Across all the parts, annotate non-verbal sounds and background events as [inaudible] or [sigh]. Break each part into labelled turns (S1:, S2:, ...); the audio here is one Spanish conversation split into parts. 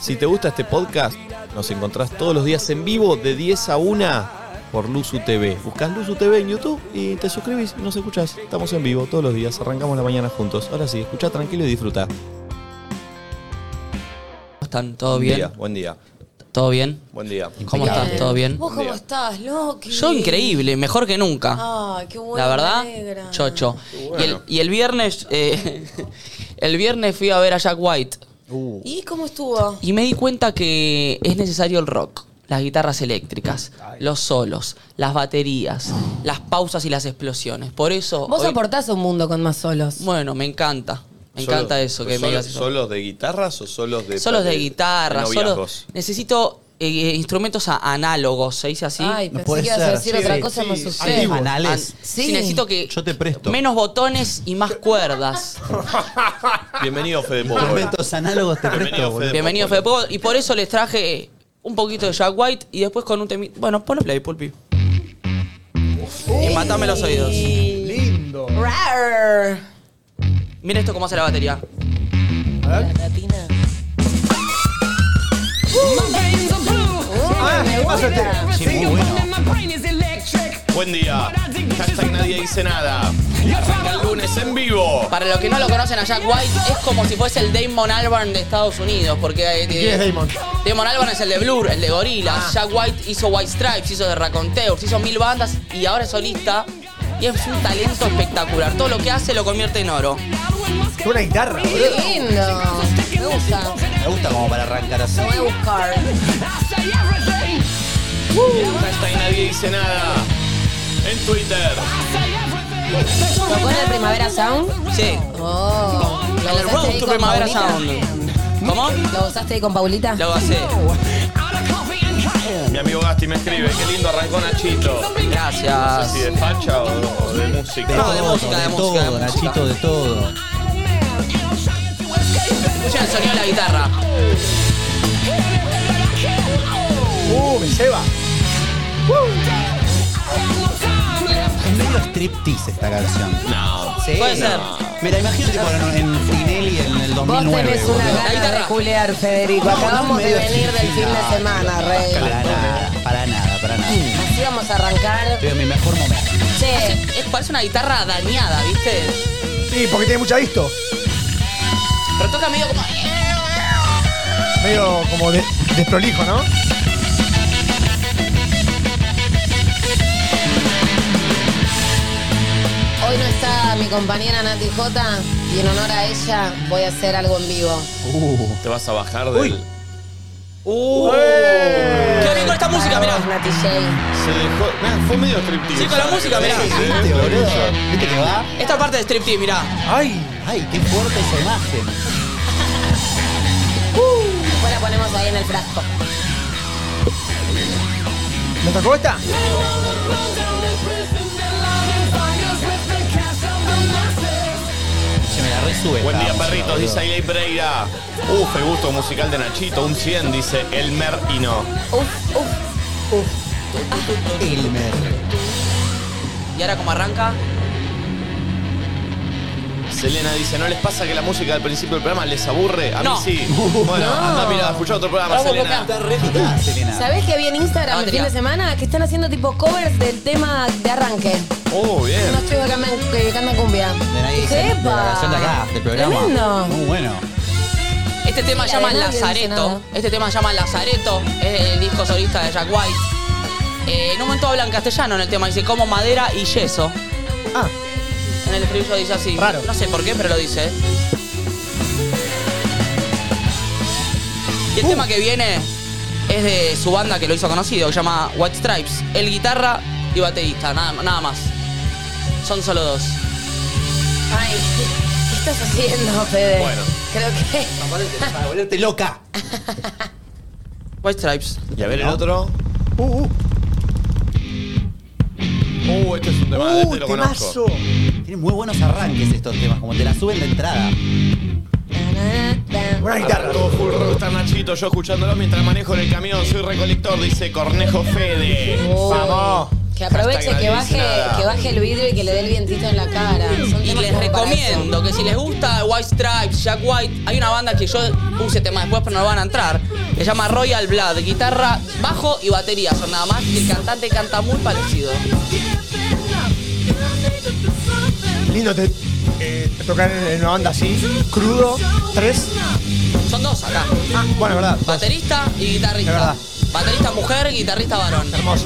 S1: Si te gusta este podcast, nos encontrás todos los días en vivo de 10 a 1 por Luzu TV. Buscás Luzu TV en YouTube y te suscribís y nos escuchás. Estamos en vivo todos los días, arrancamos la mañana juntos. Ahora sí, escucha tranquilo y disfruta.
S2: ¿Cómo están? ¿Todo
S1: Buen
S2: bien?
S1: día, buen día,
S2: ¿Todo bien.
S1: buen día.
S2: ¿Cómo estás? ¿Todo bien?
S3: ¿Vos cómo estás, Loki?
S2: Yo increíble, mejor que nunca.
S3: Ay, qué bueno.
S2: la verdad,
S3: me alegra.
S2: chocho. Y, el, y el viernes, eh, [laughs] el viernes fui a ver a Jack White
S1: Uh.
S3: ¿Y cómo estuvo?
S2: y me di cuenta que es necesario el rock, las guitarras eléctricas, los solos, las baterías, las pausas y las explosiones. Por eso,
S4: Vos
S2: hoy-
S4: aportás un mundo con más solos.
S2: bueno, me encanta, me encanta eso que me
S1: solos,
S2: digas eso.
S1: ¿Solos de guitarras o solos de
S2: solos de
S1: de
S2: guitarra, solos.
S1: noviazgos?
S2: Necesito eh, instrumentos a- análogos, se dice así.
S4: Ay,
S5: No
S4: pensé
S5: puede
S4: que ibas a
S5: ser.
S4: decir
S5: Sí,
S4: otra cosa más usted.
S5: Antiguos.
S2: An-
S5: Anales.
S4: Sí.
S2: Sí, necesito que
S5: Yo te presto.
S2: menos botones y más cuerdas.
S1: Bienvenido, Fede Popo.
S5: Instrumentos análogos te
S1: Bienvenido,
S5: presto, boludo.
S1: Fede.
S2: Bienvenido, Fede Pogo. Y por eso les traje un poquito de Jack White y después con un temito. Bueno, pone play, Pulpi. Y matame los oídos.
S5: Lindo.
S3: Rar.
S2: Mira esto cómo hace la batería.
S3: La latina.
S5: Sí, muy bueno.
S1: Buen día. Hashtag nadie dice nada. Y arranca el lunes en vivo.
S2: Para los que no lo conocen a Jack White, es como si fuese el Damon Albarn de Estados Unidos. Porque eh,
S5: ¿Quién es Damon? Ah.
S2: Damon Albarn es el de Blur, el de Gorillaz. Jack White hizo White Stripes, hizo The Raconteurs, hizo mil bandas y ahora es solista. Y es un talento espectacular. Todo lo que hace lo convierte en oro.
S5: Es una guitarra, boludo.
S3: Qué lindo. Me gusta.
S5: Me gusta como para arrancar así.
S3: Lo voy a buscar.
S1: Hashtag nadie dice nada. En Twitter.
S4: ¿Tocó en el Primavera Sound?
S2: Sí.
S3: Oh.
S2: En el
S3: ¿Lo gozaste
S2: Road to
S3: ahí con
S2: Primavera
S3: Paulita?
S2: Sound. ¿Cómo?
S4: ¿Lo gozaste ahí con Paulita?
S2: Lo hace.
S1: Mi amigo Gasti me escribe. Qué lindo arrancó Nachito.
S2: Gracias.
S1: Si de facha o, o de música.
S2: No, de música, de
S5: de
S2: música, de
S5: todo,
S2: música.
S5: Nachito, de todo.
S2: Escuchen el sonido de la guitarra.
S5: Uh, me lleva. Es medio striptease esta canción.
S1: No.
S5: Sí.
S2: Puede ser.
S5: Mira, imagínate poner en Finelli en el
S4: Vos
S5: 2009.
S4: tenés una
S5: boludo.
S2: La
S4: gana de
S2: guitarra.
S4: culear, Federico.
S5: No,
S4: Acabamos
S5: no,
S4: de
S5: medio
S4: venir del fin de
S5: difícil.
S4: semana, rey.
S5: Para nada, para nada, para nada.
S4: Así vamos a arrancar.
S5: Estoy en mi mejor momento.
S4: Che,
S2: Es- parece una guitarra dañada, ¿viste?
S6: Sí, porque tiene mucha visto.
S2: Pero toca medio como.
S6: Medio como de- desprolijo, ¿no?
S4: hoy no está mi compañera Nati Jota y en honor a ella voy a hacer algo en vivo.
S5: Uh,
S1: Te vas a bajar del.
S2: ¡Uh!
S5: ¡Eh!
S2: ¡Qué rico esta música,
S4: Vos,
S2: mirá!
S4: Nati J.
S1: Se dejó. Mirá, fue medio striptease.
S2: Sí, con la música, mirá.
S5: viste, boludo. Viste que va.
S2: Esta parte de striptease, mirá.
S5: Ay, ay, qué fuerte esa imagen.
S4: Después la ponemos ahí en el frasco.
S6: ¿Me tocó esta?
S5: Se me la resube.
S1: Buen
S5: esta
S1: día,
S5: música,
S1: perritos,
S5: boludo.
S1: dice Ailey Pereira. Uf, el gusto musical de Nachito, un 100, dice Elmer y no.
S4: Uf, uf.
S5: Elmer.
S2: Y ahora como arranca.
S1: Selena dice, ¿no les pasa que la música al principio del programa les aburre? A mí
S2: No.
S1: sí. Bueno, anda, mira, escuchá otro programa,
S2: Vamos,
S1: Selena.
S2: Coca.
S5: Repita, Selena.
S4: ¿Sabés que vi en Instagram
S2: Ah,
S4: el fin
S2: tira.
S4: de semana que están haciendo tipo covers del tema de arranque?
S1: Oh, bien.
S4: Unos chicos que cantan, que cantan cumbia.
S5: De nadie
S4: Dije,
S5: dice, de la
S4: "Epa".
S5: canción de acá, del programa.
S4: Tremendo.
S5: Muy bueno.
S2: Este tema
S4: La
S2: se llama
S4: de nadie dice nada.
S2: Lazareto. Este tema se llama Lazareto. Es el disco solista de Jack White. Eh, en un momento habla en castellano en el tema. Dice como madera y yeso.
S6: Ah,
S2: En el estribillo dice así.
S6: Raro.
S2: No sé por qué, pero lo dice. ¿eh? Y el tema que viene es de su banda que lo hizo conocido, que se llama White Stripes. El guitarra y baterista, nada, nada más. Son solo dos.
S4: Ay, ¿qué, qué estás haciendo, Fede?
S1: Bueno.
S4: Creo que.
S5: Para volverte loca.
S2: White Stripes.
S1: Y a ver el otro.
S6: uh, uh.
S1: Uh, este es un tema,
S6: Uh,
S1: este lo
S6: temazo.
S1: conozco.
S5: Tienen muy buenos arranques estos temas, como te la suben de entrada.
S6: Buena guitarra.
S1: Todo full rockstar Nachito, yo escuchándolo mientras manejo en el camión, soy recolector, dice Cornejo Fede.
S4: Uy,
S1: Vamos.
S4: Que aproveche,
S1: Hashtag
S4: que baje,
S1: nadie dice
S4: que
S1: nada.
S4: baje el vidrio y que le dé el vientito en la cara. Son
S2: Y
S4: temas
S2: les
S4: como para
S2: recomiendo
S4: eso.
S2: que si les gusta White Stripes, Jack White, hay una banda que yo puse tema después, pero no van a entrar. Que se llama Royal Blood. Guitarra, bajo y batería son nada más. Y el cantante canta muy parecido.
S6: Lindo te, eh, tocar en, en una banda así, crudo, tres.
S2: Son dos acá.
S6: Ah, bueno, verdad.
S2: Baterista y
S6: Es
S2: guitarrista.
S6: verdad.
S2: Baterista mujer, guitarrista varón.
S6: Hermoso.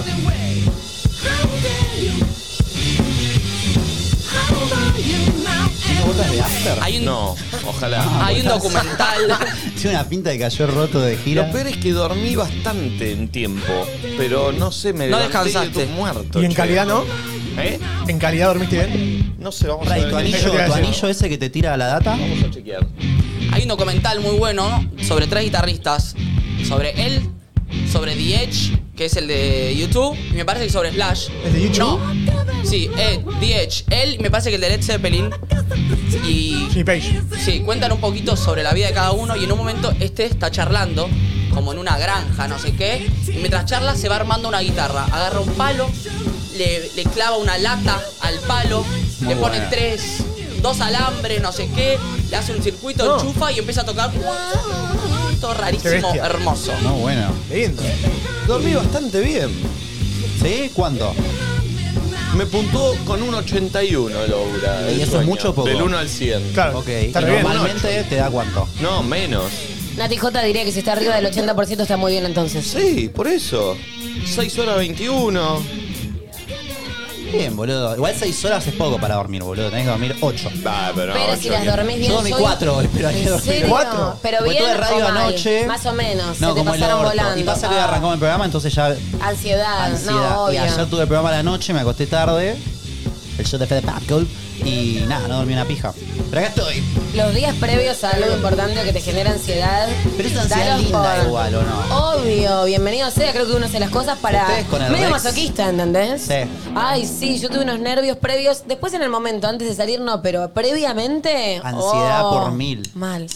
S5: ¿Tiene botas de after?
S2: Hay un,
S1: No, ojalá.
S2: hay un documental.
S5: Tiene una pinta de que cayó roto de gira.
S1: Lo peor es que dormí bastante en tiempo, pero no sé, me
S2: No
S1: levanté y
S2: descansaste.
S1: estoy muerto.
S6: ¿Y en
S1: che.
S6: calidad no?
S1: ¿Eh?
S6: ¿En calidad dormiste bien?
S1: No sé, vamos a
S5: Ray,
S1: ver.
S5: tu
S6: Eso
S5: anillo,
S6: te iba a
S5: tu
S6: decir.
S5: anillo ese que te tira la data.
S1: Vamos a chequear.
S2: Hay un documental muy bueno sobre tres guitarristas. Sobre él, sobre The Edge, que es el de YouTube, y me parece que sobre Slash.
S6: ¿El de YouTube?
S2: No. Sí, eh, The Edge. Él, y me parece que el de Led Zeppelin. Y
S6: Sí, Page.
S2: sí, cuentan un poquito sobre la vida de cada uno y en un momento este está charlando, como en una granja, no sé qué, y mientras charla se va armando una guitarra. Agarra un palo, le, le clava una lata al palo, le pone
S5: bueno.
S2: tres, dos alambres, no sé qué, le hace un circuito,
S6: No.
S2: enchufa y empieza a tocar. Todo rarísimo,
S6: bestia.
S2: hermoso.
S5: No, bueno.
S6: Lindo.
S1: Dormí bastante bien.
S5: ¿Sí? ¿Cuánto?
S1: Me puntuó con un 81 el Oura. el
S5: ¿Y eso es
S1: sueño.
S5: mucho o poco?
S1: Del 1 al 100.
S6: Claro.
S5: Ok.
S6: Está
S5: Y
S6: re bien.
S5: normalmente te da cuánto.
S1: No, menos.
S4: Nati J diría que si está arriba del 80% está muy bien entonces.
S1: Sí, por eso. 6 horas 21.
S5: Bien, boludo. Igual 6 horas es poco para dormir, boludo. Tenés que dormir 8.
S1: Va, pero no,
S4: Pero
S1: ocho
S4: si las
S1: bien.
S4: dormís bien.
S5: Yo dormí
S4: soy-
S5: cuatro hoy, pero hay que
S4: ¿En
S5: dormir
S4: serio?
S6: cuatro.
S4: Pero
S5: Porque
S4: bien.
S5: tuve radio
S4: o mal?
S5: anoche.
S4: Más o menos.
S5: No,
S4: se te
S5: como el
S4: pasaron
S5: orto.
S4: volando.
S5: Y pasa que
S4: Ah,
S5: arrancamos el programa, entonces ya
S4: Ansiedad.
S5: ansiedad.
S4: No,
S5: y
S4: obvio.
S5: ayer tuve el programa a la noche, me acosté tarde. El show de Fede Packle. Y nada, no dormí una pija. Pero acá estoy.
S4: Los días previos a algo importante que te genera ansiedad.
S5: Pero esa ansiedad
S4: dalos
S5: linda igual, ¿o no?
S4: Obvio, bienvenido sea. Creo que uno hace las cosas para.
S5: Ustedes con el
S4: medio
S5: Rex.
S4: masoquista, ¿entendés?
S5: Sí.
S4: Ay, sí, yo tuve unos nervios previos. Después en el momento, antes de salir, no, pero previamente.
S5: Ansiedad
S4: oh,
S5: por mil.
S4: Mal.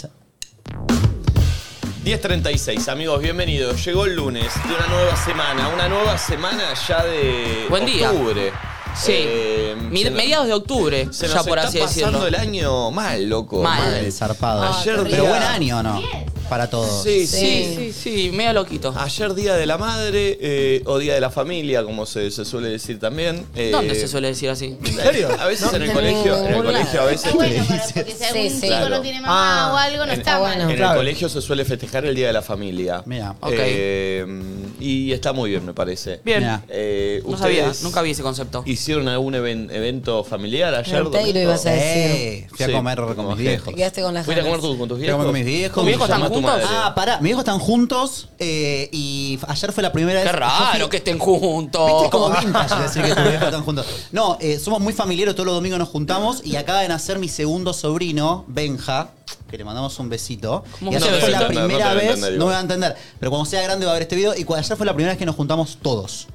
S1: 10.36, amigos, bienvenidos. Llegó el lunes de una nueva semana. Una nueva semana ya de
S2: Buen día.
S1: octubre.
S2: Sí.
S1: Eh,
S2: Mi-
S1: se nos-
S2: mediados de octubre,
S1: se nos
S2: ya por
S1: está
S2: así
S1: pasando
S2: decirlo.
S1: el año mal, loco.
S2: Mal.
S5: El zarpado.
S4: Ah,
S1: Ayer
S4: terrible.
S5: pero
S1: día-
S5: buen año, ¿no? Para todos.
S1: Sí,
S2: Sí,
S1: sí.
S2: sí, sí, medio loquito.
S1: Ayer día de la madre eh, o día de la familia, como se, se suele decir también. Eh,
S2: ¿Dónde se suele decir así?
S1: ¿En serio? A veces en el
S4: No,
S1: colegio.
S4: en
S1: En el
S4: ningún
S1: colegio a
S4: lado.
S1: veces.
S7: Es bueno, para-
S5: Sí,
S7: porque si
S4: sí,
S7: algún
S4: sí.
S7: chico
S1: Claro.
S7: no tiene mamá
S6: Ah,
S7: o algo, no
S1: en-
S7: está
S4: ah,
S7: mal.
S4: bueno.
S1: En el
S6: Claro.
S1: colegio se suele festejar el día de la familia.
S5: Mira.
S2: Ok.
S1: Eh, y está muy bien, me parece.
S2: Bien.
S5: Mirá.
S1: Eh,
S2: No sabía,
S1: ¿ustedes
S2: nunca vi ese concepto.
S1: ¿Hicieron algún even- evento familiar ayer?
S4: Entero
S1: Domingo?
S4: ibas a-
S5: Eh, fui
S1: Sí,
S5: a comer con mis viejos.
S4: Te quedaste con las
S1: ¿Fuiste a comer
S4: ganas.
S1: tú, con tus
S5: Fui a
S1: viejos?
S5: comer con mis viejos.
S2: ¿Tus viejos
S5: me
S2: están
S5: llamó tu
S2: juntos?
S5: madre. Ah, pará. Mis viejos están juntos eh, y ayer fue la primera
S2: Qué
S5: vez. yo
S2: raro
S5: fui-
S2: que estén juntos.
S5: Viste como vintage decir que tus viejos están juntos. No, eh, somos muy familiares, todos los domingos nos juntamos y acaba de nacer mi segundo sobrino, Benja, que le mandamos un besito.
S2: ¿Cómo
S5: Y
S2: que
S5: ayer
S2: no
S5: fue
S2: te
S5: la
S2: va a
S1: entender?
S5: primera
S1: No te va a
S5: vez,
S1: entender igual.
S5: no me va a entender, pero cuando sea grande va a ver este video y cu- ayer fue la primera vez que nos juntamos todos.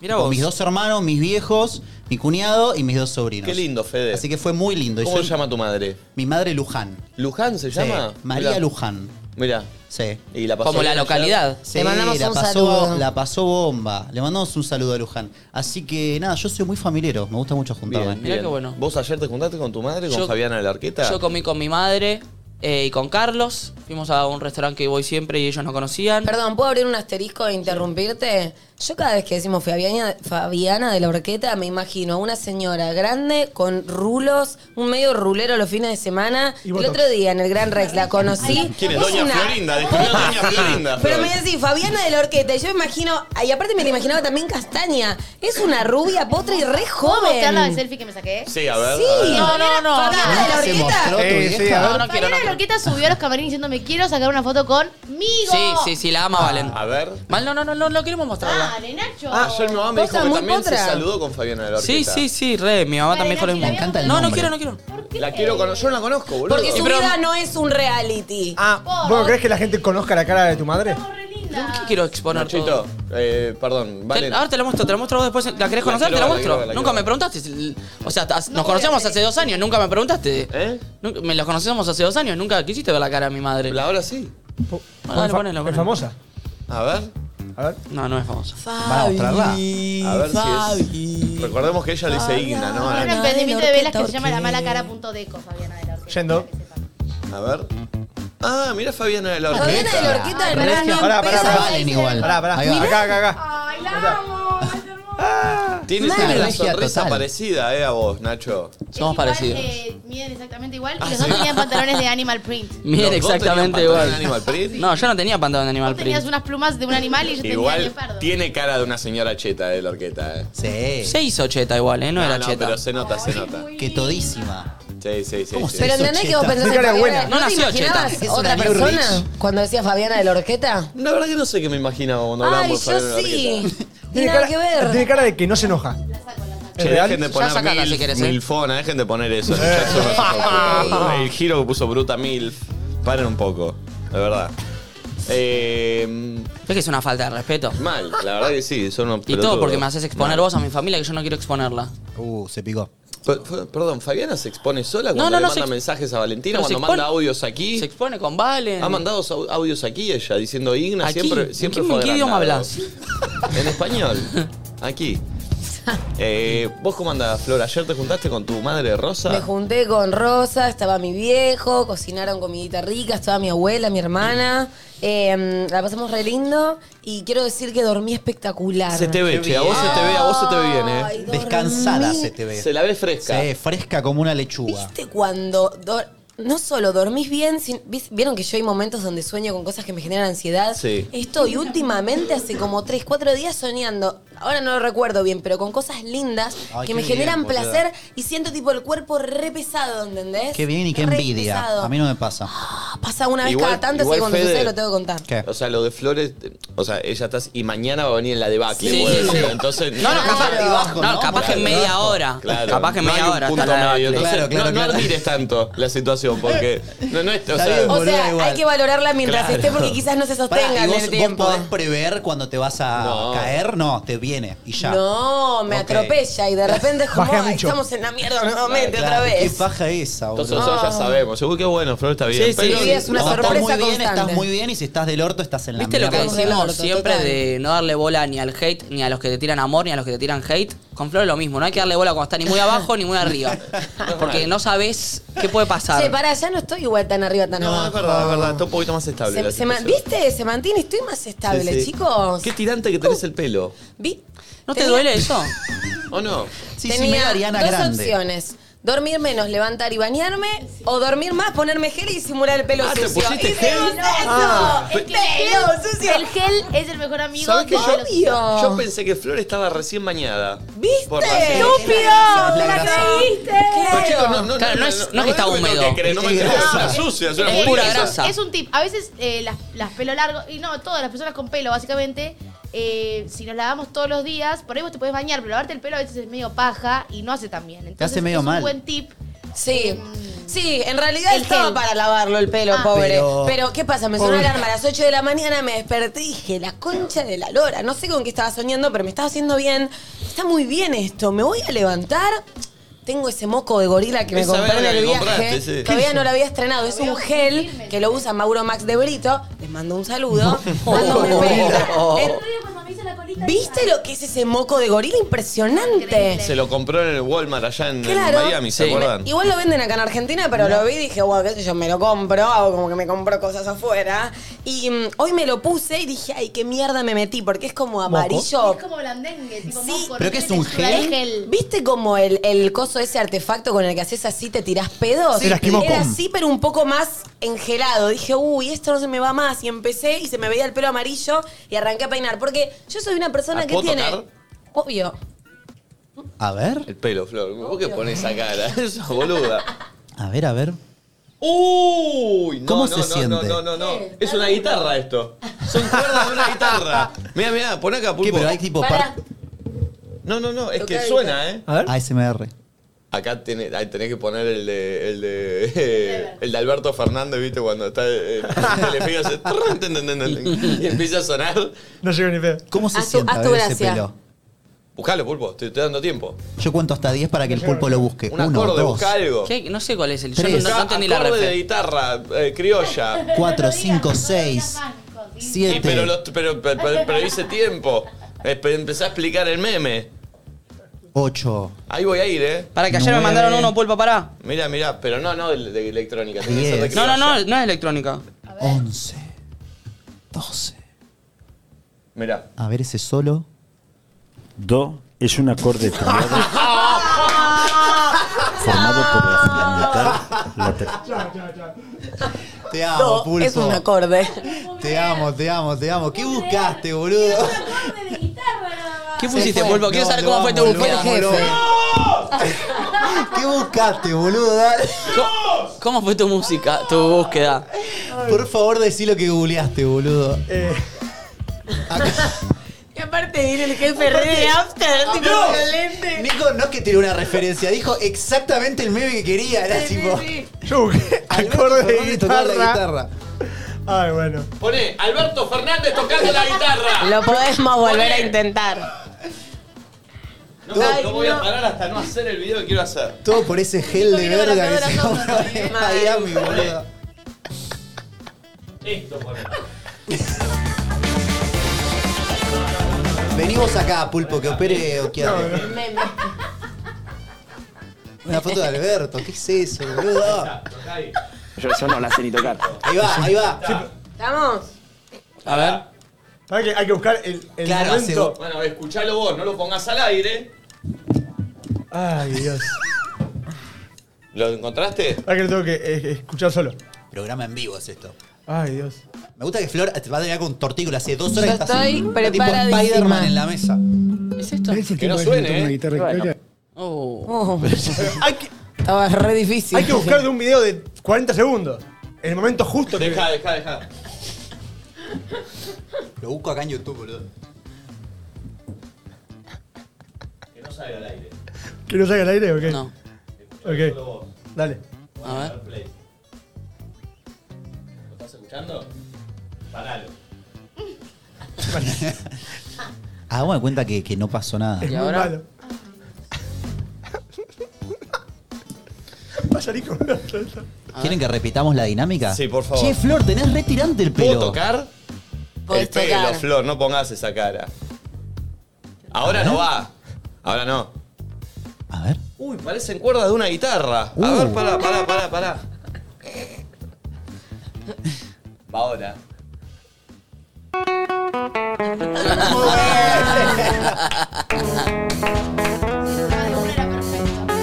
S2: Mira
S5: Con
S2: vos.
S5: mis dos hermanos, mis viejos, mi cuñado y mis dos sobrinos.
S1: Qué lindo, Fede.
S5: Así que fue muy lindo. Y
S1: ¿Cómo
S5: yo-
S1: se llama tu madre?
S5: Mi madre Luján.
S1: ¿Luján se
S5: Sí,
S1: llama?
S5: María
S1: Mirá.
S5: Luján.
S1: Mirá.
S5: Sí.
S1: ¿Y la pasó
S2: Como la
S1: bien ayer?
S2: localidad.
S5: Sí,
S4: Le mandamos
S5: la
S4: un
S5: pasó,
S4: saludo.
S5: La pasó bomba. Le mandamos un saludo a Luján. Así que nada, yo soy muy familiero. Me gusta mucho juntarme.
S1: Bien,
S2: Mirá
S1: bien.
S2: qué bueno.
S1: ¿Vos ayer te juntaste con tu madre, con
S2: Yo-
S1: Fabiana de la Arqueta?
S2: Yo comí con mi madre eh, y con Carlos. Fuimos a un restaurante que voy siempre y ellos no conocían.
S4: Perdón, ¿puedo abrir un asterisco e interrumpirte? Yo cada vez que decimos Fabiana, Fabiana de la Orqueta, me imagino a una señora grande con rulos, un medio rulero los fines de semana.
S6: Y
S4: el
S6: botox.
S4: otro día en el Gran Rex la conocí.
S1: ¿Quién es? Doña
S4: una-
S1: Florinda.
S4: [laughs]
S1: Definió a Doña Florinda.
S4: Pero
S1: Flor.
S4: me decís, Fabiana de la Orqueta, y yo me imagino, y aparte me la imaginaba también castaña. Es una rubia, potra y re
S7: ¿Puedo mostrar la
S4: joven.
S7: selfie que me saqué?
S1: Sí, a ver. a
S4: Sí,
S1: ver.
S7: No, no, no.
S4: Fabiana de la
S5: Se
S4: Orqueta.
S5: mostró tu
S6: Eh, sí,
S5: vieja.
S6: a ver.
S2: No, no quiero,
S7: Mariana
S2: no quiero.
S7: Lorqueta subió a los camarines diciendo me quiero sacar una foto conmigo.
S2: Sí, sí, sí, la ama Valen.
S1: Ah, A ver.
S2: Mal, no, no, no, no, no queremos mostrarla.
S7: Dale, Nacho.
S1: Ayer mi Ah, mamá me dijo
S4: Posta,
S1: que
S4: muy
S1: también se
S4: potra.
S1: saludó con Fabiana de la Arqueta.
S2: Sí, sí, sí, re. Mi mamá también dijo lo
S7: Dale,
S2: mismo.
S7: Nachi, la
S5: encanta el
S2: No, no
S5: nombre.
S2: quiero, no quiero.
S7: ¿Por qué?
S1: La quiero conocer. Yo no la conozco, boludo.
S4: Porque su
S2: Y pero-
S4: vida no es un reality.
S6: Ah, ¿vos crees que la gente conozca la cara de tu madre?
S7: Estamos re lindas.
S2: ¿Por qué quiero exponer
S1: Nachito,
S2: todo?
S1: eh, perdón,
S2: Te-
S1: Valen.
S2: ahora te la muestro, te la muestro vos después. ¿La querés conocer?
S1: quiero
S2: te la
S1: ver, la
S2: muestro.
S1: quiero ver, la
S2: nunca
S1: quiero
S2: me
S1: ver.
S2: preguntaste. si- O sea, as-
S7: No
S2: nos
S7: voy a
S2: conocemos
S7: hacer
S2: hace dos años, nunca me preguntaste.
S1: ¿Eh?
S2: Nunca- me los conocemos hace dos años, nunca quisiste ver la cara de mi madre.
S1: La hora sí.
S6: Po-
S2: Ah, dale,
S6: fa-
S2: ponelo, ponelo.
S6: famosa.
S1: A ver.
S6: A ver.
S2: No, no es famosa.
S5: ¿Van a mostrarla?
S1: A ver si es. Recordemos que ella le dice Igna, Ah, ¿no?
S7: Tiene un
S1: A
S4: Fabiana.
S7: emprendimiento de velas que se llama
S4: Orquídea.
S7: la mala cara.deco, Fabiana de la Orquídea.
S6: Yendo.
S7: para que sepan.
S1: ver. Ah, mira Fabiana de la
S4: Fabiana de la
S1: Orquesta.
S4: Orquesta del
S7: Regio.
S4: Verano.
S6: Pará, pará,
S4: empieza
S6: pará.
S4: a
S5: Valen igual.
S6: Pará, pará.
S5: Ahí va.
S6: Acá, acá, acá.
S7: ¡Ay, la amo! es hermosa.
S1: Tiene
S4: Mal.
S1: tiene la
S5: Regia
S1: sonrisa
S5: total.
S1: parecida, ¿eh? A vos, Nacho.
S7: Es
S2: Somos
S7: igual,
S2: parecidos.
S7: eh, miden exactamente igual y
S1: Ah,
S7: los
S1: sí.
S7: dos tenían pantalones de Animal Print.
S2: Miren,
S1: Los dos
S2: exactamente
S1: tenían
S2: igual.
S1: pantalón de Animal Print.
S2: No, yo no tenía pantalón de animal
S7: Vos tenías
S2: print.
S7: unas plumas de un animal y yo tenía
S1: Igual
S7: leopardo.
S1: tiene cara de una señora cheta de la Orquesta, ¿eh?
S5: Sí.
S2: Se hizo cheta igual, ¿eh? No, era cheta.
S1: pero se nota, se nota.
S5: Que todísima.
S1: Sí, sí, sí.
S5: ¿Cómo
S1: sí.
S4: Pero
S5: Eso,
S4: entendés que
S5: cheta.
S4: vos pensás en
S6: Nunca era
S4: Fabiana.
S6: buena.
S4: ¿No,
S2: No
S4: te
S2: nació
S4: imaginabas
S2: cheta.
S5: Es
S4: otra
S5: una New
S4: persona cuando decía Fabiana de la Orqueta?
S1: La verdad que no sé qué me imaginaba cuando
S4: Ay,
S1: hablábamos de
S4: yo
S1: Fabiana de la
S4: sí.
S1: Orquesta.
S4: Tiene nada que ver.
S6: Tiene cara de que no se enoja. ¿Es
S1: Che,
S6: real?
S1: dejen de
S2: Eh, Ya
S1: poner
S2: sacala,
S1: milf,
S2: si querés, ¿eh?
S1: milfona, dejen de poner eso. Ya
S2: [laughs]
S1: son unos hijos de puta, boludo. El giro que puso Bruta Milf. Paren un poco, de verdad. Eh,
S2: Es que es una falta de respeto.
S1: mal, la verdad que sí. Son unos
S2: Y todo
S1: pelotudos.
S2: porque me haces exponer
S1: Mal.
S2: vos a mi familia que yo no quiero exponerla.
S5: Uh, se picó.
S1: Pe- fe- Perdón, ¿Fabiana se expone sola cuando
S2: No, no,
S1: le
S2: no, se
S1: manda
S2: ex-
S1: mensajes a Valentina,
S2: Pero
S1: cuando
S2: se expone-
S1: manda audios aquí?
S2: Se expone con Valen.
S1: Ha mandado sau- audios aquí ella, diciendo Igna,
S2: Aquí.
S1: siempre,
S2: ¿En
S1: siempre
S2: qué-
S1: fue
S2: en qué idioma
S1: agrandado. En
S4: [laughs]
S1: español. Aquí. Eh, ¿Vos cómo andás, Flor? ¿Ayer te juntaste con tu madre Rosa?
S4: Me junté con Rosa, estaba mi viejo, cocinaron comidita rica, estaba mi abuela, mi hermana. Eh, la pasamos re lindo y quiero decir que dormí espectacular.
S1: se te ve,
S5: Qué
S1: che, a vos se te ve, a vos se te ve bien, eh.
S4: Ay, dormí.
S5: Descansada se te ve.
S1: Se la ve fresca.
S5: Sí, fresca como una lechuga.
S4: ¿Viste cuando dor- no solo dormís bien, sin- vis- vieron que yo hay momentos donde sueño con cosas que me generan ansiedad?
S1: Sí.
S4: Estoy últimamente hace como 3, 4 días soñando, ahora no lo recuerdo bien, pero con cosas lindas
S5: Ay,
S4: que
S5: qué
S4: me
S5: bien,
S4: generan
S5: boluda.
S4: placer y siento tipo el cuerpo re pesado, ¿entendés?
S5: Qué bien y qué
S4: Re
S5: envidia.
S4: pesado. Ah,
S5: A mí no me pasa.
S4: Pasa una vez
S1: Igual-
S4: cada tanto, así
S1: igual,
S4: que cuando
S1: Fede-
S4: sucede lo tengo que contar.
S5: ¿Qué?
S1: O sea, lo de Flores, eh, o sea, ella estás y mañana va a venir la debacle,
S2: Sí,
S1: boludo.
S2: sí, sí.
S1: Entonces,
S2: No, no, capaz,
S5: Claro. Bajo,
S2: no,
S5: ¿no?
S2: capaz que en
S5: Claro.
S2: media hora.
S1: Claro.
S2: Capaz que en
S1: No hay
S2: media
S1: un
S2: hora.
S1: punto
S2: está la-
S1: medio. Entonces,
S5: Claro, claro,
S1: no, no
S5: claro.
S1: admires tanto la situación porque no, no es, o
S5: Está
S1: sea,
S5: bien,
S4: O
S5: Boluda,
S4: sea, hay
S5: igual.
S4: que valorarla mientras
S1: Claro.
S4: esté porque quizás no se
S5: Pará,
S4: sostenga
S5: ¿y
S4: en
S5: vos,
S4: el
S5: vos
S4: tiempo. eh.
S5: podés prever cuando te vas a
S1: No.
S5: caer? No, te viene y ya.
S4: No, me
S5: Ok.
S4: atropella
S5: [laughs]
S4: y de repente es como,
S6: Baja
S4: "Ay,
S6: mucho".
S4: estamos en la mierda nuevamente
S5: Claro,
S4: otra vez.
S5: Qué paja esa, boludo.
S1: entonces nosotros ya sabemos. Seguro que bueno, Flor está bien.
S2: Sí, sí,
S1: pero-
S4: sí, es una
S5: Cuando estás
S4: sorpresa
S5: muy bien,
S4: constante.
S5: estás muy bien y si estás del orto, estás en la
S2: ¿Viste lo que
S5: mierda.
S4: Estamos del
S2: decimos
S4: orto,
S2: siempre
S4: total.
S2: de no darle bola ni al hate, ni a los que te tiran amor, ni a los que te tiran hate? Con Flor es lo mismo, no hay que darle bola cuando está ni muy abajo ni muy arriba. Porque no sabes qué puede pasar.
S4: Che, pará, ya no estoy igual tan arriba, tan
S1: No, es
S4: abajo.
S5: Ah,
S1: verdad, es verdad. Está un poquito más estable.
S4: Se-
S1: la
S4: se ma-
S1: situación.
S4: ¿Viste? Se mantiene, estoy más
S1: Sí,
S4: estable,
S1: sí.
S4: chicos. Uh.
S1: Qué tirante que tenés el pelo.
S4: Vi-
S2: ¿No te
S4: tenía-
S2: duele eso?
S1: ¿O no?
S5: Sí, sí,
S4: tenía
S5: medio Ariana
S4: dos
S5: Grande.
S4: opciones. Dormir menos, levantar y bañarme, o dormir más, ponerme gel y disimular el pelo
S1: Ah, ¿te
S4: sucio.
S1: pusiste
S4: ¡Hicimos
S1: gel?
S4: eso!
S1: Ah.
S7: Es que el,
S4: ¡Pelo
S7: gel,
S4: sucio!
S7: el gel es el mejor amigo
S1: ¿Sabés
S7: de
S1: que
S7: los...
S1: yo,
S4: Obvio.
S1: yo pensé que Flor estaba recién bañada?
S4: ¿Viste?
S1: Por la-
S4: ¡Estúpido!
S5: grasa, es la
S4: ¡Te la
S5: grasa.
S4: creíste!
S1: No, chicos, no,
S4: Claro.
S1: no,
S2: Claro, no es- no es que está
S1: me tengo
S2: húmedo.
S1: creer, no me
S5: Es
S1: tengo que-
S5: grasa.
S1: Es sucia, es una
S2: Es
S1: mujer.
S2: pura
S1: Eso-
S2: grasa.
S7: Es un tip. A veces eh, las, las pelo largo, y no, todas las personas con pelo, básicamente, eh, si nos lavamos todos los días, por ahí vos te puedes bañar, pero lavarte el pelo a veces es medio paja y no hace tan bien. Entonces,
S5: hace medio
S7: es
S5: mal.
S7: un buen tip.
S4: Sí. Sí, en realidad
S7: El
S4: estaba
S7: gel.
S4: para lavarlo el
S2: Ah.
S4: pelo, pobre. Pero,
S5: Pero-
S4: ¿qué pasa? Me sonó la alarma a las 8 de la mañana, me desperté y dije, la concha de la lora. No sé con qué estaba soñando, pero me estaba haciendo bien. Está muy bien esto. Me voy a levantar. Tengo ese moco de gorila que me
S1: Esa
S4: compré en
S1: verga
S4: el
S1: que
S4: viaje.
S1: compraste, sí.
S4: Todavía no lo había estrenado. Es un gel que lo usa Mauro Max de Brito. Les mando un saludo. Dándome pelota. Eh, ¿Viste lo que es ese moco de gorila? Impresionante.
S1: Se lo compró en el Walmart allá en, en
S4: Claro.
S1: Miami, ¿se
S2: Sí.
S1: acuerdan?
S4: Igual lo venden acá en Argentina, pero lo vi y dije, wow, qué sé yo, me lo compro, hago como que me compro cosas afuera. Y mm, hoy me lo puse y dije, ay, qué mierda me metí, porque es como amarillo.
S7: Es como blandengue, tipo
S4: Sí.
S7: moco,
S5: ¿Pero
S7: no
S5: qué
S7: tiene
S5: es un
S7: textura
S5: gel?
S7: de gel.
S4: ¿Viste como el, el coso, ese artefacto con el que haces así, te tirás pedos?
S5: Sí, Era
S6: esquimó
S4: Era
S6: con.
S4: así, pero un poco más engelado. Dije, uy, esto no se me va más. Y empecé y se me veía el pelo amarillo y arranqué a peinar. Porque yo soy una persona
S1: ¿La
S4: que
S1: puedo
S4: tiene.
S1: tocar?
S4: Obvio.
S5: A ver,
S1: El pelo, Flor. ¿Vos qué pones esa cara? [laughs] Eso, boluda.
S5: a ver, a ver.
S1: [laughs] Uy, no,
S5: ¿Cómo
S1: no,
S5: se
S1: no,
S5: siente?
S1: no, no, no, no. Es una guitarra esto. Son cuerdas de una guitarra. Mira, mira, pon acá
S5: ¿Qué?
S1: pulpo.
S5: Pero hay tipo
S4: Pará.
S5: par-
S1: No, no, no, es
S4: Toca
S1: que
S4: la
S1: suena, ¿eh?
S6: A ver.
S5: ASMR.
S1: Acá tiene, ahí tenés que poner el de, el de, el de Alberto Fernández, ¿viste? Cuando está eh, le pega hace trrrrn, tin, tin, tin, tin, y empieza a sonar.
S6: No llegó ni pedo.
S5: ¿Cómo se
S4: Haz tu-
S5: siente
S4: haz
S5: a
S4: tu
S5: ver ese
S4: gracia.
S5: pelo?
S1: Buscalo, pulpo, te estoy dando tiempo.
S5: Yo cuento hasta 10 para que el pulpo lo busque.
S1: Un
S5: Uno,
S1: acorde,
S5: dos,
S1: busca algo.
S2: ¿Qué? No sé cuál es el. Yo
S5: Tres.
S2: no, no entendí la
S1: acorde de
S2: referencia.
S1: guitarra eh, criolla.
S5: cuatro, cinco, seis. Siete.
S1: Y pero, los- pero, pero, pero hice tiempo. Espe- Empecé a explicar el meme.
S5: Ocho.
S1: Ahí voy a ir, ¿eh?
S2: Para que ayer me
S5: Nueve.
S2: mandaron uno, Pulpa, pará.
S1: Mira, mira, pero no, no de, de electrónica. tiene que ser de
S5: Diez.
S2: No, no, no,
S1: criolla.
S2: no es electrónica.
S5: 11, 12.
S1: Mira.
S5: A ver ese solo.
S8: Do es un acorde tallado formado por
S5: [laughs]
S8: la fundamental lateral.
S5: Te amo,
S4: No,
S5: Pulpo.
S4: es un acorde.
S5: Te amo, te amo, te amo. ¿Qué buscaste, boludo?
S2: ¿Qué
S5: Se
S2: pusiste,
S5: fue.
S2: Pulpo? Quiero
S5: No,
S2: saber
S5: lo
S2: cómo fue tu
S5: amo, lo
S2: búsqueda.
S5: amo, lo
S4: Jefe.
S5: amo. ¿Qué buscaste, boludo? Dale.
S2: ¿Cómo, cómo fue tu música, tu búsqueda?
S5: Por favor, decí lo que googleaste, boludo.
S2: Eh,
S4: Y aparte viene el jefe re de after, tipo
S5: No.
S4: violente.
S5: Nico no es que tiene una referencia, dijo exactamente el meme que quería. Era tipo.
S6: Yo busqué
S5: Alberto
S6: acorde de
S5: Fernández tocaba la
S6: guitarra. Ay, bueno.
S1: Poné, Alberto Fernández tocando la guitarra.
S4: Lo podemos volver a intentar.
S1: No, no
S4: Ay,
S1: voy
S4: no.
S1: a parar hasta no hacer el video que quiero hacer.
S5: Todo por ese gel de
S7: Nico vino con la
S5: verga que se
S7: cámara
S5: compró
S7: todo,
S5: en
S4: Mal.
S5: Miami, boludo.
S1: Esto, poné.
S5: Venimos acá, Pulpo, que opere o que Una foto de Alberto, ¿qué es eso, boludo?
S9: Yo eso no la sé ni tocar.
S5: Ahí va, ahí va.
S4: ¿Estamos?
S2: A ver.
S6: ¿Sabes que hay que buscar el, el
S5: Claro,
S6: momento?
S1: Bueno, escuchalo vos, no lo pongas al aire.
S6: Ay, Dios.
S1: ¿Lo encontraste?
S6: Ahora que lo tengo que eh, escuchar solo.
S5: Programa en vivo es esto.
S6: Ay, Dios.
S5: Me gusta que Flor te va a tener con tortícula hace dos horas.
S4: Yo
S5: que estás
S4: estoy
S5: tipo
S4: preparadísima.
S5: Spider-Man en la mesa.
S2: ¿Es esto?
S1: Que no suene, ¿eh?
S2: Oh.
S4: Oh,
S6: [laughs] Hay que,
S4: estaba re difícil.
S6: hay que buscar de un video de 40 segundos. En el momento justo que.
S1: Deja, deja, deja.
S5: Lo busco acá en YouTube, boludo.
S1: Que no salga al aire.
S6: ¿Que no salga al aire o qué?
S2: No.
S6: Ok.
S1: vos.
S6: Dale.
S2: A ver.
S1: play. ¿Lo estás escuchando? Paralo.
S5: Hagamos de Ah, cuenta que, que no pasó nada.
S6: Es
S2: ¿Y
S6: muy
S2: ahora?
S6: malo. Va a salir con una torta.
S5: ¿Quieren que repitamos la dinámica?
S1: Sí, por favor.
S5: Che, Flor, tenés retirante el
S1: ¿Puedo
S5: pelo.
S1: tocar? El
S4: Podés
S1: pelo,
S4: tocar.
S1: Flor, no pongas esa cara. Ahora no va. Ahora no.
S5: A ver.
S1: Uy, parecen cuerdas de una guitarra. A
S5: Uh.
S1: ver, pará, pará, pará, pará. Va ahora.
S7: Ah, de una era perfecto.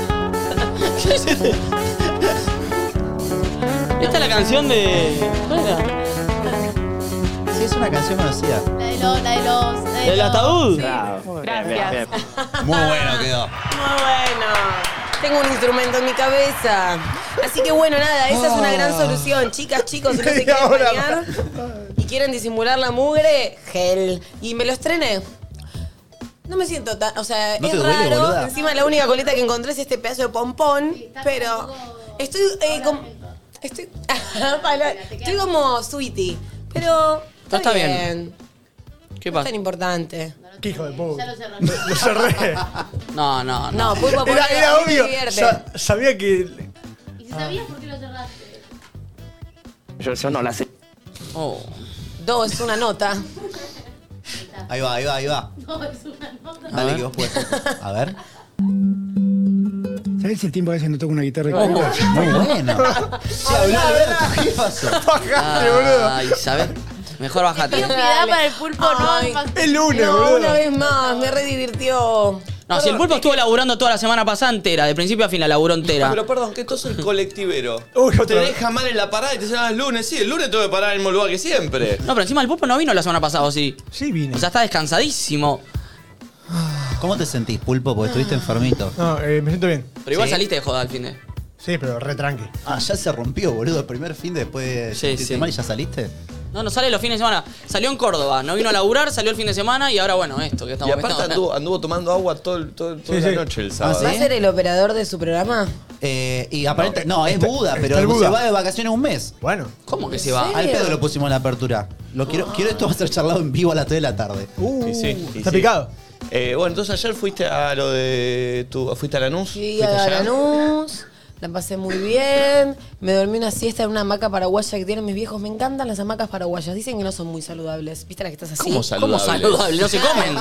S2: Esta es la canción de. ¿Cuál era?
S5: Sí, es una canción conocida.
S7: La de los. La de los. La de
S2: ¿Del
S7: los-
S2: ataúd?
S4: Ah,
S9: Gracias.
S5: Muy bueno quedó.
S4: Muy bueno. Tengo un instrumento en mi cabeza. Así que bueno, nada, esa es una
S6: Ah.
S4: gran solución. Chicas, chicos, si
S6: [laughs]
S4: no se
S6: Media
S4: quieren
S6: hora
S4: bañar y quieren disimular la mugre, gel. Y me lo estrené. No me siento tan... O sea,
S5: ¿No
S4: es
S5: te duele,
S4: raro.
S5: boluda?
S4: Encima la única coleta que encontré es este pedazo de pompón.
S7: Sí, está
S4: pero
S7: un poco-
S4: estoy... eh, com- estoy, [laughs] Pala- estoy como sweetie. Pero...
S2: No, está bien. ¿Qué
S4: No es
S2: pasa?
S4: tan importante.
S6: Qué hijo de puta.
S7: Ya lo cerró.
S6: Lo cerré.
S2: No, no, no.
S4: No, pues- pulpo,
S6: Era,
S4: ponelo,
S6: era
S4: así te
S6: obvio.
S4: divierte.
S6: Sa- sabía que.
S7: ¿Y si sabías por qué lo cerraste?
S9: Yo eso no la sé.
S2: Oh.
S4: Dos, es una nota.
S5: Ahí va, ahí va, ahí va.
S7: [laughs] No, es una nota.
S5: Dale que vos puedes. A ver.
S10: ¿Sabes el tiempo a veces no toco una guitarra?
S2: Oh, [laughs]
S5: Muy bueno. Se habló Alberto, ¿qué pasó?
S6: Bajaste, boludo.
S2: Ay, ¿sabes? Mejor
S7: Pido
S2: bájate.
S7: piedad
S4: Dale.
S7: para el pulpo, no.
S4: Ay.
S7: impactó.
S6: El lunes,
S4: no,
S6: boludo.
S4: una vez más, me redivirtió.
S2: No, si el pulpo estuvo laburando toda la semana pasada entera, de principio a fin la laburó entera.
S1: Pero perdón, que esto es el colectivero.
S6: [laughs] Uy,
S1: te
S6: otra vez.
S1: deja mal en la parada y te dicen, ah, el lunes. Sí, el lunes tengo que parar en el mismo lugar que siempre.
S2: No, pero encima el pulpo no vino la semana pasada, ¿o sí?
S6: Sí, vine.
S2: O sea, está descansadísimo.
S5: ¿Cómo te sentís, Pulpo? Porque estuviste enfermito.
S6: No, eh, me siento bien.
S2: Pero igual
S5: Sí.
S2: saliste de joda al fin de.
S6: Sí, pero re tranqui.
S5: Ah, ya se rompió, boludo. El primer fin de después de
S2: Sí,
S5: sentirte
S2: sí.
S5: mal y ya saliste.
S2: No, no sale los fines de semana. Salió en Córdoba, no vino a laburar, salió el fin de semana y ahora bueno, esto que
S1: Y
S2: estamos
S1: aparte
S2: estamos-
S1: anduvo, anduvo tomando agua todo, el- todo- toda
S6: Sí,
S1: la
S6: sí.
S1: noche el sábado.
S4: ¿Va a ser el operador de su programa?
S5: Eh, y aparentemente. No, es Buda, pero
S6: está el
S5: se
S6: Buda.
S5: va de vacaciones un mes.
S6: Bueno.
S2: ¿Cómo que se va?
S5: Al pedo lo pusimos en Ah. la apertura. Lo quiero, quiero esto va a ser charlado en vivo a las 3 de la tarde.
S6: Uh,
S1: Y sí, y
S6: está
S1: sí.
S6: picado.
S1: Eh, bueno, entonces ayer fuiste a lo de tu. ¿Fuiste a Lanús?
S4: Sí,
S1: ¿Fuiste
S4: a
S1: allá?
S4: Lanús. La pasé muy bien. Me dormí una siesta en una hamaca paraguaya que tienen mis viejos. Me encantan las hamacas paraguayas. Dicen que no son muy saludables. ¿Viste las que estás así?
S2: ¿Cómo saludables? No se comen.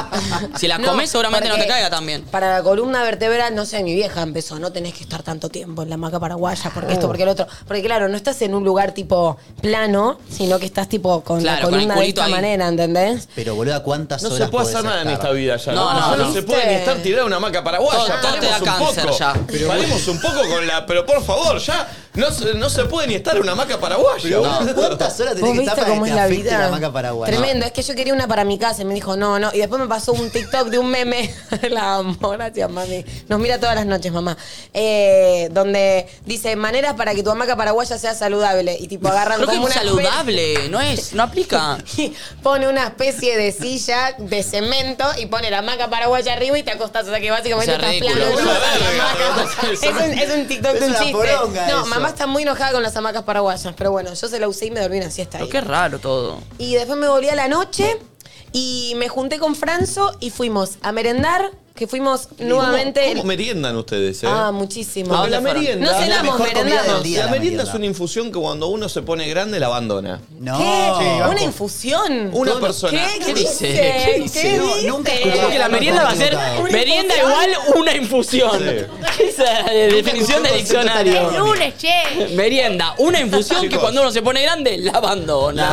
S2: Si las
S4: [laughs] No,
S2: comes, seguramente no te
S4: porque
S2: caiga también.
S4: Para la columna vertebral, no sé, mi vieja empezó, no tenés que estar tanto tiempo en la hamaca paraguaya, porque
S5: Oh.
S4: esto, porque el otro. Porque claro, no estás en un lugar tipo plano, sino que estás tipo con la
S5: Claro, con el
S4: columna de
S5: culito
S4: esta
S5: ahí.
S4: manera, ¿entendés?
S5: Pero, boluda, ¿cuántas
S1: No
S5: horas
S1: se puede
S5: podés
S1: hacer nada en
S5: estar?
S1: esta vida ya.
S5: No,
S1: No,
S5: no,
S1: no
S5: no.
S1: se puede ni estar tirada en una hamaca paraguaya.
S2: Todo- todo te da
S1: Paremos un
S2: cáncer
S1: poco.
S2: ya. Pero-
S1: Paremos un poco con la. Pero por favor, ya. No, se- no se puede ni estar en una hamaca paraguaya.
S5: Pero, ¿cuántas horas
S4: ¿Vos viste cómo es la vida?
S5: la hamaca paraguaya?
S4: Tremendo, es que yo quería una para mi casa y me dijo no, no. Y después me pasó un TikTok de un meme, [laughs] la amo, gracias mami. Nos mira todas las noches, mamá. Eh, donde dice maneras para que tu hamaca paraguaya sea saludable. Y tipo agarran
S2: Creo que
S4: como
S2: es
S4: una
S2: saludable, no es, no aplica.
S4: Y pone una especie de silla de cemento y pone la hamaca paraguaya arriba y te acostás. O sea que básicamente
S2: O sea,
S4: estás plano.
S2: ridículo,
S4: en
S2: boludo.
S4: una hamaca.
S2: [laughs]
S4: es, un, es un TikTok
S5: Es
S4: de un
S5: una
S4: chiste.
S5: poronga
S4: no,
S5: eso.
S4: mamá está muy enojada con las hamacas paraguayas, pero bueno, yo se la usé y me dormí una siesta ahí.
S2: Pero qué raro todo.
S4: Y después me volví a la noche y me junté con Franzo y fuimos a merendar, que fuimos nuevamente.
S1: ¿Cómo meriendan ustedes, eh?
S4: Ah, muchísimo.
S1: Ah, la merienda.
S4: No cenamos, merendamos.
S1: la, merienda, es una infusión que cuando uno se pone grande la abandona.
S5: No.
S4: ¿Qué?
S1: Sí,
S4: ¿Una
S1: banco.
S4: infusión?
S1: Una persona.
S4: ¿Qué,
S1: ¿Qué dice?
S4: dice?
S1: ¿Qué dice?
S5: No, nunca escuché
S2: Porque la
S5: algo
S2: merienda va a ser
S5: tan equivocado.
S2: merienda igual una infusión. [laughs] Esa es la definición de
S7: Es
S2: diccionario.
S7: lunes, che.
S2: Merienda, una infusión que
S1: Chicos.
S2: cuando uno se pone grande la abandona.
S1: La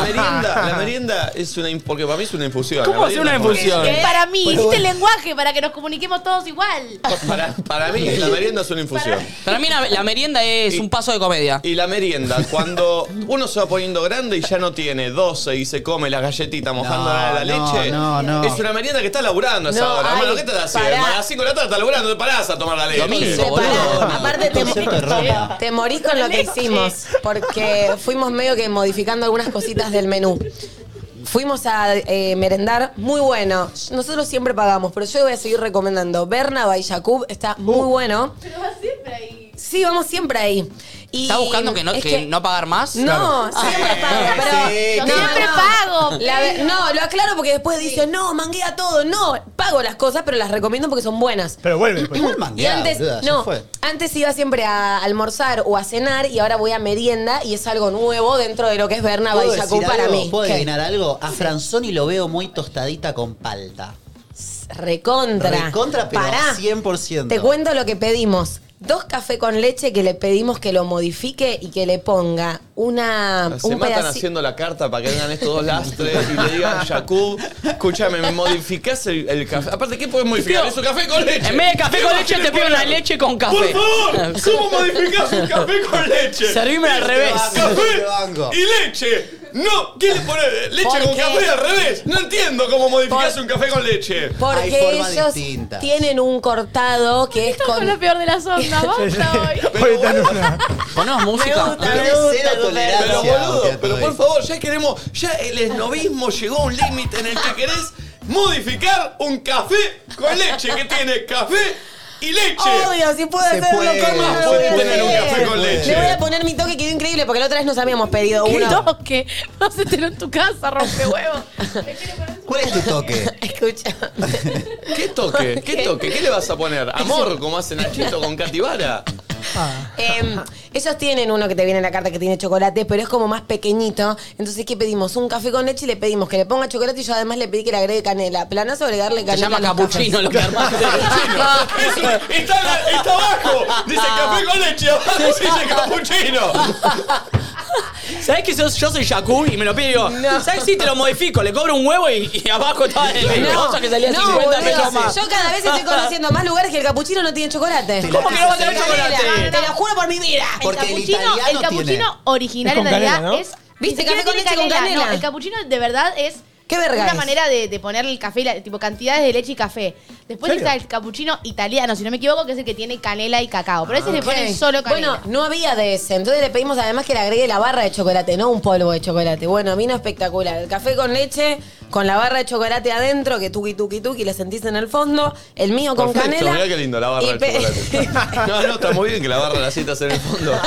S2: [laughs]
S1: merienda, la merienda es una. inf- Porque para mí es una infusión.
S2: ¿Cómo
S1: La
S2: hacer
S1: merienda
S2: una
S1: es
S2: infusión?
S7: Es para mí,
S1: Bueno,
S7: hiciste el
S1: bueno.
S7: lenguaje para que nos comuniquemos todos igual.
S1: Para, para mí, la merienda es una infusión.
S2: Para mí la, la merienda es
S1: Y-
S2: un paso de comedia.
S1: Y la merienda, cuando uno se va poniendo grande y ya no tiene 12 y se come las galletitas mojándola de la
S5: no,
S1: leche,
S5: no, no.
S1: es una merienda que está laburando a esa
S4: No,
S1: hora.
S4: ay,
S1: Hermano, ¿qué te das?
S4: pará.
S1: A las 5 de la tarde está laburando, te parás a tomar la leche.
S2: Domingo,
S1: Pará.
S2: boludo.
S4: Aparte te,
S5: Concepto de Roma.
S4: te morís con lo que hicimos, porque fuimos medio que modificando algunas cositas del menú. Fuimos a eh, merendar, muy bueno. Nosotros siempre pagamos, pero yo voy a seguir recomendando. Berna by Jacob está muy bueno.
S7: Uh. Pero va siempre ahí.
S4: Sí, vamos siempre ahí. Y
S2: ¿Está buscando que no,
S4: es
S2: que no pagar más? Ah.
S4: No, siempre pago, pero.
S5: sí,
S4: no,
S7: Yo siempre pago.
S4: La ve- no, lo aclaro porque después dice, no, manguea todo. No, pago las cosas, pero las recomiendo porque son buenas.
S6: Pero vuelve después.
S5: Igual
S4: Y
S5: mangueada,
S4: antes,
S5: boluda, ya
S4: no,
S5: fue.
S4: antes iba siempre a almorzar o a cenar y ahora voy a merienda y es algo nuevo dentro de lo que es Berna
S5: ¿Puedo decir
S4: Bayacu para
S5: algo?
S4: mí.
S5: ¿Puedo
S4: ¿Qué?
S5: adivinar algo? A Franzoni lo veo muy tostadita con palta.
S4: Recontra.
S5: Contra, pero
S4: Pará.
S5: 100%.
S4: Te cuento lo que pedimos. Dos café con leche que le pedimos que lo modifique y que le ponga una
S1: Se
S4: un
S1: matan
S4: pedaci-
S1: haciendo la carta para que vengan estos dos lastres y le digan, Jacob, escúchame, me modificás el, el café. Aparte, ¿qué puedes modificar?
S2: pido-
S1: Es un café con leche.
S2: En vez de café con leche, te pido una
S1: la
S2: leche con café. [laughs]
S1: ¡Por favor! ¿Cómo modificás un café con leche? Este
S2: Servime al revés.
S5: Te
S1: ¡Café
S5: banco.
S1: y leche! ¡No! ¿Quién le pone leche
S4: ¿Por
S1: con
S4: qué?
S1: café al revés? No entiendo cómo modificás
S4: Por-
S1: un café con leche.
S5: Hay
S4: Porque
S5: formas
S4: ellos
S5: distintas.
S4: tienen un cortado que es
S7: Estás con
S4: con...
S7: lo peor de
S4: [laughs]
S7: las ondas, basta hoy.
S6: Ahorita en una.
S2: Ponemos música.
S4: gusta.
S5: Tenés cero tolerancia.
S1: Pero boludo,
S5: Gutiérrez.
S1: pero por favor, ya queremos, ya el esnovismo llegó a un límite en el que querés modificar un café con leche que tiene café y leche.
S4: Obvio, si puedo
S5: Se
S4: hacerlo
S5: puede,
S4: con
S5: se
S4: más, voy a
S1: puede tener un
S4: hacer.
S1: café con leche.
S4: Le voy a poner mi toque, quedó increíble, porque la otra vez nos habíamos pedido
S7: ¿Qué
S4: uno.
S7: toque? [laughs] Vas a tener en tu casa, rompe huevo. Me quiero poner un-
S5: ¿Cuál es tu toque?
S4: [laughs] Escucha.
S1: ¿Qué toque? ¿Qué toque? ¿Qué le vas a poner?
S4: [laughs]
S1: ¿Amor como hace Nachito con Cativara?
S4: Em, ellos tienen uno que te viene en la carta que tiene chocolate, pero es como más pequeñito. Entonces, ¿qué pedimos? Un café con leche y le pedimos que le ponga chocolate y yo además le pedí que le agregue canela. Planazo agregarle
S2: Se
S4: canela.
S2: llama
S4: a los
S2: capuchino
S4: cafés. [laughs]
S2: lo que
S1: [laughs]
S2: armaste.
S1: Es- está, en la- está abajo. Dice
S4: Ah.
S1: café con
S2: [laughs]
S1: leche, abajo dice capuchino.
S2: ¿Sabés que sos- yo soy Yaku y me lo pido y digo, ¿sabés si te lo modifico? Le cobro un huevo y, y abajo estaba el negocio que salía
S4: No,
S2: 50
S4: boludo,
S2: pesos más.
S4: yo cada
S2: [laughs]
S4: vez estoy conociendo más lugares que el capuchino no tiene chocolate.
S2: ¿Cómo que no va a tener
S4: Canela,
S2: chocolate?
S4: Te lo juro por mi vida.
S5: Porque el
S7: el capuchino,
S5: italiano
S7: el capuchino
S5: tiene.
S7: original
S6: Es con
S7: en realidad
S6: canela, ¿no?
S7: es.
S4: ¿Viste?
S7: ni siquiera
S4: Café con
S7: tiene
S4: leche con canela.
S7: No, el capuchino de verdad es.
S4: ¿Qué verga
S7: Una
S4: es?
S7: manera de, de ponerle el café, y la- tipo cantidades de leche y café. Después
S6: ¿En serio?
S7: está el capuchino italiano, si no me equivoco, que es el que tiene canela y cacao. Pero a veces le ponen
S4: Ah, Ok.
S7: solo canela.
S4: Bueno, no había de ese. Entonces le pedimos además que le agregue la barra de chocolate, no un polvo de chocolate. Bueno, vino espectacular. El café con leche, con la barra de chocolate adentro, que tuqui tuqui tuqui, le sentís en el fondo. El mío con
S1: Perfecto,
S4: canela.
S1: Mirá qué lindo la barra
S4: Y
S1: de
S4: pe-
S1: chocolate.
S4: [laughs]
S1: No, no, está muy bien que la barra de las citas en el
S5: [laughs]
S1: fondo.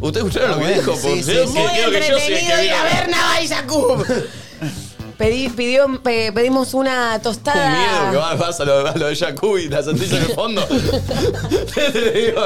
S1: ¿Ustedes escucharon lo que
S5: Bueno,
S1: dijo?
S5: sí,
S1: Porque
S5: sí,
S1: creo
S5: sí.
S1: que-
S4: Muy
S1: creo que yo soy el que
S4: entretenido ir
S1: vino.
S4: a ver Nava y Jacob. Pedí- pidió- pe- pedimos una tostada.
S1: Un miedo que va- vas a lo, a lo de Jacubi, la sentís en el
S5: [laughs]
S1: fondo. Te digo,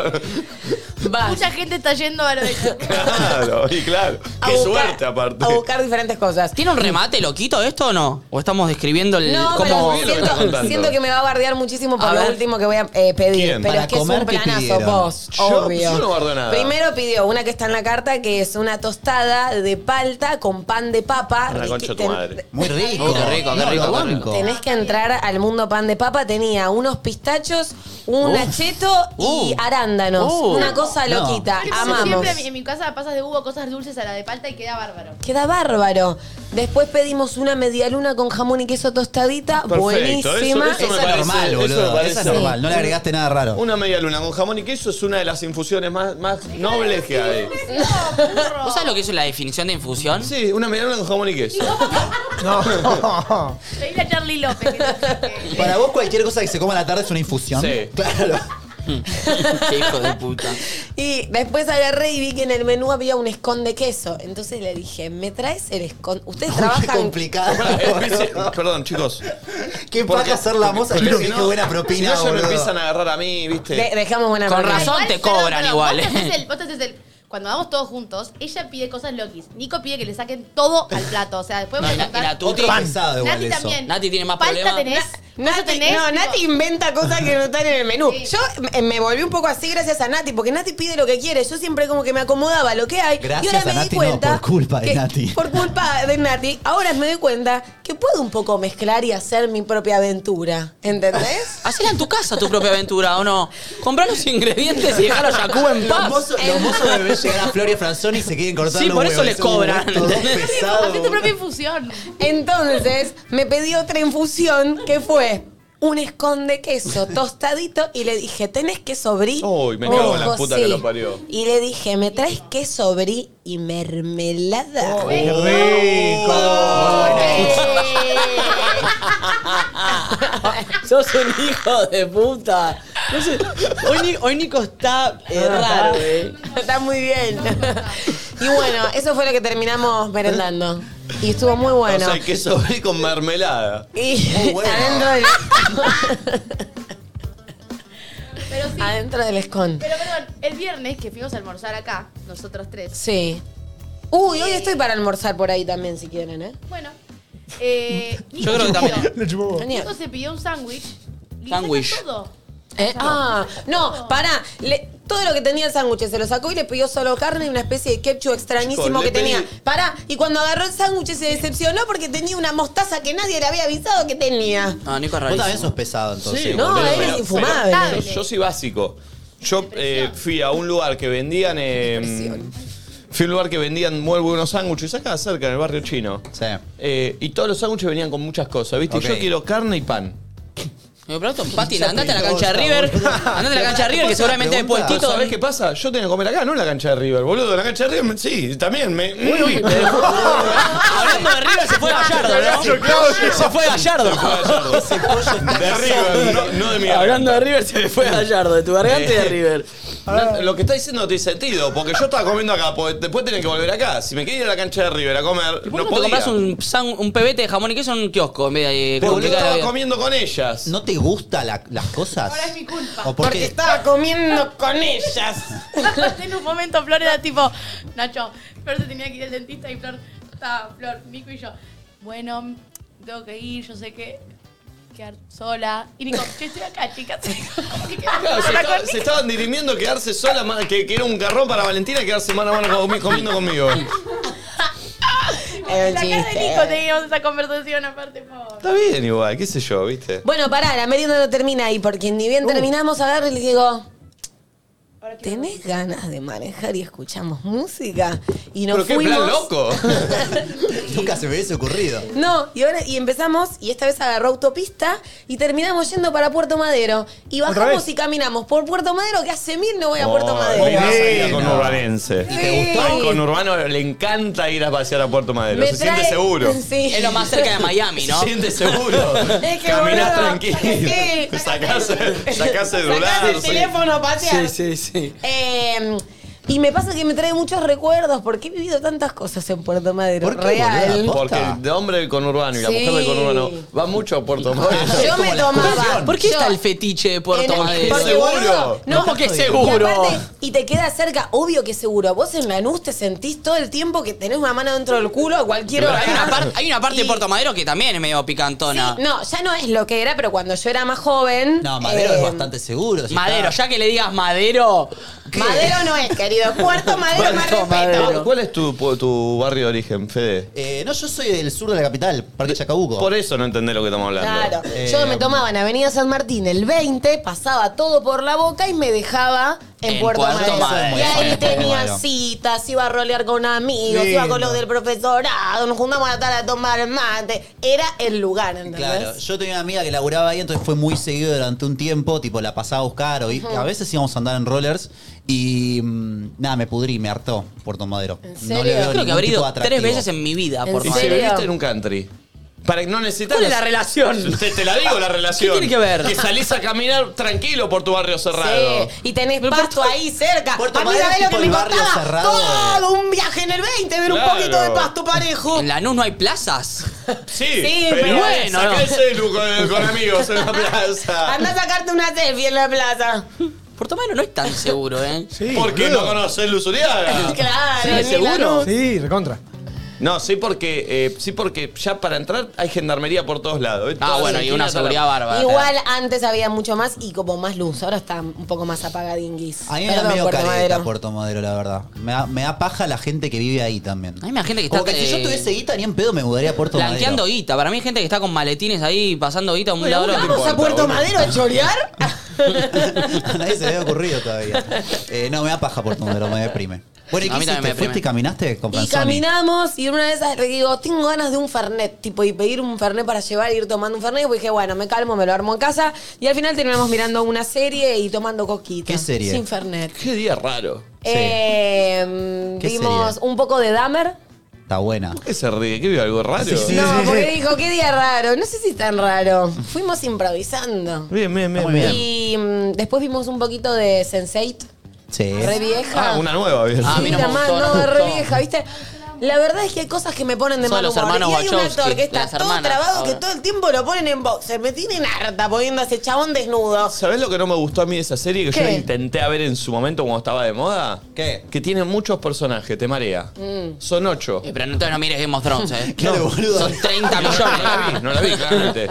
S7: Mucha gente está yendo a lo de
S1: claro, y claro.
S4: A
S1: Qué
S4: buscar-
S1: suerte aparte.
S4: [laughs] A buscar diferentes cosas.
S2: ¿Tiene un remate loquito esto o no? ¿O estamos describiendo el,
S4: No,
S2: cómo.?
S4: pero siento, siento que me va a bardear muchísimo por
S2: A
S4: lo
S2: ver.
S4: último que voy a eh, pedir.
S2: ¿Quién?
S4: Pero
S2: Para
S4: es que es
S2: comer,
S4: un
S2: ¿qué
S4: planazo,
S2: pidieron?
S4: vos,
S2: Yo-
S4: obvio.
S2: yo no bardeo nada.
S4: Primero pidió una que está en la carta, que es una tostada de palta con pan de papa.
S1: Para Ah, la concha de tu
S4: Ten-
S1: madre.
S5: Muy rico.
S2: qué rico, qué rico,
S5: No, lo
S2: qué rico.
S5: banco.
S4: [laughs] Tenés que entrar al mundo pan de papa. Tenía unos pistachos, un
S5: Uh.
S4: acheto y
S5: Uh.
S4: arándanos.
S5: Uh.
S4: Una cosa
S5: No.
S4: loquita.
S7: Yo le pongo
S4: Amamos.
S7: Siempre en mi- en mi casa pasas de uva cosas dulces a la de palta y queda bárbaro.
S4: Queda bárbaro. Después pedimos una medialuna con jamón y queso tostadita.
S1: [laughs] Perfecto, eso-
S4: Buenísima.
S1: eso me
S5: Esa es
S1: parece-
S5: normal,
S1: eso me
S5: boludo.
S1: parece-
S5: Esa es normal. No le agregaste nada raro.
S1: Una media luna con jamón y queso es una de las infusiones más, más nobles que
S5: [laughs]
S1: hay.
S2: ¿Vos sabés lo que es la definición de infusión?
S1: Sí, una media luna con jamón y queso.
S6: No.
S7: Leí a Charlie
S6: [laughs]
S7: López. que dice que-
S5: [laughs] Para vos cualquier cosa que se coma a la tarde es una infusión.
S1: Sí.
S5: [laughs] Claro.
S2: Qué hijo de puta.
S4: [laughs] Y después agarré y vi que en el menú había un esconde queso. Entonces le dije, ¿me traes el esconde? Ustedes
S5: Qué
S4: trabajan.
S5: complicado.
S1: Pará, eh,
S5: [laughs]
S1: viste- Perdón, chicos.
S5: Qué
S1: Porque-
S5: paja hacer la moza.
S1: porque
S5: Qué
S1: si no-
S5: buena propina,
S1: Si no, ya me
S5: boludo.
S1: empiezan a agarrar a mí, ¿viste?
S4: De- dejamos buena
S2: Con
S4: marca.
S2: razón. te cobran igual,
S7: Vos te
S2: eh.
S7: haces el- vos te haces el- Cuando vamos todos juntos, ella pide cosas loquis. Nico pide que le saquen todo al plato. O sea, después
S2: No,
S7: vamos
S2: y la-
S7: a
S2: y la
S7: contar.
S2: tuti.
S5: Otro pesado igual
S7: Nati
S5: eso.
S7: también.
S2: Nati tiene más
S7: Palta
S2: problemas.
S7: tenés. cosa
S4: Nati,
S7: tenés,
S4: no,
S7: tipo-
S4: Nati inventa cosas que no están en el menú.
S7: Sí.
S4: Yo eh, me volví un poco así gracias a Nati, porque Nati pide lo que quiere. Yo siempre como que me acomodaba lo que hay.
S5: Gracias
S4: y ahora
S5: a
S4: me
S5: Nati, no,
S4: di cuenta.
S5: por culpa de
S4: que-
S5: Nati.
S4: Por culpa de Nati. Ahora me doy cuenta que puedo un poco mezclar y hacer mi propia aventura. ¿Entendés?
S2: Hacela en tu casa tu propia aventura, ¿o no? Comprá los ingredientes y dejar a Yacuba en
S5: Los
S2: paz.
S5: mozos, los mozos de bebé
S2: [laughs]
S5: llegan a Floria Franzoni y se quieren cortar
S2: Sí,
S5: los
S2: por eso
S5: huevos.
S2: les
S5: Es un
S2: cobran,
S5: momento todo
S1: [laughs]
S2: ¿entendés?
S7: [laughs]
S5: pesado.
S7: Hacé tu propia infusión.
S4: Entonces me pedí otra infusión que fue un
S7: [laughs]
S4: esconde queso tostadito y le dije, ¿tenés queso brie?
S1: Uy, me cago en la
S4: Ojo,
S1: puta que lo parió.
S4: Y le dije, ¿me traes queso brie y mermelada?
S1: Oh,
S6: Qué rico.
S2: Sos un hijo de puta. No sé, hoy, Ni- hoy Nico está eh, raro, güey.
S4: Está muy bien. [laughs] y bueno, eso fue lo que terminamos merendando. Y estuvo muy bueno.
S1: O sea, queso brie con mermelada.
S4: y
S5: Muy bueno.
S4: adentro, del,
S7: Pero sí.
S4: adentro del esconde.
S7: Pero perdón, el viernes que fuimos a almorzar acá, nosotros tres.
S4: Sí. Uy, hoy estoy para almorzar por ahí también, si quieren, ¿eh?
S7: Bueno. Eh, Nico
S2: creo que
S7: pidió-
S2: también.
S6: [laughs] Le chupó.
S4: [laughs] Genial.
S7: Nico se pidió un sándwich. le
S2: Sándwich.
S7: saca todo.
S4: Eh, ah, no, pará. Le- todo lo que tenía el sándwich se lo sacó y le pidió solo carne y una especie de ketchup extrañísimo
S1: Chicos, le
S4: que tenía.
S1: pedí-
S4: Pará, y cuando agarró el sándwich se decepcionó porque tenía una mostaza que nadie le había avisado que tenía.
S2: No, Nico es
S5: Vos también sos
S2: rarísimo.
S5: pesado entonces.
S1: Sí,
S4: No,
S1: boludo,
S4: es
S1: pero-
S4: infumable.
S1: pero Yo, yo soy básico. Yo eh, fui a un lugar que vendían. eh, fui a un lugar que vendían muy buenos sándwiches. Acá cerca, en el barrio chino.
S5: Sí.
S1: Eh, y todos los sándwiches venían con muchas cosas, ¿viste? Y
S5: Ok.
S1: yo quiero carne y pan.
S2: Digo, Pero esto, patina, andate a la cancha de River. Andate a la cancha de River, que seguramente el
S5: Pregunta.
S2: puestito.
S1: ¿Sabés qué pasa? Yo tengo que comer acá, no en la cancha de River, boludo. En la cancha de River, sí, también me. Mm.
S2: Hablando de River, se fue [laughs] Gallardo, ¿no? Se fue Gallardo.
S1: De River, no, no de mi
S2: Hablando de River, se me fue Gallardo, de tu garganta y de
S1: [laughs]
S2: River.
S1: No, lo que está diciendo no tiene sentido, porque yo estaba comiendo acá, porque después tenía que volver acá. Si me quería ir a la cancha de River a
S2: ¿Por
S1: comer,
S2: qué
S1: no
S2: no te
S1: podía.
S2: compras un, san- un pebete de jamón y queso en un kiosco en vez de
S1: Porque
S2: complicar la
S1: estaba
S2: vida?
S1: comiendo
S2: [laughs]
S1: con ellas.
S5: ¿No te gustan las cosas?
S7: Ahora es mi culpa.
S5: ¿O por
S4: Porque
S5: qué?
S4: estaba comiendo con ellas.
S7: [laughs] en un momento Flor era tipo, Nacho, Flor se tenía que ir al dentista y Flor estaba, Flor, Nico y yo. Bueno, tengo que ir, yo sé que quedar sola. Y Nico, yo estoy acá, [laughs] chicas. Y quedamos
S1: Claro, se,
S7: sola
S1: estaba-
S7: con
S1: se
S7: Nico.
S1: estaban dirimiendo quedarse sola, ma- que, que era un garrón para Valentina quedarse mano a mano comi-
S2: [laughs]
S1: comiendo conmigo.
S4: Era
S2: Eh,
S4: un
S7: La cara de
S4: chiste.
S7: Nico teníamos esa conversación aparte, por
S1: Está bien igual, qué sé yo, ¿viste?
S4: Bueno, pará, la merienda no termina ahí porque ni
S1: Uh.
S4: bien terminamos agarro y les digo,
S7: Ahora quiero-
S4: ¿tenés ganas de manejar y escuchamos música? Y nos
S1: Pero qué
S4: fuimos.
S1: plan loco.
S5: [laughs] Nunca se me hubiese ocurrido.
S4: No, y ahora y empezamos, y esta vez agarró autopista y terminamos yendo para Puerto Madero. Y
S6: ¿Otra
S4: bajamos
S6: vez?
S4: y caminamos por Puerto Madero, que hace mil no voy a Puerto
S1: Oh,
S4: Madero.
S1: una salida
S5: Bueno.
S1: con Urbanense.
S5: ¿Y te gustó?
S1: Al conurbano le encanta ir a pasear a Puerto Madero.
S4: Me
S1: se siente
S4: trae-
S1: seguro.
S4: [laughs] Sí.
S2: Es lo más cerca de
S1: [laughs]
S2: Miami, ¿no?
S1: Se siente seguro.
S4: [laughs] Es que,
S1: Caminás
S4: boludo,
S1: tranquilo.
S4: [laughs] sí.
S1: Sacás, sacás
S4: Sacás
S1: celular.
S4: el teléfono, patear.
S2: sí, sí.
S4: Eh, Y me pasa que me trae muchos recuerdos porque he vivido tantas cosas en Puerto Madero.
S11: ¿Por qué,
S4: Real.
S11: boluda? Porque el de hombre con urbano y la mujer de
S4: Sí.
S11: con urbano va mucho a Puerto Madero.
S4: Yo me tomaba.
S2: ¿Por qué
S4: yo-
S2: está el fetiche de Puerto
S4: en el-
S2: Madero?
S4: porque, boludo,
S2: No, porque
S4: y
S2: seguro.
S4: aparte, Y, te queda cerca, obvio que seguro. Vos en Lanús te sentís todo el tiempo que tenés una mano dentro del culo a cualquier hora.
S2: Hay una, par- hay una parte de Puerto Madero que también es medio picantona.
S4: No, ya no es lo que era, pero cuando yo era más joven.
S5: No, Madero
S4: eh,
S5: es bastante seguro. si
S2: Madero,
S5: está-
S2: ya que le digas Madero,
S4: Madero no es, querido. Puerto Madero más respeto.
S1: ¿Cuál es tu, pu- tu barrio de origen, Fede?
S5: Eh, no, yo soy del sur de la capital, Parque Chacabuco.
S1: Por eso no entendés lo que estamos hablando.
S4: Claro.
S5: Eh,
S4: Yo me tomaba en Avenida San Martín el 20, pasaba todo por la boca y me dejaba en,
S2: En
S4: Puerto,
S2: Puerto
S4: Madero.
S2: Madero.
S4: Y ahí
S5: Puerto
S4: tenía
S5: Madero.
S4: citas, iba a rolear con amigos,
S6: Lindo.
S4: iba con los del profesorado, nos juntamos a la tarde a tomar mate. Era el lugar, ¿entendés?
S5: Claro, yo tenía una amiga que laburaba ahí, entonces fue muy seguido durante un tiempo, tipo la pasaba a buscar, o, a veces íbamos a andar en rollers y mm, nada, me pudrí, me hartó Puerto Madero.
S4: serio?
S5: le veo
S4: Yo
S2: creo que
S5: ningún
S2: habré
S5: tipo de
S2: ido
S5: atractivo.
S2: tres veces en mi vida a
S4: ¿En
S2: Puerto
S1: Y si
S4: serio?
S2: Madero.
S1: viviste en un country. Para que no necesitas.
S2: ¿Cuál es la relación?
S1: Te, te la digo
S4: [laughs]
S1: la relación.
S2: tiene que ver?
S1: Que salís a caminar tranquilo por tu barrio cerrado.
S4: Sí, y tenés pasto ahí cerca.
S5: Puerto
S4: A mí
S5: Madero
S4: sabés
S5: es
S4: lo que
S5: tipo
S4: me
S5: el barrio
S4: costaba
S5: cerrado de-
S4: todo un viaje en el 20, ver
S1: Claro.
S4: un poquito de pasto parejo.
S2: En Lanús no hay plazas.
S1: [laughs] Sí,
S4: Sí,
S1: pero,
S4: pero
S1: bueno.
S2: bueno,
S1: Sacá
S2: no.
S1: el celu con, con amigos en la plaza.
S4: [laughs] Andá a sacarte una selfie en la plaza.
S2: Puerto Madero no es tan seguro, ¿eh?
S1: Porque no conoces Luz Uriaga.
S6: Ah,
S2: Sí,
S4: [laughs] Claro, ni
S2: seguro.
S6: Sí, recontra.
S1: No, sí porque, eh, sí porque ya para entrar hay gendarmería por todos lados. ¿eh?
S2: Ah,
S1: Todas
S2: bueno,
S1: las
S2: y una
S1: esquinas está la-
S2: seguridad bárbara.
S4: Igual antes había mucho más y como más luz. Ahora está un poco más apagadinguis.
S5: A mí me da
S4: Perdón,
S5: medio
S4: Puerto
S5: careta
S4: Madero.
S5: Puerto Madero, la verdad. Me da, me da paja la gente que vive ahí también.
S2: A mí me da gente que
S5: Como
S2: está,
S5: que si yo
S2: eh,
S5: tuviese guita, ni en pedo me mudaría a Puerto
S2: Blanqueando
S5: Madero.
S2: guita. Para mí hay gente que está con maletines ahí pasando guita a un lado. a otro.
S4: ¿Vamos
S1: importa,
S4: a Puerto
S1: boludo.
S4: Madero a [laughs] chorear?
S5: [laughs] a nadie se le había ocurrido todavía. Eh, no, me da paja Puerto Madero, me deprime. Bueno, ¿y
S2: A
S5: qué
S2: mí también
S5: hiciste?
S2: me deprime.
S5: ¿Fuiste y caminaste con
S4: y
S5: Franzoni?
S4: caminamos y en una de esas le digo, tengo ganas de un fernet, tipo, y pedir un fernet para llevar e ir tomando un fernet. Y pues dije, bueno, me calmo, me lo armo en casa. Y al final terminamos mirando una serie y tomando coquita.
S5: ¿Qué serie?
S4: Sin fernet.
S1: Qué día raro.
S4: Eh,
S5: ¿Qué
S4: vimos
S5: serie?
S4: un poco de Dahmer.
S5: Está buena.
S1: ¿Qué se ríe? ¿Qué vio algo raro?
S6: Sí, sí.
S4: No, Ah, porque dijo, qué día raro. No sé si es tan raro. Fuimos improvisando.
S1: Bien, bien, bien.
S5: Está muy
S1: bien.
S5: bien.
S4: Y mm, después vimos un poquito de Sense8,
S5: Sí.
S4: re vieja.
S1: Ah, una nueva. Bien.
S2: Ah,
S4: Sí,
S2: mira.
S4: la
S2: me
S4: más-
S2: gustó, no
S4: no,
S2: me
S4: re
S2: gustó.
S4: vieja, ¿viste? La verdad es que hay cosas que me ponen de
S2: Son
S4: mal
S2: los
S4: humor.
S2: hermanos
S4: Y hay un
S2: Wachowski,
S4: actor que está
S2: las
S4: todo
S2: hermanas,
S4: trabado
S2: ahora.
S4: que todo el tiempo lo ponen en boxer. Me tienen harta poniendo a ese chabón desnudo.
S1: ¿Sabés lo que no me gustó a mí de esa serie que yo
S4: ¿Qué?
S1: la intenté a ver en su momento cuando estaba de moda?
S5: ¿Qué?
S1: Que tiene muchos personajes, te marea. Son ocho.
S2: Eh, Pero no, entonces no mires Game of Thrones,
S1: [laughs]
S2: ¿eh?
S5: Claro, boludo.
S2: Son 30
S1: No, no la vi,
S2: millones.
S1: no la vi, claramente.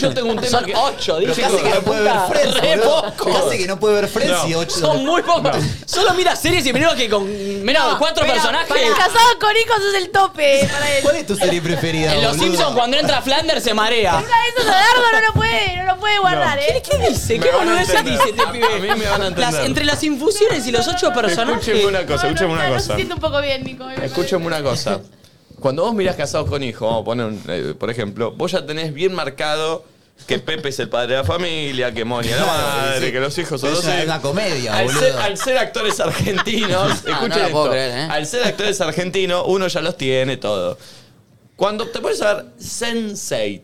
S1: Yo tengo un tema
S2: Son
S1: que...
S2: 8, dice.
S1: Pero casi que
S5: no puede ver Friends,
S2: Re
S5: boludo.
S2: poco.
S5: Casi que no puede ver Friends
S1: No.
S5: y ocho-
S2: Son muy pocos. Solo mira series y menos que con menos de cuatro
S4: pero,
S2: personajes.
S4: pará.
S7: Casado con hijos es el tope para él.
S5: ¿Cuál
S7: [laughs]
S5: es tu serie preferida,
S2: En Los
S5: boludo?
S2: Simpsons cuando entra Flanders se marea.
S7: Una Ah, de esas a largo no lo puede, no lo puede guardar, ¿eh?
S2: ¿Qué dice?
S1: Me
S2: ¿Qué
S1: van a
S2: boludez
S1: entender.
S2: dice este pibe?
S1: A mí me van a entender.
S2: Las- entre las infusiones y los ocho
S1: Escúcheme
S2: personajes.
S1: una cosa,
S7: No, no,
S1: escúcheme
S7: no,
S1: una
S7: no
S1: cosa.
S7: se siente un poco bien, Nico. me parece.
S1: Escúchame una cosa. Cuando vos mirás casados con hijos, vamos a poner, un, eh, por ejemplo, vos ya tenés bien marcado que Pepe es el padre de la familia, que Moni es la madre, que los hijos son
S5: Es
S1: los
S5: una,
S1: hijos.
S5: una comedia,
S1: Al ser,
S5: boludo.
S1: al ser actores argentinos,
S2: No,
S1: escuchen
S2: no lo
S1: esto,
S2: puedo creer, ¿eh?
S1: al ser actores argentinos, uno ya los tiene todo. Cuando te pones a ver Sense8,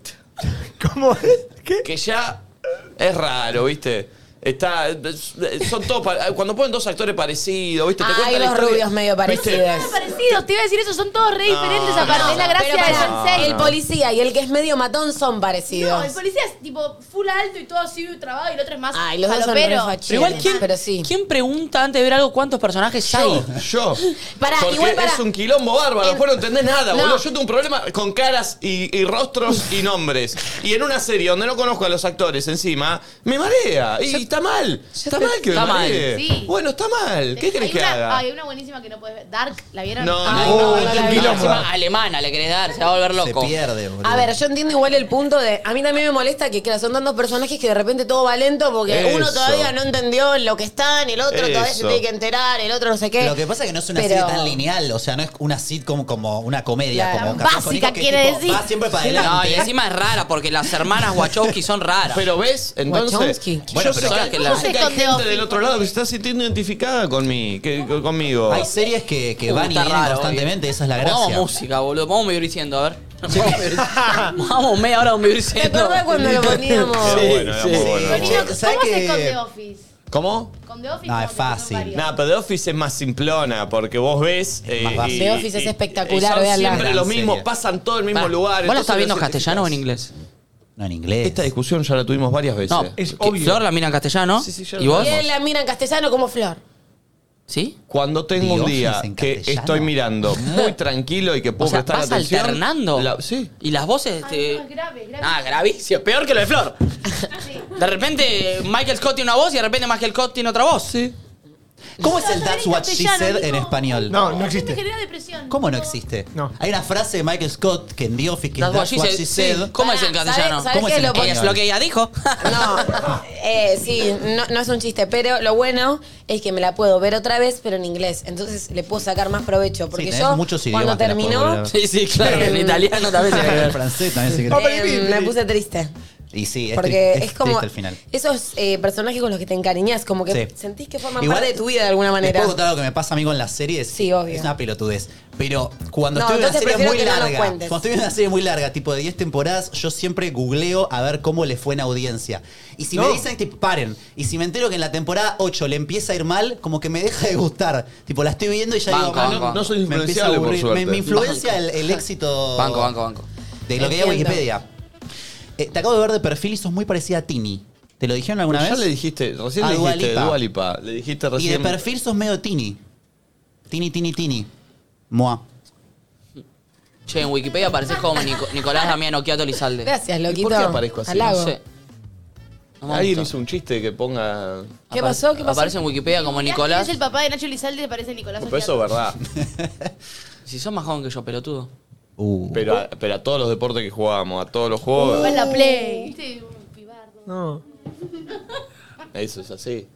S6: ¿Cómo es? ¿Qué?
S1: que ya es raro, ¿viste? Está, son todos pa- cuando ponen dos actores parecidos, ¿viste? Te
S4: Ah,
S1: cuentan
S4: hay
S1: la
S4: dos
S1: historia,
S4: rubios medio
S1: ¿viste?
S4: parecidos.
S7: Parecidos, te iba a decir eso, son todos re diferentes
S2: Ah,
S7: aparte, es la gracia
S4: Pero
S7: de
S4: pará,
S7: Sensei.
S4: El policía y el que es medio matón son
S7: No,
S4: parecidos.
S7: el policía es tipo full alto y todo así trabado y el otro es más
S4: Ay, Ah, los dos son re
S7: falopero.
S4: facheros,
S2: Pero igual, ¿quién,
S4: Pero sí.
S2: ¿quién pregunta antes de ver algo cuántos personajes hay?
S1: Yo.
S4: Pará,
S1: Porque
S4: igual pará.
S1: es un quilombo bárbaro, vos no entendés nada,
S4: No.
S1: boludo. Yo tengo un problema con caras y, y rostros y nombres. Y en una serie donde no conozco a los actores encima, me marea. Y está mal. Está mal que
S2: Está
S1: me
S2: mal.
S1: maree.
S7: Sí.
S1: Bueno, está mal. ¿Qué
S7: Hay
S1: crees que
S7: una-
S1: haga?
S7: Hay una buenísima que no puedes ver. Dark, ¿la vieron? Ah.
S1: No,
S7: Ay,
S1: no,
S7: no,
S1: es
S7: no
S1: un
S7: la vi.
S1: quilombo.
S2: Encima, alemana le querés dar, se va a volver
S5: Se
S2: loco.
S5: pierde, boludo.
S4: A ver, yo entiendo igual el punto de. A mí también me molesta que, claro, son tantos personajes que de repente todo va lento porque
S1: Eso.
S4: uno todavía no entendió en lo que están, el otro todavía se
S1: Eso.
S4: tiene que enterar, el otro no sé qué.
S5: Lo que pasa es que no es una
S4: Pero-
S5: serie tan lineal, o sea, no es una sitcom como una comedia.
S4: Claro.
S5: como Café con
S7: Básica
S5: Hijos, que
S7: quiere
S5: tipo,
S7: decir.
S5: Va siempre para
S2: No,
S5: adelante.
S2: y encima es rara porque las hermanas Wachowski son raras.
S1: Pero ves, entonces.
S4: Wachowski.
S1: Bueno,
S5: Bueno,
S1: pero
S5: pero-
S1: sabes que
S2: ¿Cómo
S1: la
S2: se
S1: sé que hay
S7: escondió?
S1: gente del otro lado que se está sintiendo identificada con mí, que- que- conmigo.
S5: Hay series que, que
S2: Uh,
S5: van y
S2: está
S5: vienen
S2: raro, eh.
S5: constantemente,
S2: hoy.
S5: esa es la
S2: Pongamos
S5: gracia.
S2: música, boludo. Vamos medio diciendo, [laughs] a ver. Vamos medio- Vamos media hora de medio
S4: ¿Te
S2: diciendo. [laughs]
S4: acordás cuando lo poníamos?
S1: Era bueno, era muy bueno.
S7: Pero,
S5: Sí.
S7: Nico,
S5: ¿Sabes
S7: ¿Cómo se
S5: qué?
S7: esconde Office?
S12: ¿Cómo?
S7: Con The Office.
S12: No, es fácil. Nah, pero The Office es más simplona porque vos ves. eh,
S2: más fácil.
S4: The Office es espectacular,
S12: son
S4: véanla.
S12: Siempre
S2: Gran
S12: los mismos,
S2: serie.
S12: pasan todo el mismo
S2: Pará,
S12: lugar.
S2: ¿Vos la estás
S12: entonces
S2: viendo en
S12: los-
S2: castellano o en inglés?
S5: No, en inglés.
S12: Esta discusión ya la tuvimos varias veces.
S2: No, que- Flor la mira en castellano. ¿Y vos?
S4: Y él la mira en castellano como flor.
S2: ¿Sí?
S12: Cuando tengo
S2: The
S12: un
S2: Office
S12: día
S2: en
S12: que
S2: castellano.
S12: estoy mirando muy tranquilo y que puedo
S2: O sea,
S12: prestar
S2: vas
S12: atención.
S2: alternando.
S12: la- sí.
S2: Y las voces. Este...
S7: grave, grave.
S2: Ah, gravísimo. Peor que lo de Flor. De repente Michael Scott tiene una voz y de repente Michael Scott tiene otra voz. Sí.
S5: ¿Cómo es el That's What She Said en español? No,
S6: no
S7: Me genera depresión.
S5: ¿Cómo no existe? Hay una frase de Michael Scott que en The Office que es
S2: Las
S5: That's What She
S2: sí.
S5: Said.
S2: ¿Cómo es en castellano?
S4: ¿sabes
S5: ¿Cómo
S4: qué?
S5: es en
S4: Lo
S5: español?
S2: Es lo que ella dijo.
S4: No, eh, sí, no, no es un chiste, pero lo bueno es que me la puedo ver otra vez, pero en inglés. Entonces le puedo sacar más provecho. Porque
S5: tenés
S4: yo,
S5: muchos
S4: cuando
S5: idiomas que la podés volver a
S4: terminó,
S5: ver.
S2: Sí, sí, claro. En italiano también se
S5: [laughs] En
S2: ve.
S5: francés también se cree.
S4: eh, me puse triste.
S5: Y sí, es,
S4: Porque
S5: tri-
S4: es, como
S5: triste el final.
S4: esos eh, personajes con los que te encariñas, como que
S5: Sí.
S4: sentís que forman
S5: Igual-
S4: parte de tu vida de alguna
S5: ¿Les
S4: manera.
S5: puedo contar algo que me pasa a mí con las series?
S4: Sí, obvio.
S5: Es una pelotudez. Pero cuando
S4: No,
S5: estoy en una
S4: entonces
S5: serie
S4: prefiero
S5: muy
S4: que no lo
S5: larga,
S4: cuentes.
S5: cuando estoy en una serie muy larga, tipo de 10 temporadas, yo siempre googleo a ver cómo le fue en audiencia. Y si me
S6: No.
S5: dicen, tipo, paren, y si me entero que en la temporada 8 le empieza a ir mal, como que me deja de gustar. Tipo, la estoy viendo y ya
S2: Banco,
S5: digo, "Ah,
S2: banco. No soy
S5: me empieza a
S12: influenciable, por
S5: aburrir". Me,
S12: suerte.
S5: me influencia el,
S12: Banco.
S5: el éxito
S2: Banco, banco, banco.
S5: de lo que hay en
S4: Entiendo.
S5: Wikipedia. Eh, te acabo de ver de perfil y sos muy parecida a Tini. ¿Te lo dijeron alguna
S12: Ya
S5: vez?
S12: le dijiste, recién
S5: A
S12: le
S5: Dua
S12: dijiste
S5: Lipa.
S12: Dua Lipa, Le dijiste
S5: Y
S12: recién.
S5: de perfil sos medio tini. Tini, tini, tini. Moa.
S2: Che, en Wikipedia apareces como Nico- Nicolás Damiano Quiato Lizalde.
S4: Gracias, loquito.
S12: por qué aparezco así?
S4: Halago.
S2: No sé. No me
S12: Alguien
S2: gusta.
S12: hizo un chiste que ponga.
S4: ¿Qué pasó? ¿Qué pasó?
S2: Aparece en Wikipedia como Nicolás.
S7: Es el papá de Nacho Lizalde, se parece a Nicolás.
S12: Pero eso es verdad.
S2: Si sos más joven que yo, pelotudo.
S12: Pero a, pero a todos los deportes que jugábamos, a todos los
S4: Uh.
S12: juegos.
S7: Ochoa. en la Play. ¿Viste?
S6: No.
S12: Eso es así.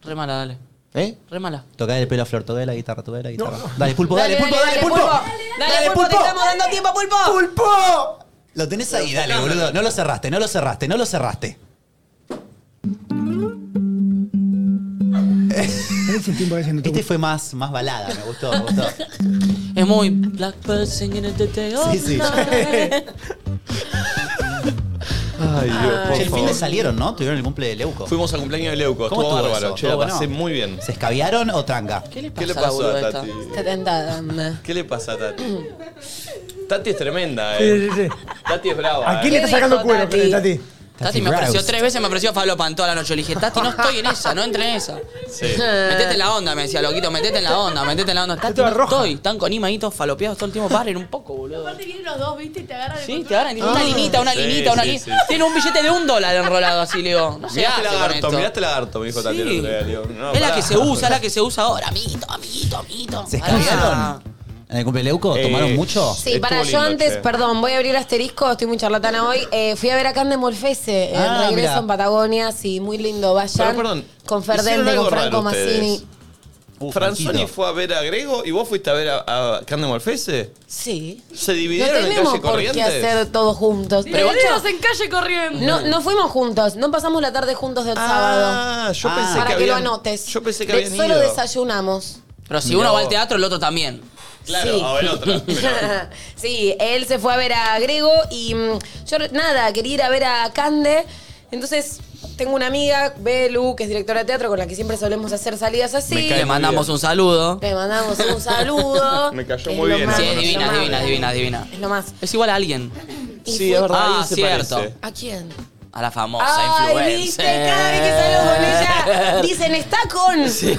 S2: Re mala, dale.
S12: ¿Eh?
S2: Re mala.
S5: Toca el pelo a Flor, toca la guitarra, toca la guitarra. Dale, pulpo, dale, pulpo, dale,
S4: dale,
S5: pulpo.
S4: Dale, pulpo, te estamos dando tiempo, pulpo.
S5: ¡Pulpo! Lo tenés ahí, dale, boludo. No lo cerraste, no lo cerraste, no lo cerraste.
S6: Ese tiempo ese no te
S5: Este fue más, más balada, me gustó, me gustó.
S2: Es muy black person in the day of
S5: Sí, sí.
S2: night.
S12: Ay, Dios, por
S5: Che, el fin
S12: favor.
S5: de salieron, ¿no? Tuvieron el cumple de Leuco.
S12: Fuimos al cumpleaños de Leuco,
S5: ¿Cómo
S12: estuvo
S5: estuvo
S12: bárbaro.
S5: eso?
S12: Che, la
S5: ¿Todo bueno?
S12: pasé muy bien.
S5: ¿Se escabiaron o tranca?
S2: ¿Qué le pasa,
S12: ¿Qué le
S2: a la
S12: pasó a
S2: boluda
S12: Tati?
S2: esta?
S4: Está tentada, anda.
S12: ¿Qué le pasa a Tati? Tati es tremenda, eh.
S6: Sí, sí, sí.
S12: Tati es brava.
S6: ¿A quién
S12: eh.
S6: le está sacando
S4: dijo
S6: cuero,
S4: Tati?
S6: Tati?
S2: Tati me ofreció
S5: Rouse.
S2: tres veces, me ofreció Falopan toda la noche. Le dije, Tati, no estoy en esa, no entré en esa.
S12: Sí.
S2: Metete en la onda, me decía, loquito, metete en la onda, metete en la onda. Tati,
S6: Estaba
S2: no
S6: roja.
S2: estoy. Están con imanitos falopeados todo el tiempo. Paren un poco, boludo.
S7: Aparte vienen los dos, ¿viste? Y te agarran el
S2: Sí,
S7: control.
S2: te agarran. y Una linita, una
S12: Sí,
S2: linita, una
S12: sí,
S2: linita.
S12: sí, sí.
S2: Tiene un billete de un dólar enrolado así, Leo. No se
S12: Miraste
S2: hace con
S12: lagarto,
S2: esto.
S12: miraste lagarto, me dijo Tati. el
S2: Sí.
S12: otro día, digo, no,
S2: es la
S12: pará.
S2: que se usa, es la que se usa ahora. Amiguito, amiguito, amiguito.
S5: ¿Se escabiaron? ¿En el cumple de Leuco? ¿Tomaron
S12: Eh,
S5: mucho?
S4: Sí,
S12: Estuvo
S4: para yo
S12: lindo,
S4: antes,
S12: che.
S4: perdón, voy a abrir asterisco, estoy muy charlatana hoy. Eh, fui a ver a Cande Molfese en
S5: Ah,
S4: regreso
S5: mirá.
S4: en Patagonia, sí, muy lindo. Vayan
S12: Pero, perdón,
S4: con
S12: hicieron
S4: Ferdente,
S12: algo
S4: con
S12: raro
S4: Franco
S12: ustedes.
S4: Massini.
S5: Uh,
S12: Franzoni
S5: tranquilo.
S12: fue a ver a Grego y vos fuiste a ver a, a Cande Molfese.
S4: Sí.
S12: Se
S4: No
S12: dividieron en
S4: tenemos
S12: calle
S4: por qué
S12: corriente.
S4: hacer todos juntos. Pero de
S7: Bienvenidos
S4: hecho,
S7: en calle corriendo.
S4: no, no fuimos juntos, no pasamos la tarde juntos del sábado.
S12: Ah, yo
S5: Ah.
S12: pensé
S4: Para
S12: que,
S4: que, lo
S12: habían-
S4: anotes.
S12: Yo pensé que
S4: De-
S12: habían
S4: Solo
S12: ido.
S4: desayunamos.
S2: Pero si
S12: Mirá
S2: uno va
S12: vos.
S2: al teatro, el otro también.
S12: Claro,
S4: Sí.
S12: a ver otra.
S4: [laughs]
S12: pero-
S4: sí, él se fue a ver a Grego y mm, yo nada, quería ir a ver a Cande. Entonces tengo una amiga, Belu, que es directora de teatro, con la que siempre solemos hacer salidas así.
S12: Me cae
S2: Le
S12: mal.
S2: mandamos
S12: bien.
S2: un saludo.
S4: Le mandamos un
S12: [laughs]
S4: saludo.
S12: Me cayó
S4: Es
S12: muy
S4: lo
S12: bien,
S4: más,
S2: Sí,
S12: no,
S2: es
S12: no,
S4: lo
S2: divina,
S4: más.
S2: es divina, es divina, es divina.
S4: Es lo más.
S2: Es igual a alguien.
S4: Y
S12: Sí,
S4: fue-
S12: es verdad.
S2: Ah,
S12: ahí se
S2: cierto.
S12: parece.
S4: ¿A quién?
S2: A la famosa
S4: Ay, viste,
S2: influencer.
S4: cada vez que salgo con
S2: [laughs]
S4: ella, dicen, está con.
S2: Sí,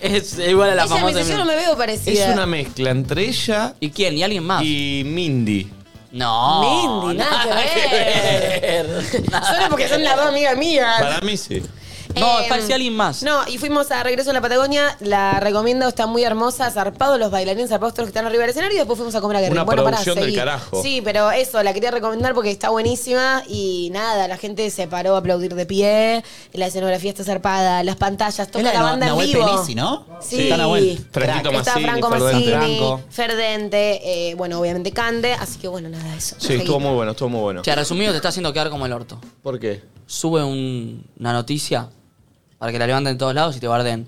S2: es igual a la
S4: ella me
S2: famosa
S4: dice, yo no
S2: influencer.
S4: me veo parecida.
S12: Es una mezcla entre ella
S2: ¿Y quién? ¿Y alguien más?
S12: y Mindy.
S2: No.
S4: Mindy, nada
S2: [laughs]
S4: que Solo porque son las dos amigas mías.
S12: Para mí sí.
S2: No,
S4: Eh,
S2: parecía alguien más.
S4: No, y fuimos a Regreso a la Patagonia. La recomiendo, está muy hermosa, zarpado los bailarines, zarpados todos los que están arriba del escenario. Y después fuimos a comer a Guerrín.
S12: Una
S4: pará,
S12: producción del
S4: seguí.
S12: carajo.
S4: Sí, pero eso, la quería recomendar porque está buenísima. Y nada, la gente se paró a aplaudir de pie. La escenografía está zarpada, las pantallas, toda
S5: Es la de
S4: la,
S5: Na-
S4: banda en
S5: Nahuel
S4: vivo.
S5: Penisi, ¿no?
S4: Sí.
S5: Está Nahuel.
S12: Franquito
S5: Crack.
S4: Está
S12: Massini,
S4: Franco
S12: Ferdente.
S4: Massini,
S5: Franco.
S4: Ferdente, eh, bueno, obviamente Cande. Así que bueno, nada, eso.
S12: Sí,
S4: Seguí.
S12: estuvo muy bueno, estuvo muy bueno.
S2: Che, resumido, te está haciendo quedar como el orto.
S12: ¿Por qué?
S2: Sube un- una noticia para que la levanten de todos lados y te barden.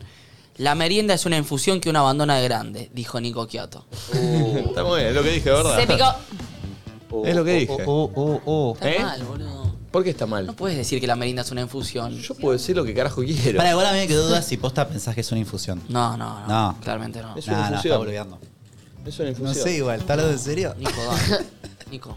S2: La merienda es una infusión que uno abandona de grande, dijo Nico Quiato.
S12: Uh. Está muy bien, es lo que dije, ¿verdad?
S4: Se picó.
S12: Es lo que dije.
S5: Oh, oh, oh, oh.
S2: Está
S12: ¿Eh?
S2: mal, boludo.
S1: ¿Por qué está mal?
S2: No puedes decir que la merinda es una infusión.
S1: Yo puedo decir lo que carajo quiero.
S5: Para, igual a mí me quedó
S12: [laughs]
S5: duda si posta pensás que es una infusión.
S2: No, no,
S5: no.
S2: Claramente no.
S5: Es una Nah, nah, infusión. está boludeando.
S1: Es una
S5: No sé igual, ¿está lo en serio?
S2: Nico, dale. Nico.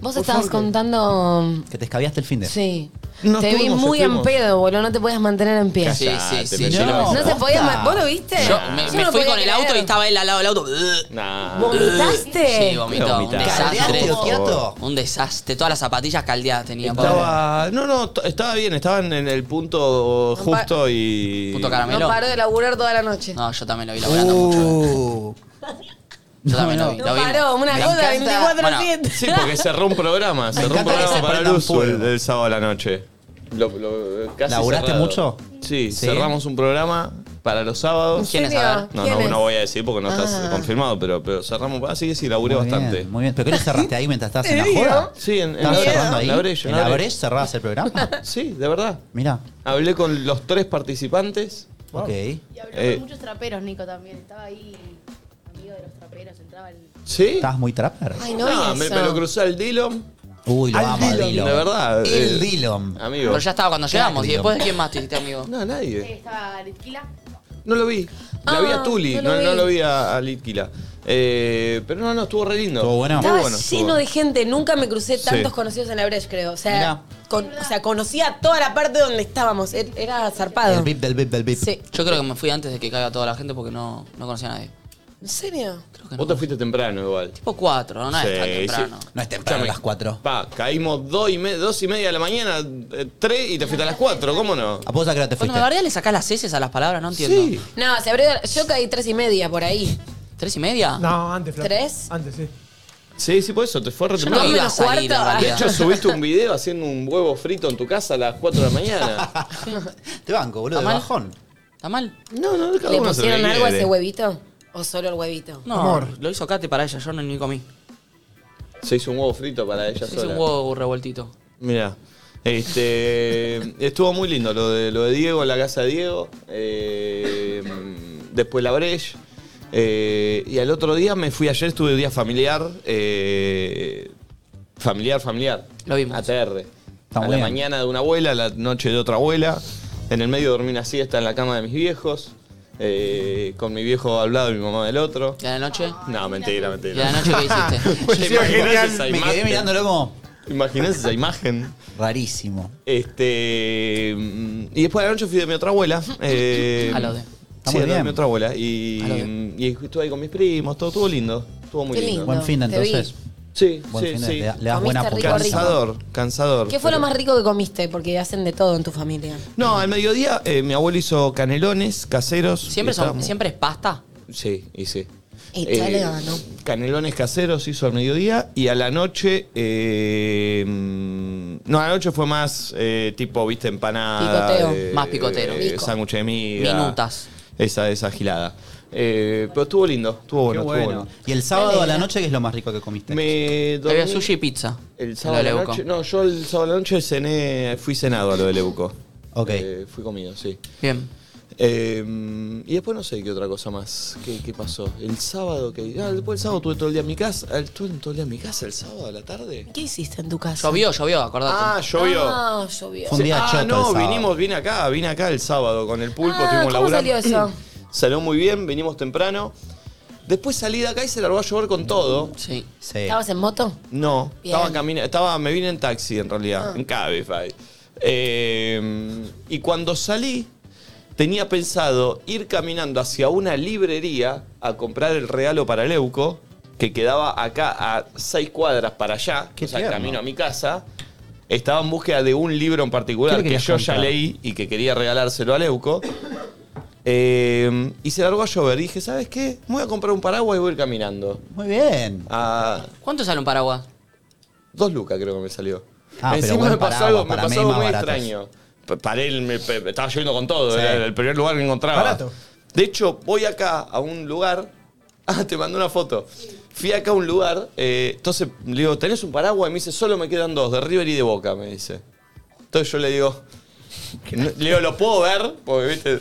S4: Vos estabas contando.
S5: Que te escabiaste el fin de.
S4: Sí.
S5: No
S4: te vi
S5: estuvimos,
S4: muy en
S5: estuvimos.
S4: pedo, boludo. No te podías mantener en pie.
S2: Sí, sí, sí.
S4: No,
S2: yo lo vi.
S4: no te podías. ma- ¿Vos lo viste?
S2: Yo me,
S4: Yo
S2: me
S4: no
S2: fui
S4: podía
S2: con el auto y
S4: creer.
S2: estaba él al lado del auto.
S4: ¿Vomitaste?
S2: Sí, vomitó. Un
S1: Vomitá.
S2: desastre.
S1: ¿Caldeaste, Occhiato?
S2: Un desastre. Todas las zapatillas caldeadas tenía. pobre.
S1: Estaba. No, no, t- estaba bien, estaban en el punto justo y.
S2: Punto
S4: No
S2: caramelo.
S4: paró de laburar toda la noche.
S2: No, yo también lo vi laburando
S5: Uh.
S2: mucho. Yo también lo vi.
S4: No
S2: lo vi.
S4: paró, una
S2: Me
S4: cosa
S2: encanta.
S4: 24/7.
S1: Sí, porque cerró un programa, cerró un
S5: encanta que
S1: programa
S5: se
S1: para el
S5: prendan
S1: uso el,
S5: fuego.
S1: el sábado a la noche. Lo, lo- casi
S5: ¿Laburaste
S1: cerrado.
S5: mucho?
S1: Sí,
S5: Sí.
S1: cerramos un programa para los sábados.
S2: ¿Quién es? A ver.
S1: No,
S4: ¿Quién
S1: no,
S4: es?
S1: no voy a decir porque no
S4: Ah.
S1: está confirmado, pero, pero cerramos. Así que sí, laburé
S5: Muy bien,
S1: bastante.
S5: muy bien. ¿Pero qué le cerraste ahí mientras estabas en la
S4: Te digo.
S5: joda?
S1: Sí, en, en
S5: ¿Estabas cerrando ahí?
S1: en la brecha,
S5: ¿En
S1: en la
S5: la
S1: brecha.
S5: Breche cerrabas el programa?
S1: [laughs] Sí, de verdad.
S5: Mirá,
S1: Hablé con los tres participantes.
S5: ok.
S7: Y habló
S1: Eh.
S7: con muchos traperos, Nico, también. Estaba ahí, amigo de los traperos, entraba el...
S1: ¿Sí?
S5: ¿Estabas muy trapper?
S4: Ay, no,
S1: No,
S4: vi
S1: me,
S4: eso.
S1: me lo crucé al Dillom.
S5: Uy, lo
S1: Al
S5: amo al
S1: Dillom,
S5: Dillom.
S1: de verdad, eh.
S5: El Dillom.
S1: Amigo.
S2: Pero ya estaba cuando llegamos.
S5: Qué
S2: ¿Y después quién más te hiciste amigo?
S1: No,
S7: Eh,
S1: nadie.
S7: Estaba Litquila.
S1: No lo vi. La vi
S4: Ah,
S1: a Tuli,
S4: no
S1: no
S4: lo
S1: no lo
S4: vi.
S1: vi, a, a Litquila. Eh, pero no, no, estuvo re lindo.
S5: ¿Estuvo bueno?
S1: Estuvo
S4: Estaba
S1: bueno, estuvo
S4: lleno
S1: bueno.
S4: de gente, nunca me crucé tantos
S1: Sí.
S4: conocidos en la brecha, creo. O sea,
S5: Mirá.
S4: con- o sea, conocía toda la parte donde estábamos. Er- Era zarpado.
S5: El bip del bip del bip.
S4: Sí.
S2: Yo creo que me fui antes de que caiga toda la gente porque no, no conocía a nadie.
S4: ¿En serio?
S2: Creo que
S1: Vos
S2: no.
S1: te fuiste temprano igual.
S2: Tipo 4, no, no es tan
S1: Sí,
S2: temprano.
S1: sí.
S5: No es temprano a las cuatro.
S1: Pa, caímos dos y, me- dos y media de la mañana, eh, tres y te fuiste a las cuatro, ¿cómo no?
S5: ¿Aposta que no te
S2: Cuando
S5: fuiste?
S2: me bardea le sacás las heces a las palabras, no entiendo.
S1: Sí.
S4: No, se abrió. Yo caí tres y media por ahí.
S2: ¿Tres y media?
S13: No, antes, Flor.
S4: ¿Tres?
S13: Antes, sí.
S1: Sí, sí, por eso te fue re
S2: Yo no
S1: temprano.
S4: vi.
S2: iba a
S4: menos cuarto,
S2: salir en
S4: ah.
S1: De
S2: realidad.
S1: hecho, subiste un video haciendo un huevo frito en tu casa a las 4 de la
S2: [laughs]
S1: mañana.
S5: Te banco, boludo, de
S2: ¿Está mal?
S5: bajón.
S2: ¿Está mal?
S1: No, no, cada
S4: ¿Le
S1: uno hace lo que
S4: pusieron algo a
S1: quiere.
S4: ese huevito? ¿O solo el huevito?
S2: No,
S13: Amor.
S2: lo hizo Kate para ella, yo no ni comí.
S1: Se hizo un huevo frito para ella
S2: Hice
S1: sola.
S2: un huevo revueltito.
S1: Mira, este, estuvo muy lindo lo de, lo de Diego, la casa de Diego, eh, después la Breche. eh, y al otro día me fui ayer, estuve día familiar, eh, familiar, familiar.
S2: Lo vimos.
S1: ATR. a
S5: Está muy
S1: la
S5: bien.
S1: mañana de una abuela, a la noche de otra abuela. En el medio dormí una siesta en la cama de mis viejos, eh, con mi viejo al lado y mi mamá del otro.
S2: ¿Y a la noche?
S1: No, mentira, mentira.
S2: ¿Y a la noche qué
S1: [laughs]
S2: hiciste?
S1: Pues ¿Te imaginás esa
S5: Me quedé
S1: imagen?
S5: mirándolo como
S1: ¿Imaginás esa imagen?
S5: rarísimo.
S1: Este. mm, Y después de la noche fui de mi otra abuela. eh,
S2: A lo de.
S5: Está
S1: sí,
S5: muy
S1: a lo de
S5: bien.
S1: mi otra abuela. Y,
S2: A lo de.
S1: mm, y estuve ahí con mis primos, todo estuvo lindo. Estuvo muy
S4: Qué
S1: lindo.
S4: lindo.
S5: Buen fin,
S4: te vi.
S5: entonces.
S1: Sí,
S5: Buen
S1: sí,
S5: fin,
S1: sí.
S5: le, da- le das buena
S4: Comiste rico,
S5: puntada.
S4: rico.
S1: Cansador, cansador.
S4: ¿Qué fue lo
S1: pero-
S4: más rico que comiste? Porque hacen de todo en tu familia.
S1: No, al mediodía eh, mi abuelo hizo canelones caseros.
S2: ¿Siempre,
S1: y
S2: son,
S1: estábamos-
S2: ¿Siempre es pasta?
S1: Sí, y sí. Eh,
S4: Echale ganó.
S1: Canelones caseros hizo al mediodía y a la noche. eh, mm, no, a la noche fue más eh, tipo, viste, empanada.
S4: Picoteo.
S2: Más picotero.
S1: Eh,
S2: Pico.
S1: sándwich de miga.
S2: Minutas.
S1: Esa, esa gilada. Eh, pero estuvo lindo, estuvo bueno,
S5: Qué
S1: estuvo
S5: bueno.
S1: bueno.
S5: Y el sábado a la noche, ¿qué es lo más rico que comiste?
S1: Me dormí
S2: Había sushi y pizza.
S1: el
S2: Lo
S1: sábado a la
S2: leuco.
S1: noche. No, yo el sábado a la noche cené, fui cenado a lo de Leuco.
S5: Ok.
S1: Eh, fui comido, sí.
S2: Bien.
S1: Eh, y después no sé qué otra cosa más. ¿Qué, qué pasó? El sábado que. Ah, después el sábado tuve todo el día en mi casa. Ah, Estuve todo el día en mi casa el sábado a la tarde.
S4: ¿Qué hiciste en tu casa?
S2: Llovió, llovió, acordate.
S1: Ah, llovió.
S4: Ah, llovió.
S5: Fue un día choto
S1: ah,
S5: el
S1: no,
S5: sábado.
S1: vinimos, vine acá, vine acá el sábado con el pulpo,
S4: Ah,
S1: estuvimos
S4: ¿cómo
S1: laburando.
S4: salió eso?
S1: [clears throat] Salió muy bien, vinimos temprano. Después salí de acá y se largó a llover con todo.
S2: Sí.
S5: Sí.
S4: ¿Estabas en moto?
S1: No,
S4: Bien.
S1: estaba caminando, estaba, me vine en taxi en
S5: Ah.
S1: realidad, en Cabify. Eh, y cuando salí, tenía pensado ir caminando hacia una librería a comprar el regalo para Leuco, que quedaba acá a seis cuadras para allá,
S5: Qué
S1: o sea,
S5: tierno.
S1: camino a mi casa. Estaba en búsqueda de un libro en
S5: ¿Qué
S1: particular
S5: le
S1: que
S5: querías
S1: yo ya
S5: comprar?
S1: leí y que quería regalárselo a Leuco. Eh, y se largó a llover. dije, ¿sabes qué? Me voy a comprar un paraguas y voy a ir caminando.
S5: Muy bien.
S1: A
S2: ¿Cuánto sale un paraguas?
S1: Ah. Dos lucas creo que me salió.
S5: Ah, pero
S1: Encima
S5: buen
S1: me pasó
S5: paraguas,
S1: algo, me
S5: para
S1: pasó
S5: mí
S1: algo
S5: más
S1: muy
S5: baratos.
S1: extraño. P- Paré, el- me- pe- estaba lloviendo con todo,
S5: Sí.
S1: era el primer lugar que encontraba.
S13: Barato.
S1: De hecho, voy acá a un lugar. [laughs] Ah, te mandé una foto. Fui acá a un lugar, eh, entonces le digo, ¿tenés un paraguas? Y me dice, solo me quedan dos, de River y de Boca, me dice. Entonces yo le digo, no- le digo, ¿lo puedo ver? Porque, viste,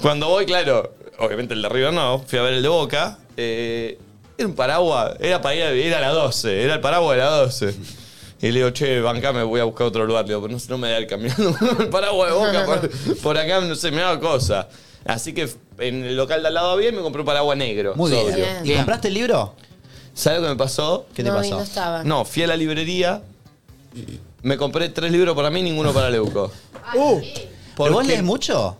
S1: cuando voy, claro, obviamente el de River no, fui a ver el de Boca. eh, era un paraguas, era para ir a, era a las 12, era el paraguas de las 12. Y le digo, che, bancame, voy a buscar otro lugar. Le digo, pero no, [laughs] no me da el caminando con el paraguas de boca. Por, por acá no se me da cosa. Así que en el local de al lado había y me compré un paraguas negro.
S5: Muy bien.
S1: sobrio.
S5: ¿Y compraste el libro?
S1: ¿Sabes lo que me pasó?
S5: ¿Qué te No, y pasó? no estaba.
S1: No, fui a la librería, me compré tres libros para mí y ninguno para Leuco.
S5: Uh,
S1: ¿Por
S5: vos
S1: qué?
S5: lees mucho?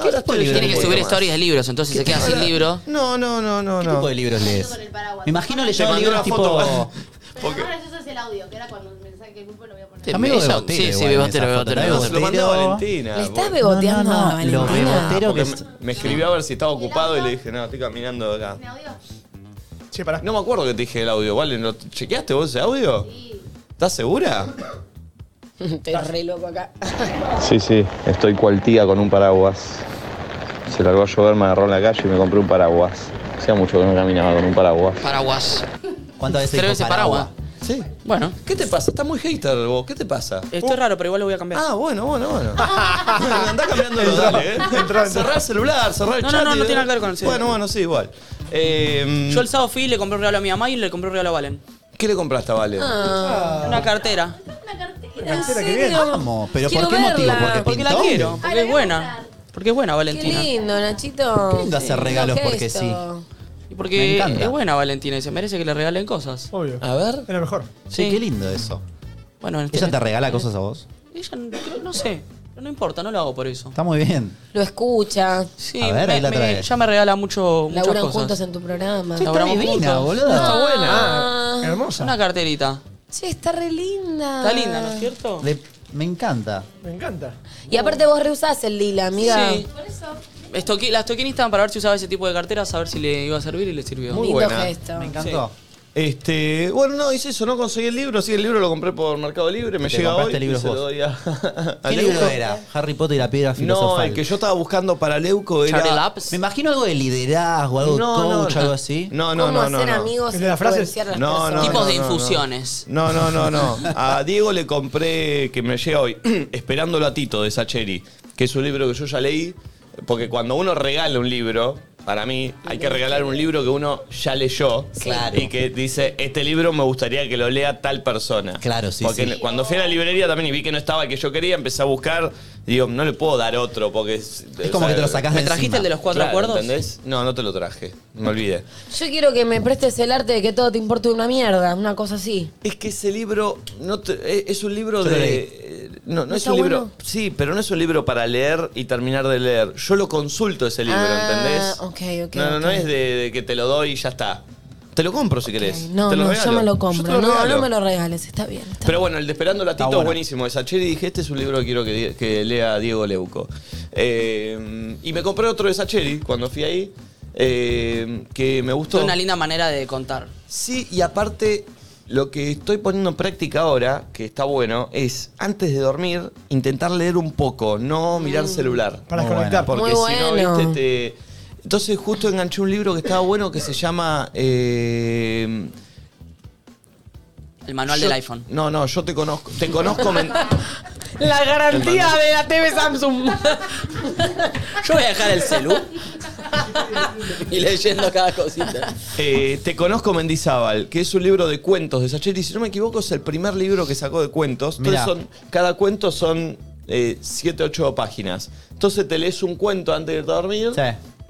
S1: Ahora estoy
S2: Tiene
S1: leyendo
S2: que
S1: un poquito
S2: subir
S1: más.
S2: stories de libros, entonces se queda sin libro.
S1: No, no, no, no.
S5: ¿Qué
S1: no.
S5: tipo de libros lees? Me imagino
S1: Te
S5: leyendo
S1: mandé
S5: libros
S1: una
S5: tipo... [laughs]
S1: foto.
S7: Pero lo más gracioso es el audio, que era cuando me saque el grupo lo voy a poner.
S2: Sí,
S5: Amigo de
S2: eso-
S5: Botero.
S2: sí, sí,
S5: igual,
S2: Bebotero,
S5: esa foto,
S2: Bebotero.
S5: ¿no?
S1: Se lo mandé a Valentina.
S4: ¿Le estás
S1: porque-
S4: beboteando a
S5: Lo
S4: Valentina?
S5: bebotero que
S1: porque
S5: es...
S1: me, me escribió a ver si estaba ocupado y le dije, no, estoy caminando acá.
S6: Che, pará.
S1: No me acuerdo que te dije el audio, ¿vale? ¿Lo chequeaste vos ese audio? ¿Estás segura?
S4: [laughs] Estoy re loco acá.
S10: Sí, sí, estoy cual tía con un paraguas. Se largó a llover, me agarró en la calle y me compré un paraguas. Hacía mucho que no caminaba con un paraguas.
S2: Paraguas.
S5: ¿Cuántas veces
S2: Tres
S5: dijo
S2: veces paraguas.
S1: Sí.
S2: Bueno,
S1: ¿Qué te pasa? Estás muy hater vos, ¿qué te pasa?
S2: esto es raro, pero igual lo voy a cambiar.
S1: Ah, bueno, bueno,
S2: [laughs]
S1: bueno. bueno andá cambiándolo, dale, ¿eh? Cerrá el celular, cerrá el
S2: No, no,
S1: chat.
S2: no,
S1: y-
S2: no tiene nada que ver con el celular.
S1: Bueno, bueno, sí, igual. Eh,
S2: Yo el sábado fui y le compré un regalo a mi mamá y le compré un regalo a Valen. Ah.
S1: ¿Qué le compraste a Vale?
S5: Ah,
S2: Una cartera.
S4: ¿En
S5: que bien.
S4: serio?
S5: Vamos, pero
S4: Quiero
S5: ¿por qué motivo?
S4: verla,
S5: ¿Porque
S2: Porque la
S5: pintó?
S2: quiero, porque es buena. Porque es buena
S4: Qué
S2: Valentina.
S4: lindo, Nachito.
S5: Qué lindo hacer regalos
S4: Lo que
S5: porque
S4: es
S5: sí.
S4: esto.
S2: Y
S5: Me
S2: porque
S5: encanta.
S2: es buena Valentina y se merece que le regalen cosas.
S6: Obvio.
S1: A ver.
S6: Era mejor.
S5: Sí, qué lindo eso.
S2: Bueno, en este-
S5: ¿Ella te regala cosas a vos?
S2: Ella no- no sé. Pero no importa, no lo hago por eso.
S5: Está muy bien.
S4: Lo escucha.
S2: Sí,
S5: A ver,
S2: me-
S5: ahí la
S2: me-
S5: trae.
S2: ya me regala mucho, muchas
S4: Laburan
S2: cosas.
S4: juntos en tu programa.
S2: Sí, está
S5: divina,
S2: juntos.
S5: boludo.
S2: Está buena.
S4: Ah.
S6: Hermosa.
S2: Una carterita.
S4: Che, está re linda.
S2: Está linda, ¿no es cierto?
S5: Le- me encanta.
S6: Me encanta.
S4: Y aparte vos reusás el lila, amiga.
S2: Sí. Estoque, la estoqué en Instagram para ver si usaba ese tipo de carteras, a ver si le iba a servir y le sirvió.
S1: Muy
S4: Lindo
S1: buena.
S4: gesto.
S5: Me encantó.
S1: Este, bueno, no, hice eso, no conseguí el libro, sí, el libro lo compré por Mercado Libre, me
S5: Te
S1: llega hoy
S5: compraste
S1: y
S5: libros
S1: se
S5: vos.
S1: lo doy a, [laughs] a
S5: ¿Qué
S1: Leuco.
S5: libro era? Harry Potter y la piedra
S1: Ah, No,
S5: filosofal.
S1: el que yo estaba buscando para Leuco era...
S2: Charlie Laps.
S5: Me imagino algo de liderazgo, algo
S1: No, no,
S5: coach,
S1: no.
S5: algo así.
S1: No, no,
S4: ¿Cómo
S1: no, no.
S4: hacer
S1: no.
S4: amigos
S6: ¿Es
S4: y
S6: de las frases?
S4: influenciar a las
S1: No, no,
S4: personas?
S2: Tipos de
S1: no, no.
S2: infusiones.
S1: No, no, no, no. A Diego le compré, que me llega hoy, [clears throat] Esperándolo a Tito de Sacheri, que es un libro que yo ya leí, porque cuando uno regala un libro, para mí hay que regalar un libro que uno ya leyó
S5: Claro.
S1: y que dice, este libro me gustaría que lo lea tal persona.
S5: Claro, sí,
S1: Porque
S5: sí.
S1: cuando fui a la librería también y vi que no estaba el que yo quería, empecé a buscar, digo, no le puedo dar otro, porque... Es,
S5: Es como que te lo sacás de
S2: ¿Me trajiste
S5: encima.
S2: el de los cuatro
S1: Claro,
S2: acuerdos?
S1: ¿entendés? No, no te lo traje, me olvidé.
S4: Yo quiero que me prestes el arte de que todo te importe una mierda, una cosa así.
S1: [laughs] Es que ese libro no te- eh, es un libro
S5: Yo lo leí.
S1: de eh, no, no es
S4: ¿Está
S1: un libro
S4: bueno?
S1: sí, pero no es un libro para leer y terminar de leer. Yo lo consulto ese libro,
S4: Ah,
S1: ¿entendés?
S4: ok, ok,
S1: No, no, no
S4: ok.
S1: es de, de que te lo doy y ya está. Te lo compro si querés.
S4: No,
S1: te lo
S4: no,
S1: regalo.
S4: yo me lo
S1: te
S4: compro. no,
S1: regalo.
S4: no me lo regales, está bien. está
S1: Pero bueno, el de Esperando la
S5: Está
S1: Tito es
S5: bueno.
S1: buenísimo. De Sacheri dije, este es un libro que quiero que, di- que lea Diego Leuco. Eh, y me compré otro de Sacheri cuando fui ahí, eh, que me gustó.
S2: Es una linda manera de contar.
S1: Sí, y aparte, lo que estoy poniendo en práctica ahora, que está bueno, es antes de dormir intentar leer un poco, no mirar celular.
S6: Para
S5: Muy
S6: desconectar.
S1: Porque
S4: Mm. Muy
S1: si no,
S4: bueno.
S1: viste, te. Entonces, justo enganché un libro que estaba bueno que se llama. eh,
S2: El manual
S1: Yo-
S2: del iPhone.
S1: No, no, yo te conozco. Te conozco. men-
S4: bien. [laughs] La garantía de la TV Samsung.
S2: Yo voy a dejar el celu. [laughs] y leyendo cada cosita.
S1: Eh, te conozco Mendizábal, que es un libro de cuentos de Sacheri. Si no me equivoco, es el primer libro que sacó de cuentos. Entonces
S5: Mirá.
S1: son- cada cuento son 7, 8 páginas. Entonces te lees un cuento antes de irte a dormir.
S5: Sí.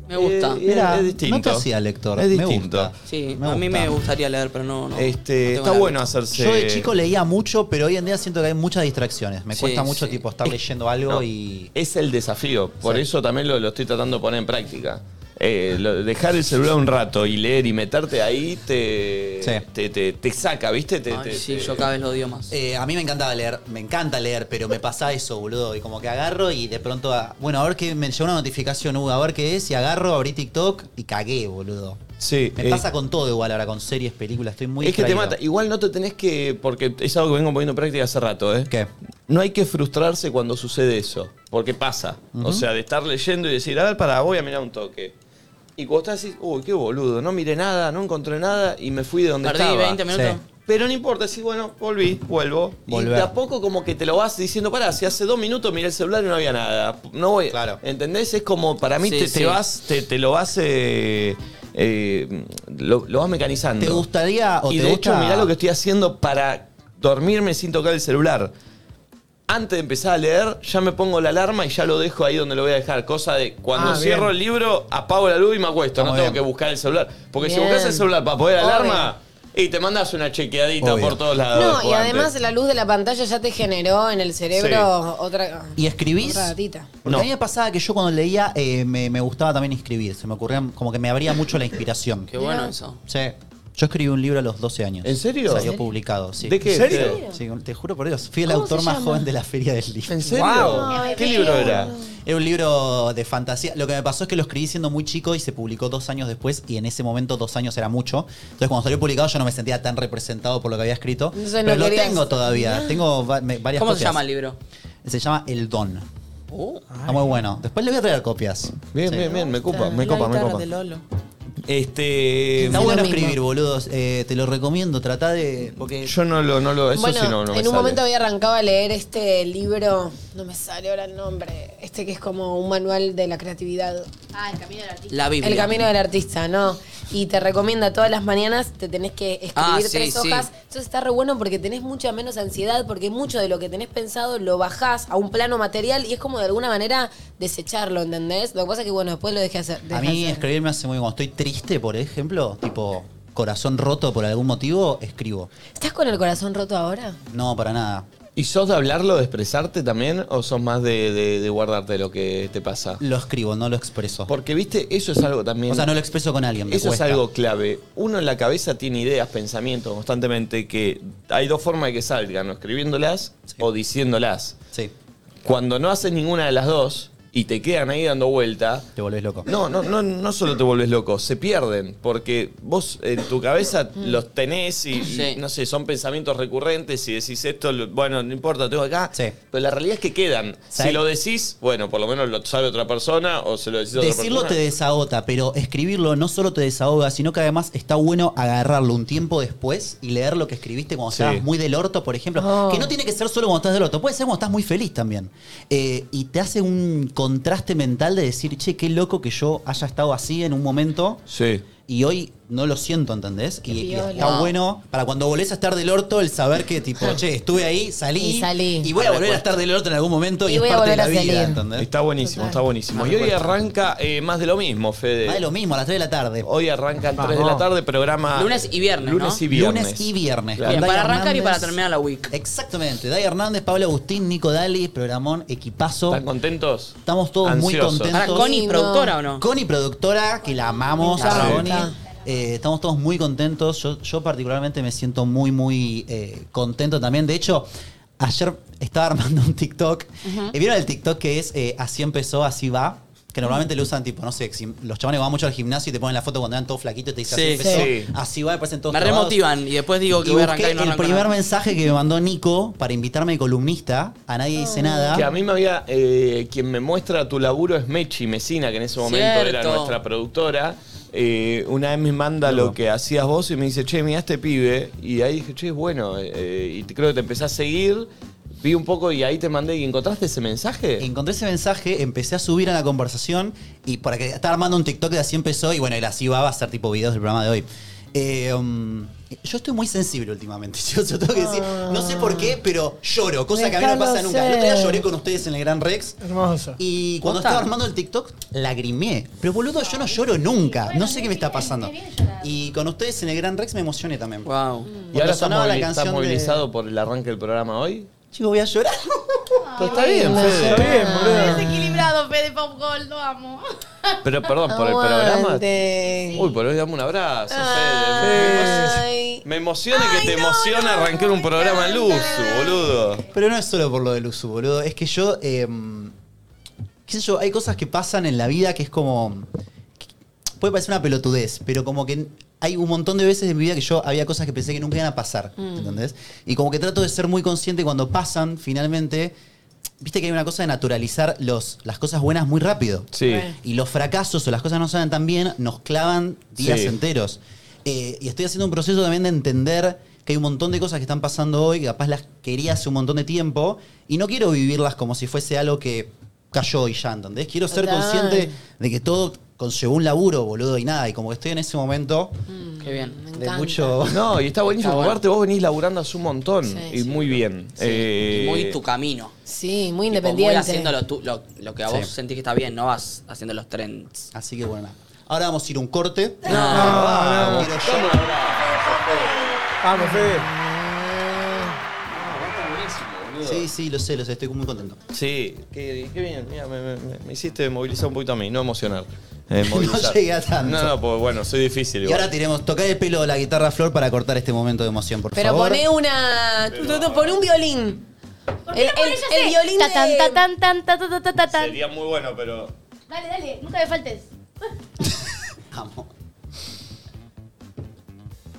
S2: Me gusta.
S1: Eh, y es-
S5: Mirá,
S1: es,
S5: no
S1: distinto.
S5: te hacía lector,
S1: Es
S5: me
S1: distinto.
S5: gusta.
S2: Sí,
S5: Me
S2: a mí
S5: gusta.
S2: me gustaría leer, pero no. no, no
S1: Este,
S2: tengo
S1: está
S2: la-
S1: bueno hacerse.
S5: Yo de chico leía mucho, pero hoy en día siento que hay muchas distracciones. Me
S2: Sí,
S5: cuesta mucho
S2: sí.
S5: tipo
S2: [coughs]
S5: estar leyendo algo
S1: No,
S5: y.
S1: Es el desafío. Por eso también lo, lo estoy tratando de poner en práctica. Eh, lo- dejar el celular un rato y leer y meterte ahí te,
S5: Sí.
S1: te, te- te saca, ¿viste? Te-
S2: Ay,
S1: te-
S2: sí,
S1: te-
S2: yo cada vez lo odio más.
S5: Eh, a mí me encantaba leer, me encanta leer, pero me pasa eso, boludo. Y como que agarro y de pronto, a- bueno, a ver que me llegó una notificación, uh, a ver qué es, y agarro, abrí TikTok y cagué, boludo.
S1: Sí,
S5: Me
S1: eh,
S5: pasa con todo igual ahora, con series, películas, estoy muy
S1: es que te
S5: distraído.
S1: mata. Igual no te tenés que. Porque es algo que vengo poniendo en práctica hace rato, ¿eh?
S5: ¿Qué?
S1: No hay que frustrarse cuando sucede eso. Porque pasa. O sea, de estar leyendo y decir, a ver, para, voy a mirar un toque. Y cuando estás así, uy, qué boludo, no miré nada, no encontré nada y me fui de donde
S2: Perdí
S1: estaba.
S2: 20 minutos.
S5: Sí.
S1: Pero no importa, decís, bueno, volví, vuelvo. Y
S5: Volver.
S1: de a poco como que te lo vas diciendo, pará, si hace dos minutos miré el celular y no había nada. No voy.
S5: Claro.
S1: ¿Entendés? Es como para mí
S2: Sí,
S1: te, te
S2: sí.
S1: vas, te, te lo vas eh, eh, lo, lo vas mecanizando.
S5: ¿Te gustaría o
S1: Ah, y
S5: te
S1: de
S5: gusta-
S1: hecho, mirá lo que estoy haciendo para dormirme sin tocar el celular. Antes de empezar a leer, ya me pongo la alarma y ya lo dejo ahí donde lo voy a dejar. Cosa de cuando
S6: Ah, bien.
S1: cierro el libro, apago la luz y me acuesto. no tengo que buscar el celular. Porque si
S4: Bien.
S1: buscas el celular para poner
S4: Obvio.
S1: alarma, y te mandas una chequeadita
S5: Obvio.
S1: por todos lados.
S4: No, y
S1: después antes.
S4: además la luz de la pantalla ya te generó en el cerebro otra.
S5: ¿Y escribís?
S4: Otra datita.
S5: Porque a mí me pasaba que yo cuando leía eh, me, me gustaba también escribir. Se me ocurría como que me abría mucho la inspiración.
S2: Qué bueno eso.
S5: Sí. Yo escribí un libro a los 12 años.
S1: ¿En serio?
S5: Salió publicado, sí.
S1: ¿De qué?
S5: Sí,
S1: ¿En serio?
S5: Sí, te juro por Dios. Fui el
S4: ¿Cómo
S5: autor
S4: se
S5: más
S4: llama?
S5: joven de la feria del libro.
S1: ¿En serio?
S4: Ay,
S1: ¿Qué
S4: qué
S1: libro
S4: lindo.
S1: era?
S5: Era un libro de fantasía. Lo que me pasó es que lo escribí siendo muy chico y se publicó dos años después y en ese momento dos años era mucho. Entonces cuando salió publicado yo no me sentía tan representado por lo que había escrito.
S4: Entonces no
S5: pero lo
S4: querías-
S5: tengo todavía. Tengo va- me- varias
S2: ¿Cómo se
S5: copias.
S2: llama el libro?
S5: Se llama El Don.
S2: Uh,
S5: Está muy bueno. Después le voy a traer copias.
S1: Bien,
S5: Sí.
S1: bien, bien, me copa, me copa, me copa.
S2: Lolo.
S1: Este.
S5: Está bueno
S4: lo mismo.
S5: escribir, boludos. Eh, te lo recomiendo. Tratá de... Porque
S1: Yo no lo, no lo, eso
S4: bueno,
S1: sí no, no
S4: en
S1: me
S4: un
S1: sale.
S4: momento había arrancado a leer este libro, no me sale ahora el nombre, este que es como un manual de la creatividad.
S7: Ah, el camino del artista.
S2: La Biblia.
S4: El camino del artista, ¿no? Y te recomienda todas las mañanas, te tenés que escribir
S2: Ah, sí,
S4: tres
S2: sí.
S4: hojas. Entonces está re bueno porque tenés mucha menos ansiedad, porque mucho de lo que tenés pensado lo bajás a un plano material y es como de alguna manera desecharlo, ¿entendés? Lo que pasa es que, bueno, después lo dejé hacer.
S5: a
S4: dejé
S5: mí
S4: hacer.
S5: escribir me hace muy bien. Cuando estoy triste, por ejemplo, tipo corazón roto por algún motivo, escribo.
S4: ¿Estás con el corazón roto ahora?
S5: No, para nada.
S1: ¿Y sos de hablarlo, de expresarte también? ¿O sos más de, de- de guardarte lo que te pasa?
S5: Lo escribo, no lo expreso.
S1: Porque, viste, eso es algo también.
S5: O sea, no lo expreso con alguien. me
S1: Eso es
S5: cuesta.
S1: algo clave. Uno en la cabeza tiene ideas, pensamientos constantemente que hay dos formas de que salgan, o escribiéndolas o diciéndolas.
S5: Sí,
S1: Cuando no haces ninguna de las dos y te quedan ahí dando vuelta,
S5: te volvés loco.
S1: No, no, no, no solo te vuelves loco, se pierden, porque vos en tu cabeza los tenés y, y,
S2: Sí.
S1: no sé, son pensamientos recurrentes y decís esto, lo- bueno, no importa, tengo acá,
S5: Sí.
S1: pero la realidad es que quedan.
S5: Sí.
S1: Si lo decís, bueno, por lo menos lo sabe otra persona o se lo decís a otra
S5: Decirlo te
S1: persona.
S5: desagota, pero escribirlo no solo te desahoga, sino que además está bueno agarrarlo un tiempo después y leer lo que escribiste cuando
S1: Sí.
S5: estabas muy del orto, por ejemplo.
S4: Oh.
S5: Que no tiene que ser solo cuando estás del orto, puede ser cuando estás muy feliz también. Eh, y te hace un contraste mental de decir, che, qué loco que yo haya estado así en un momento
S1: Sí.
S5: y hoy no lo siento, ¿entendés? Y, y
S4: piola.
S5: está bueno para cuando volvés a estar del orto el saber que,
S4: [laughs]
S5: tipo, che, estuve ahí, salí
S4: Y salí.
S5: y voy a
S1: pues.
S5: volver a estar del orto en algún momento y,
S4: Y
S5: es
S4: voy a
S5: parte de la
S4: volver a
S5: vida,
S4: salir.
S5: ¿entendés?
S1: Está buenísimo, está buenísimo. Y hoy arranca eh, más de lo mismo, Fede.
S5: Va de lo mismo, a las 3 de la tarde.
S1: Hoy arrancan 3 de
S6: Vamos.
S1: la tarde, programa...
S2: Lunes y viernes,
S1: Lunes
S2: ¿no?
S1: y viernes.
S5: Lunes y viernes.
S1: Claro.
S5: con
S2: Bien, para
S5: Dai
S2: arrancar y
S5: Hernández.
S2: para terminar la week.
S5: Exactamente. Dai Hernández, Pablo Agustín, Nico Dali, programón, equipazo.
S1: ¿Están contentos?
S5: Estamos todos
S1: Ansiosos.
S5: muy
S2: Ahora,
S5: contentos.
S2: Connie,
S4: no.
S2: productora o no? Ah,
S5: Connie, productora, que la amamos
S4: Me
S5: a
S4: encanta.
S5: Connie. Eh, estamos todos muy contentos. Yo, yo particularmente me siento muy, muy eh, contento también. De hecho, ayer estaba armando un TikTok. Eh, ¿Vieron el TikTok que es eh, Así empezó, así va? Que normalmente lo usan tipo, no sé, si los chavales van mucho al gimnasio y te ponen la foto cuando eran todos flaquitos y te dicen
S2: Sí,
S5: así empezó,
S1: sí.
S5: así va, y aparecen todos
S2: Me
S5: trabados.
S2: remotivan y después digo que
S5: Y
S2: voy a
S5: busqué
S2: arrancar y no
S5: el
S2: arranco
S5: primer
S2: nada.
S5: mensaje que me mandó Nico para invitarme de columnista. A nadie dice nada.
S1: Que a mí me había. eh, quien me muestra tu laburo es Mechi Mesina, que en ese momento era
S2: Cierto.
S1: nuestra productora. Eh, una vez me manda lo que hacías vos y me dice, che, mira este pibe. Y ahí dije, che, es bueno. eh, y te- creo que te empecé a seguir. Vi un poco y ahí te mandé. ¿Y encontraste ese mensaje?
S5: Encontré ese mensaje, empecé a subir a la conversación y para que estaba armando un TikTok de así empezó y bueno, el así va va a ser tipo videos del programa de hoy. Eh, um, yo estoy muy sensible últimamente, [laughs] yo yo tengo que decir, no sé por qué, pero lloro, cosa que a mí no
S4: Déjalo
S5: pasa nunca. El otro día
S4: ser.
S5: lloré con ustedes en el Gran Rex
S6: Hermoso.
S5: y cuando estaba armando el TikTok lagrimé, pero boludo, yo no lloro nunca, no sé qué me está pasando. Y con ustedes en el Gran Rex me emocioné también.
S2: Wow.
S1: ¿Y ahora
S5: Cuando
S1: estás,
S5: sonaba la
S1: movili- estás
S5: canción de-
S1: movilizado por el arranque del programa hoy?
S5: Chico, voy a llorar.
S1: Pues
S7: Ah,
S1: está bien, Fede.
S6: Está bien, boludo.
S7: Desequilibrado, Fede Pop Gold, lo amo.
S1: Pero perdón, por el programa.
S4: Aguante.
S1: Uy, por hoy dame un abrazo, Fede.
S5: Pues,
S4: Ay.
S1: Me emociona que te emociona arrancar un programa en luz, boludo.
S5: Pero no es solo por lo del uso, boludo. Es que yo. eh, qué sé yo, hay cosas que pasan en la vida que es como. Puede parecer una pelotudez, pero como que hay un montón de veces en mi vida que yo había cosas que pensé que nunca iban a pasar. ¿Entendés? Y como que trato de ser muy consciente cuando pasan, finalmente. Viste que hay una cosa de naturalizar los, las cosas buenas muy rápido.
S1: Sí.
S5: Y los fracasos o las cosas no salen tan bien nos clavan días
S1: Sí.
S5: enteros. Eh, y estoy haciendo un proceso también de entender que hay un montón de cosas que están pasando hoy, que capaz las quería hace un montón de tiempo, y no quiero vivirlas como si fuese algo que cayó y ya, ¿entendés? Quiero ser
S4: Total.
S5: consciente de que todo consiguió un laburo, boludo, y nada. Y como que estoy en ese momento
S2: Qué bien.
S5: de mucho.
S1: No, y está buenísimo.
S2: Está bueno.
S1: Aparte, vos venís laburando hace un montón. y muy bien. Eh,
S2: Muy tu camino.
S4: Sí,
S2: Tipo,
S4: muy independiente.
S2: Muy haciendo lo, tu- lo, lo que a vos
S5: Sí.
S2: sentís que está bien, no vas haciendo los trends.
S5: Así que bueno, nada. Ahora vamos a ir a un corte.
S2: No, no,
S5: Vamos, quiero yo.
S6: Vamos, Fede.
S5: Sí, sí, lo sé, lo sé, estoy muy contento.
S1: Sí, qué, qué bien. Mira, me, me- me- me hiciste movilizar un poquito a mí, no emocionar. Eh,
S5: [laughs] No
S1: movilizar.
S5: llegué a tanto.
S1: No, no, pues bueno, soy difícil.
S5: Y
S1: igual.
S5: ahora tiremos, tocar el pelo de la guitarra Flor para cortar este momento de emoción, por
S4: Pero
S5: favor.
S4: poné una. No, no, poné un violín.
S7: qué
S4: El,
S7: no pones
S4: el-
S7: ese?
S4: el violín
S7: Ta, tan, ta,
S4: de.
S7: tan, tan, ta, ta, ta, ta, ta, tan.
S1: Sería muy bueno, pero.
S7: Dale, dale, nunca me faltes.
S5: Vamos.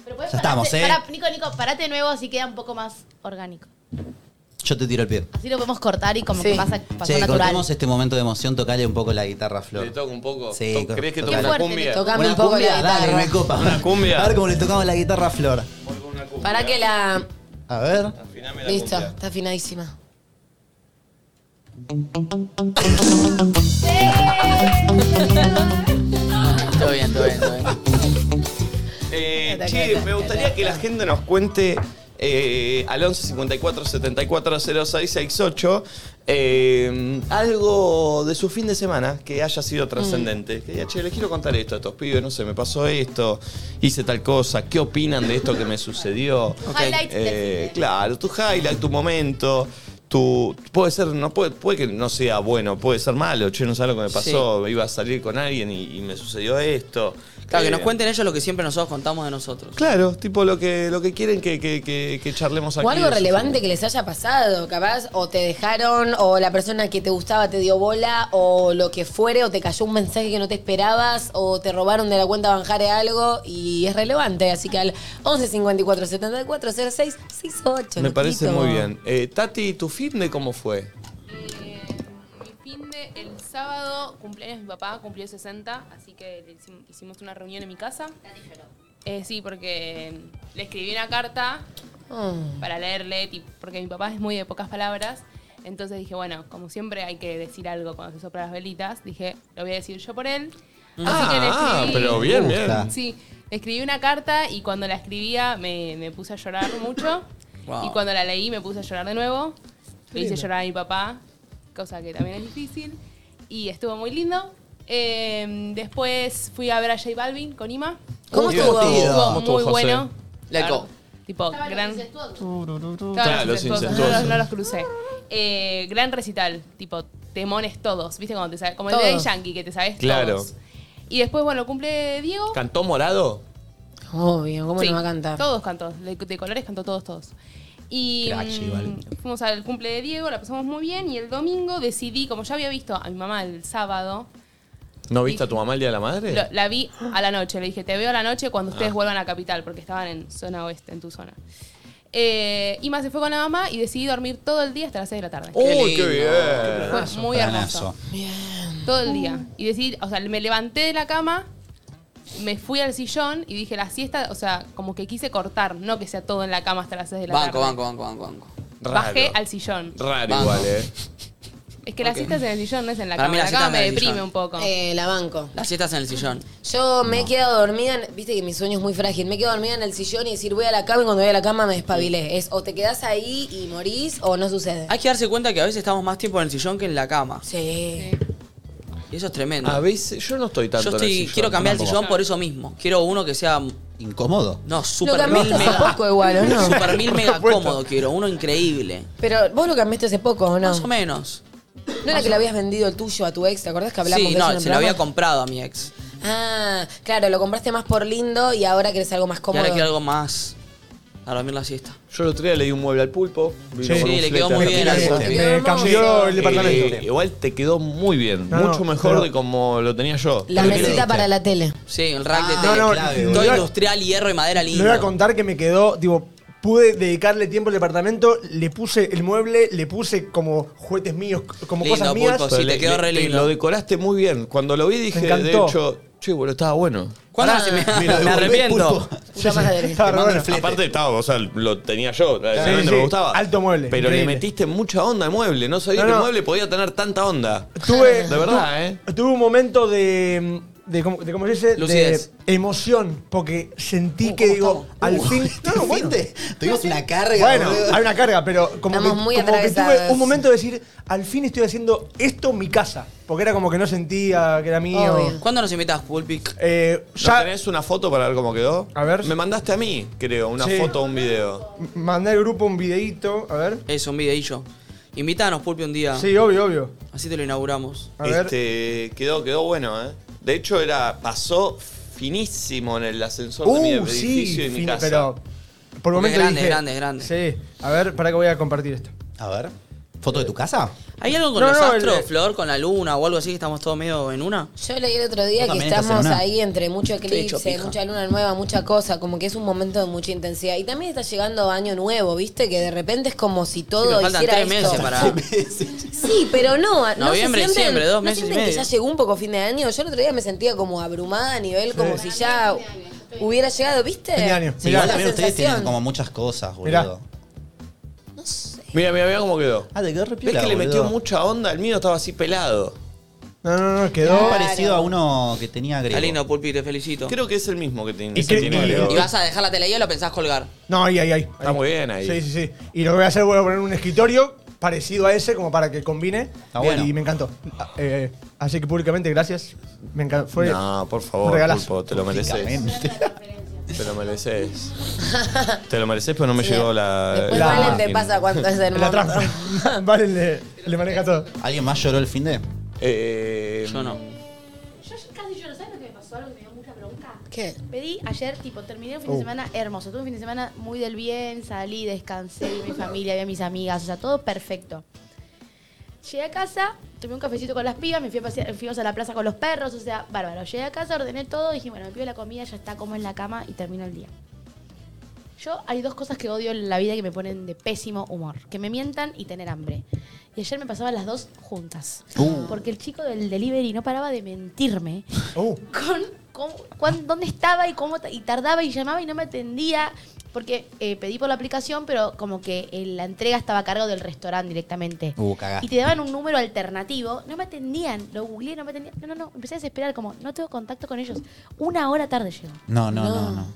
S7: Pero podés
S5: Ya estamos,
S7: pararte-
S5: ¿eh?
S7: pará, Nico, Nico, parate de nuevo así queda un poco más orgánico.
S5: Yo te tiro el pie.
S7: Así lo podemos cortar y como
S4: Sí.
S7: que pasa, pasó
S5: Che,
S7: natural.
S5: cortemos este momento de emoción, tocale un poco la guitarra
S1: ¿Le
S5: Flor. Eh,
S1: toco un poco?
S5: Sí,
S1: ¿Toc-
S5: con-
S1: ¿Crees que
S5: con-
S1: toque una
S7: fuerte,
S1: cumbia?
S7: le
S4: Tocame un poco
S5: dale,
S4: la guitarra.
S5: me copa.
S1: Una cumbia.
S5: A ver cómo le tocamos la guitarra a Flor.
S4: Para que la.
S5: A ver.
S1: Afiname la
S4: Listo,
S1: cumbia.
S4: está afinadísima.
S2: Todo bien, todo bien, todo bien.
S1: Eh, che, me gustaría que la gente nos cuente eh, al 11 54 74 06 68 eh, algo de su fin de semana que haya sido
S2: Mm.
S1: trascendente. Que diga, che, les quiero contar esto a estos pibes, no sé, me pasó esto, hice tal cosa, ¿qué opinan de esto que me sucedió?
S7: Highlights del
S1: Eh, claro, tu highlight, tu momento. Tu, puede ser, no puede, puede que no sea bueno, puede ser malo, che, no sabes lo que me pasó, iba a salir con alguien y, y me sucedió esto.
S2: Claro, que
S1: Eh,
S2: nos cuenten ellos lo que siempre nosotros contamos de nosotros.
S1: Claro, tipo lo que, lo que quieren que, que, que, que charlemos aquí.
S4: O algo
S1: de su
S4: relevante
S1: familia.
S4: que les haya pasado, capaz, o te dejaron, o la persona que te gustaba te dio bola, o lo que fuere, o te cayó un mensaje que no te esperabas, o te robaron de la cuenta bancaria algo, y es relevante. Así que al 11 54 74 06 68.
S1: Me parece
S4: loquito.
S1: muy bien. Eh, Tati, ¿tu fin de cómo fue?
S14: Eh, mi fin de el sábado, cumpleaños de mi papá, cumplió 60, así que le hicim- hicimos una reunión en mi casa. Eh, sí, porque le escribí una carta
S1: Ah.
S4: Mm.
S14: para leerle, tip- porque mi papá es muy de pocas palabras. Entonces dije, bueno, como siempre hay que decir algo cuando se soplan las velitas, dije, lo voy a decir yo por él. Así que le
S1: Ah,
S14: escribí-
S1: pero bien,
S5: Me
S1: bien.
S5: gusta.
S14: Sí, le escribí una carta y cuando la escribía me, me puse a llorar mucho.
S2: Wow.
S14: Y cuando la leí me puse a llorar de nuevo. Le hice llorar a mi papá, cosa que también es difícil. Y estuvo muy lindo. Eh, después fui a ver a J Balvin con Ima.
S4: ¿Cómo
S5: Divertido.
S4: estuvo?
S5: Divertido.
S14: Estuvo
S1: ¿Cómo estuvo,
S14: muy
S1: José?
S14: bueno.
S2: Leco.
S14: Tipo, gran...
S1: Claro,
S14: Claro,
S1: los
S14: los incestuosos.
S1: incestuosos.
S14: No, los- no los crucé. Eh, gran recital, tipo, temones todos. ¿Viste cuando te sabes? Como el de Daddy
S4: Todos.
S14: Yankee, que te sabes
S1: Claro.
S14: todos. Y después, bueno, cumple Diego.
S1: ¿Cantó morado?
S4: Obvio, ¿cómo
S14: Sí,
S4: no va a cantar?
S14: Todos cantó, de, de colores cantó todos, todos. Y
S5: Crack, J Balvin.
S14: mm, fuimos al cumple de Diego, la pasamos muy bien y el domingo decidí, como ya había visto a mi mamá el sábado,
S1: ¿No viste a tu mamá el día de la madre?
S14: lo- la vi a la noche, le dije, te veo a la noche cuando
S2: Ah.
S14: ustedes vuelvan a Capital, porque estaban en zona oeste, en tu zona. Eh, Ima se fue con la mamá y decidí dormir todo el día hasta las 6 de la tarde.
S1: ¡Uy,
S2: lindo.
S1: qué bien!
S14: Fue muy hermoso.
S5: Planazo.
S14: Todo el día. Y decir, o sea, me levanté de la cama, me fui al sillón y dije, la siesta, o sea, como que quise cortar, no que sea todo en la cama hasta las 6 de la
S2: Banco,
S14: tarde.
S2: banco, banco, banco, banco.
S14: Bajé
S1: Raro.
S14: al sillón.
S1: Raro
S2: Vamos.
S1: igual, ¿eh?
S14: Es que la siesta es en el sillón, no es en la
S2: Para
S4: Ah.
S14: cama.
S2: mí la
S14: la
S2: siesta
S14: cama
S2: es
S14: me
S2: en el
S14: deprime
S2: sillón.
S14: un poco.
S4: Eh, la banco.
S2: La siesta es en el sillón.
S4: Yo me he quedado dormida, en- viste que mi sueño es muy frágil, me quedo dormida en el sillón y decir voy a la cama y cuando voy a la cama me despabilé. Es o te quedás ahí y morís o no sucede.
S2: Hay que darse cuenta que a veces estamos más tiempo en el sillón que en la cama.
S4: Sí.
S2: Y eso es tremendo.
S1: A veces, yo no estoy tanto
S2: Yo
S1: en el
S2: estoy,
S1: sillón,
S2: quiero cambiar el
S1: tampoco.
S2: sillón por eso mismo. Quiero uno que sea,
S5: Incómodo.
S2: no,
S4: Lo
S2: super mil
S4: cambiaste hace
S2: mega.
S4: poco igual, ¿o
S1: [laughs]
S2: [laughs]
S4: no?
S2: Super mil mega cómodo quiero, uno increíble.
S4: Pero vos lo cambiaste hace poco, ¿o no?
S2: Más o menos.
S4: ¿No era que le habías vendido el tuyo a tu ex? ¿Te acordás que hablamos
S2: Sí,
S4: de eso en
S2: no,
S4: el
S2: se lo había
S4: programa?
S2: comprado a mi ex.
S4: Ah, claro, lo compraste más por lindo y ahora querés algo más
S2: Y
S4: cómodo.
S2: ahora quiero algo más. A dormir la siesta.
S1: Yo el otro día le di un mueble al pulpo. vino
S6: Sí,
S1: con un
S2: le quedó
S1: flete.
S2: muy bien al
S6: Me-
S2: pulpo.
S6: Me cambió el
S1: Eh,
S6: departamento.
S1: igual te quedó muy bien.
S6: No,
S1: mucho
S6: no,
S1: mejor
S6: pero-
S1: de como lo tenía yo.
S4: La
S1: Te lo quiero.
S4: mesita para la tele.
S2: Sí, el rack de
S5: Ah,
S2: tele.
S6: no, no,
S5: clave,
S6: no
S2: Todo
S6: iba-
S2: industrial, hierro y madera
S6: Le voy a
S2: lindo.
S6: contar que me quedó, digo, pude dedicarle tiempo al departamento, le puse el mueble, le puse como juguetes míos, como
S2: Lindo,
S6: cosas mías.
S2: pulpo, sí. te quedó re lindo.
S1: Lo decoraste muy bien. Cuando lo vi dije, de
S6: encantó.
S1: hecho, che, boludo, estaba bueno.
S2: ¿Cuándo
S6: Ah,
S2: se [laughs] me, me arrepiento?
S4: Nunca más la tele.
S6: Estaba re
S5: mando
S6: bueno.
S5: el flete.
S1: Aparte estaba, o sea, lo tenía yo, eh, realmente
S6: sí.
S1: me gustaba.
S6: Alto mueble,
S1: Pero
S6: increíble.
S1: le metiste mucha onda al mueble, no sabía
S6: No,
S1: que el
S6: no.
S1: [laughs] mueble podía tener tanta onda.
S6: Tuve,
S1: De verdad, ¿eh?
S6: tuve un momento de, mm, de, cómo, de cómo se dice,
S5: Lucidez.
S6: de emoción, porque sentí que digo, al fin. No, no, bueno.
S5: Tuvimos una carga.
S6: Bueno,
S5: boludo.
S6: hay una carga, pero como,
S5: Estamos
S6: que,
S5: muy
S6: como que tuve
S5: atravesados.
S6: un momento de decir, al fin estoy haciendo esto mi casa. Porque era como que no sentía que era mío.
S2: Obvio. ¿Cuándo nos invitás, Pulpic?
S6: Eh,
S1: ¿No tenés una foto para ver cómo quedó? A ver. Me mandaste a mí, creo, una
S6: Sí.
S1: foto o un video.
S6: M- Mandé al grupo un videíto, a ver.
S2: Es un videillo. Invítanos, Pulpi, un día.
S6: Sí, obvio, obvio.
S2: Así te lo inauguramos.
S1: este, Quedó, quedó bueno, ¿eh? De hecho, era pasó finísimo en el ascensor de mi
S6: Uh,
S1: edificio
S6: sí,
S1: y mi
S6: fin-
S1: casa.
S6: pero por
S1: Porque
S6: el momento
S1: es grande,
S6: dije,
S1: es grande, es
S6: Sí, a ver, para que voy a compartir esto.
S5: A ver. ¿Foto de tu casa?
S2: ¿Hay algo con
S6: No,
S2: los
S6: no,
S2: astros,
S6: el-
S2: Flor, con la luna o algo así que estamos todos medio en una?
S4: Yo leí el otro día
S2: Vos
S4: que
S2: también estás en
S4: estamos
S2: una.
S4: ahí entre mucho
S2: Estoy hecho
S4: eclipse,
S2: pija.
S4: mucha luna nueva, mucha cosa, como que es un momento de mucha intensidad. Y también está llegando año nuevo, ¿viste? Que de repente es como si
S2: Sí,
S4: todo
S2: pero faltan
S4: hiciera
S2: tres
S4: esto.
S2: meses
S4: [laughs]
S2: para.
S4: Sí, pero no, no se
S2: Noviembre,
S4: sienten-
S2: diciembre, dos
S4: ¿no
S2: meses y
S4: sienten que
S2: medio.
S4: ya llegó un poco fin de año. Yo el otro día me sentía como abrumada a nivel, como si ya hubiera llegado, ¿viste?
S5: Fin de año. Sí, igual
S4: Esa
S5: también ustedes
S4: sensación.
S5: tienen como muchas cosas, boludo.
S1: Mirá.
S4: No sé.
S1: Mira, mira, mira cómo quedó.
S5: Ah, te quedó re
S1: ¿Ves
S5: piola,
S1: que le metió
S5: boludo.
S1: mucha onda? El mío estaba así pelado.
S6: No, no, no,
S5: Quedó
S1: Claro.
S5: parecido a uno que tenía Grego.
S2: Está lindo, Pulpi, te felicito.
S1: Creo que es el mismo que tiene.
S5: Y
S1: ese
S5: que-
S1: tiene
S5: y-
S1: Grego.
S2: ¿Y vas a dejar la tele ahí o la pensás colgar?
S6: No, ahí, ahí, ahí.
S1: Está muy bien ahí.
S6: Sí, sí, sí. Y lo que voy a hacer, voy a poner un escritorio parecido a ese, como para que combine.
S1: Está bueno.
S6: Y me encantó. Eh, así que públicamente, gracias. Me encantó. Fue
S1: no, por
S6: un
S1: favor,
S6: regalazo.
S1: Pulpo, te lo mereces.
S5: Públicamente.
S1: Te lo mereces. Te lo mereces, pero no me llegó la.
S4: Después
S1: la
S4: Valen te
S1: máquina.
S4: pasa cuando es el
S6: La [laughs]
S4: momento.
S6: Vale, le, le maneja todo.
S5: ¿Alguien más lloró el fin de?
S1: Yo no.
S7: Yo casi lloro, ¿sabes lo que me pasó? Algo que me dio mucha bronca.
S4: ¿Qué?
S7: Pedí ayer, tipo, terminé un fin de
S5: Uh.
S7: semana hermoso. Tuve un fin de semana muy del bien, salí, descansé, vi a
S5: [laughs]
S7: mi familia, vi a mis amigas, o sea, todo perfecto. Llegué a casa, tomé un cafecito con las pibas, me fui a pasear, fuimos a la plaza con los perros, o sea, bárbaro. Llegué a casa, ordené todo, dije, bueno, me pido la comida, ya está, como en la cama y termino el día. Yo hay dos cosas que odio en la vida que me ponen de pésimo humor. Que me mientan y tener hambre. Y ayer me pasaban las dos juntas.
S5: Uh.
S7: Porque el chico del delivery no paraba de mentirme con, con cuán- dónde estaba y cómo ta- y tardaba y llamaba y no me atendía. Porque eh, pedí por la aplicación, pero como que eh, la entrega estaba a cargo del restaurante directamente.
S5: Uh,
S7: [laughs] Y
S5: cagaste.
S7: te daban un número alternativo, no me atendían, lo googleé, no me atendían. No, no, no, empecé a desesperar, como no tengo contacto con ellos. Una hora tarde llego.
S5: No, no, no, no.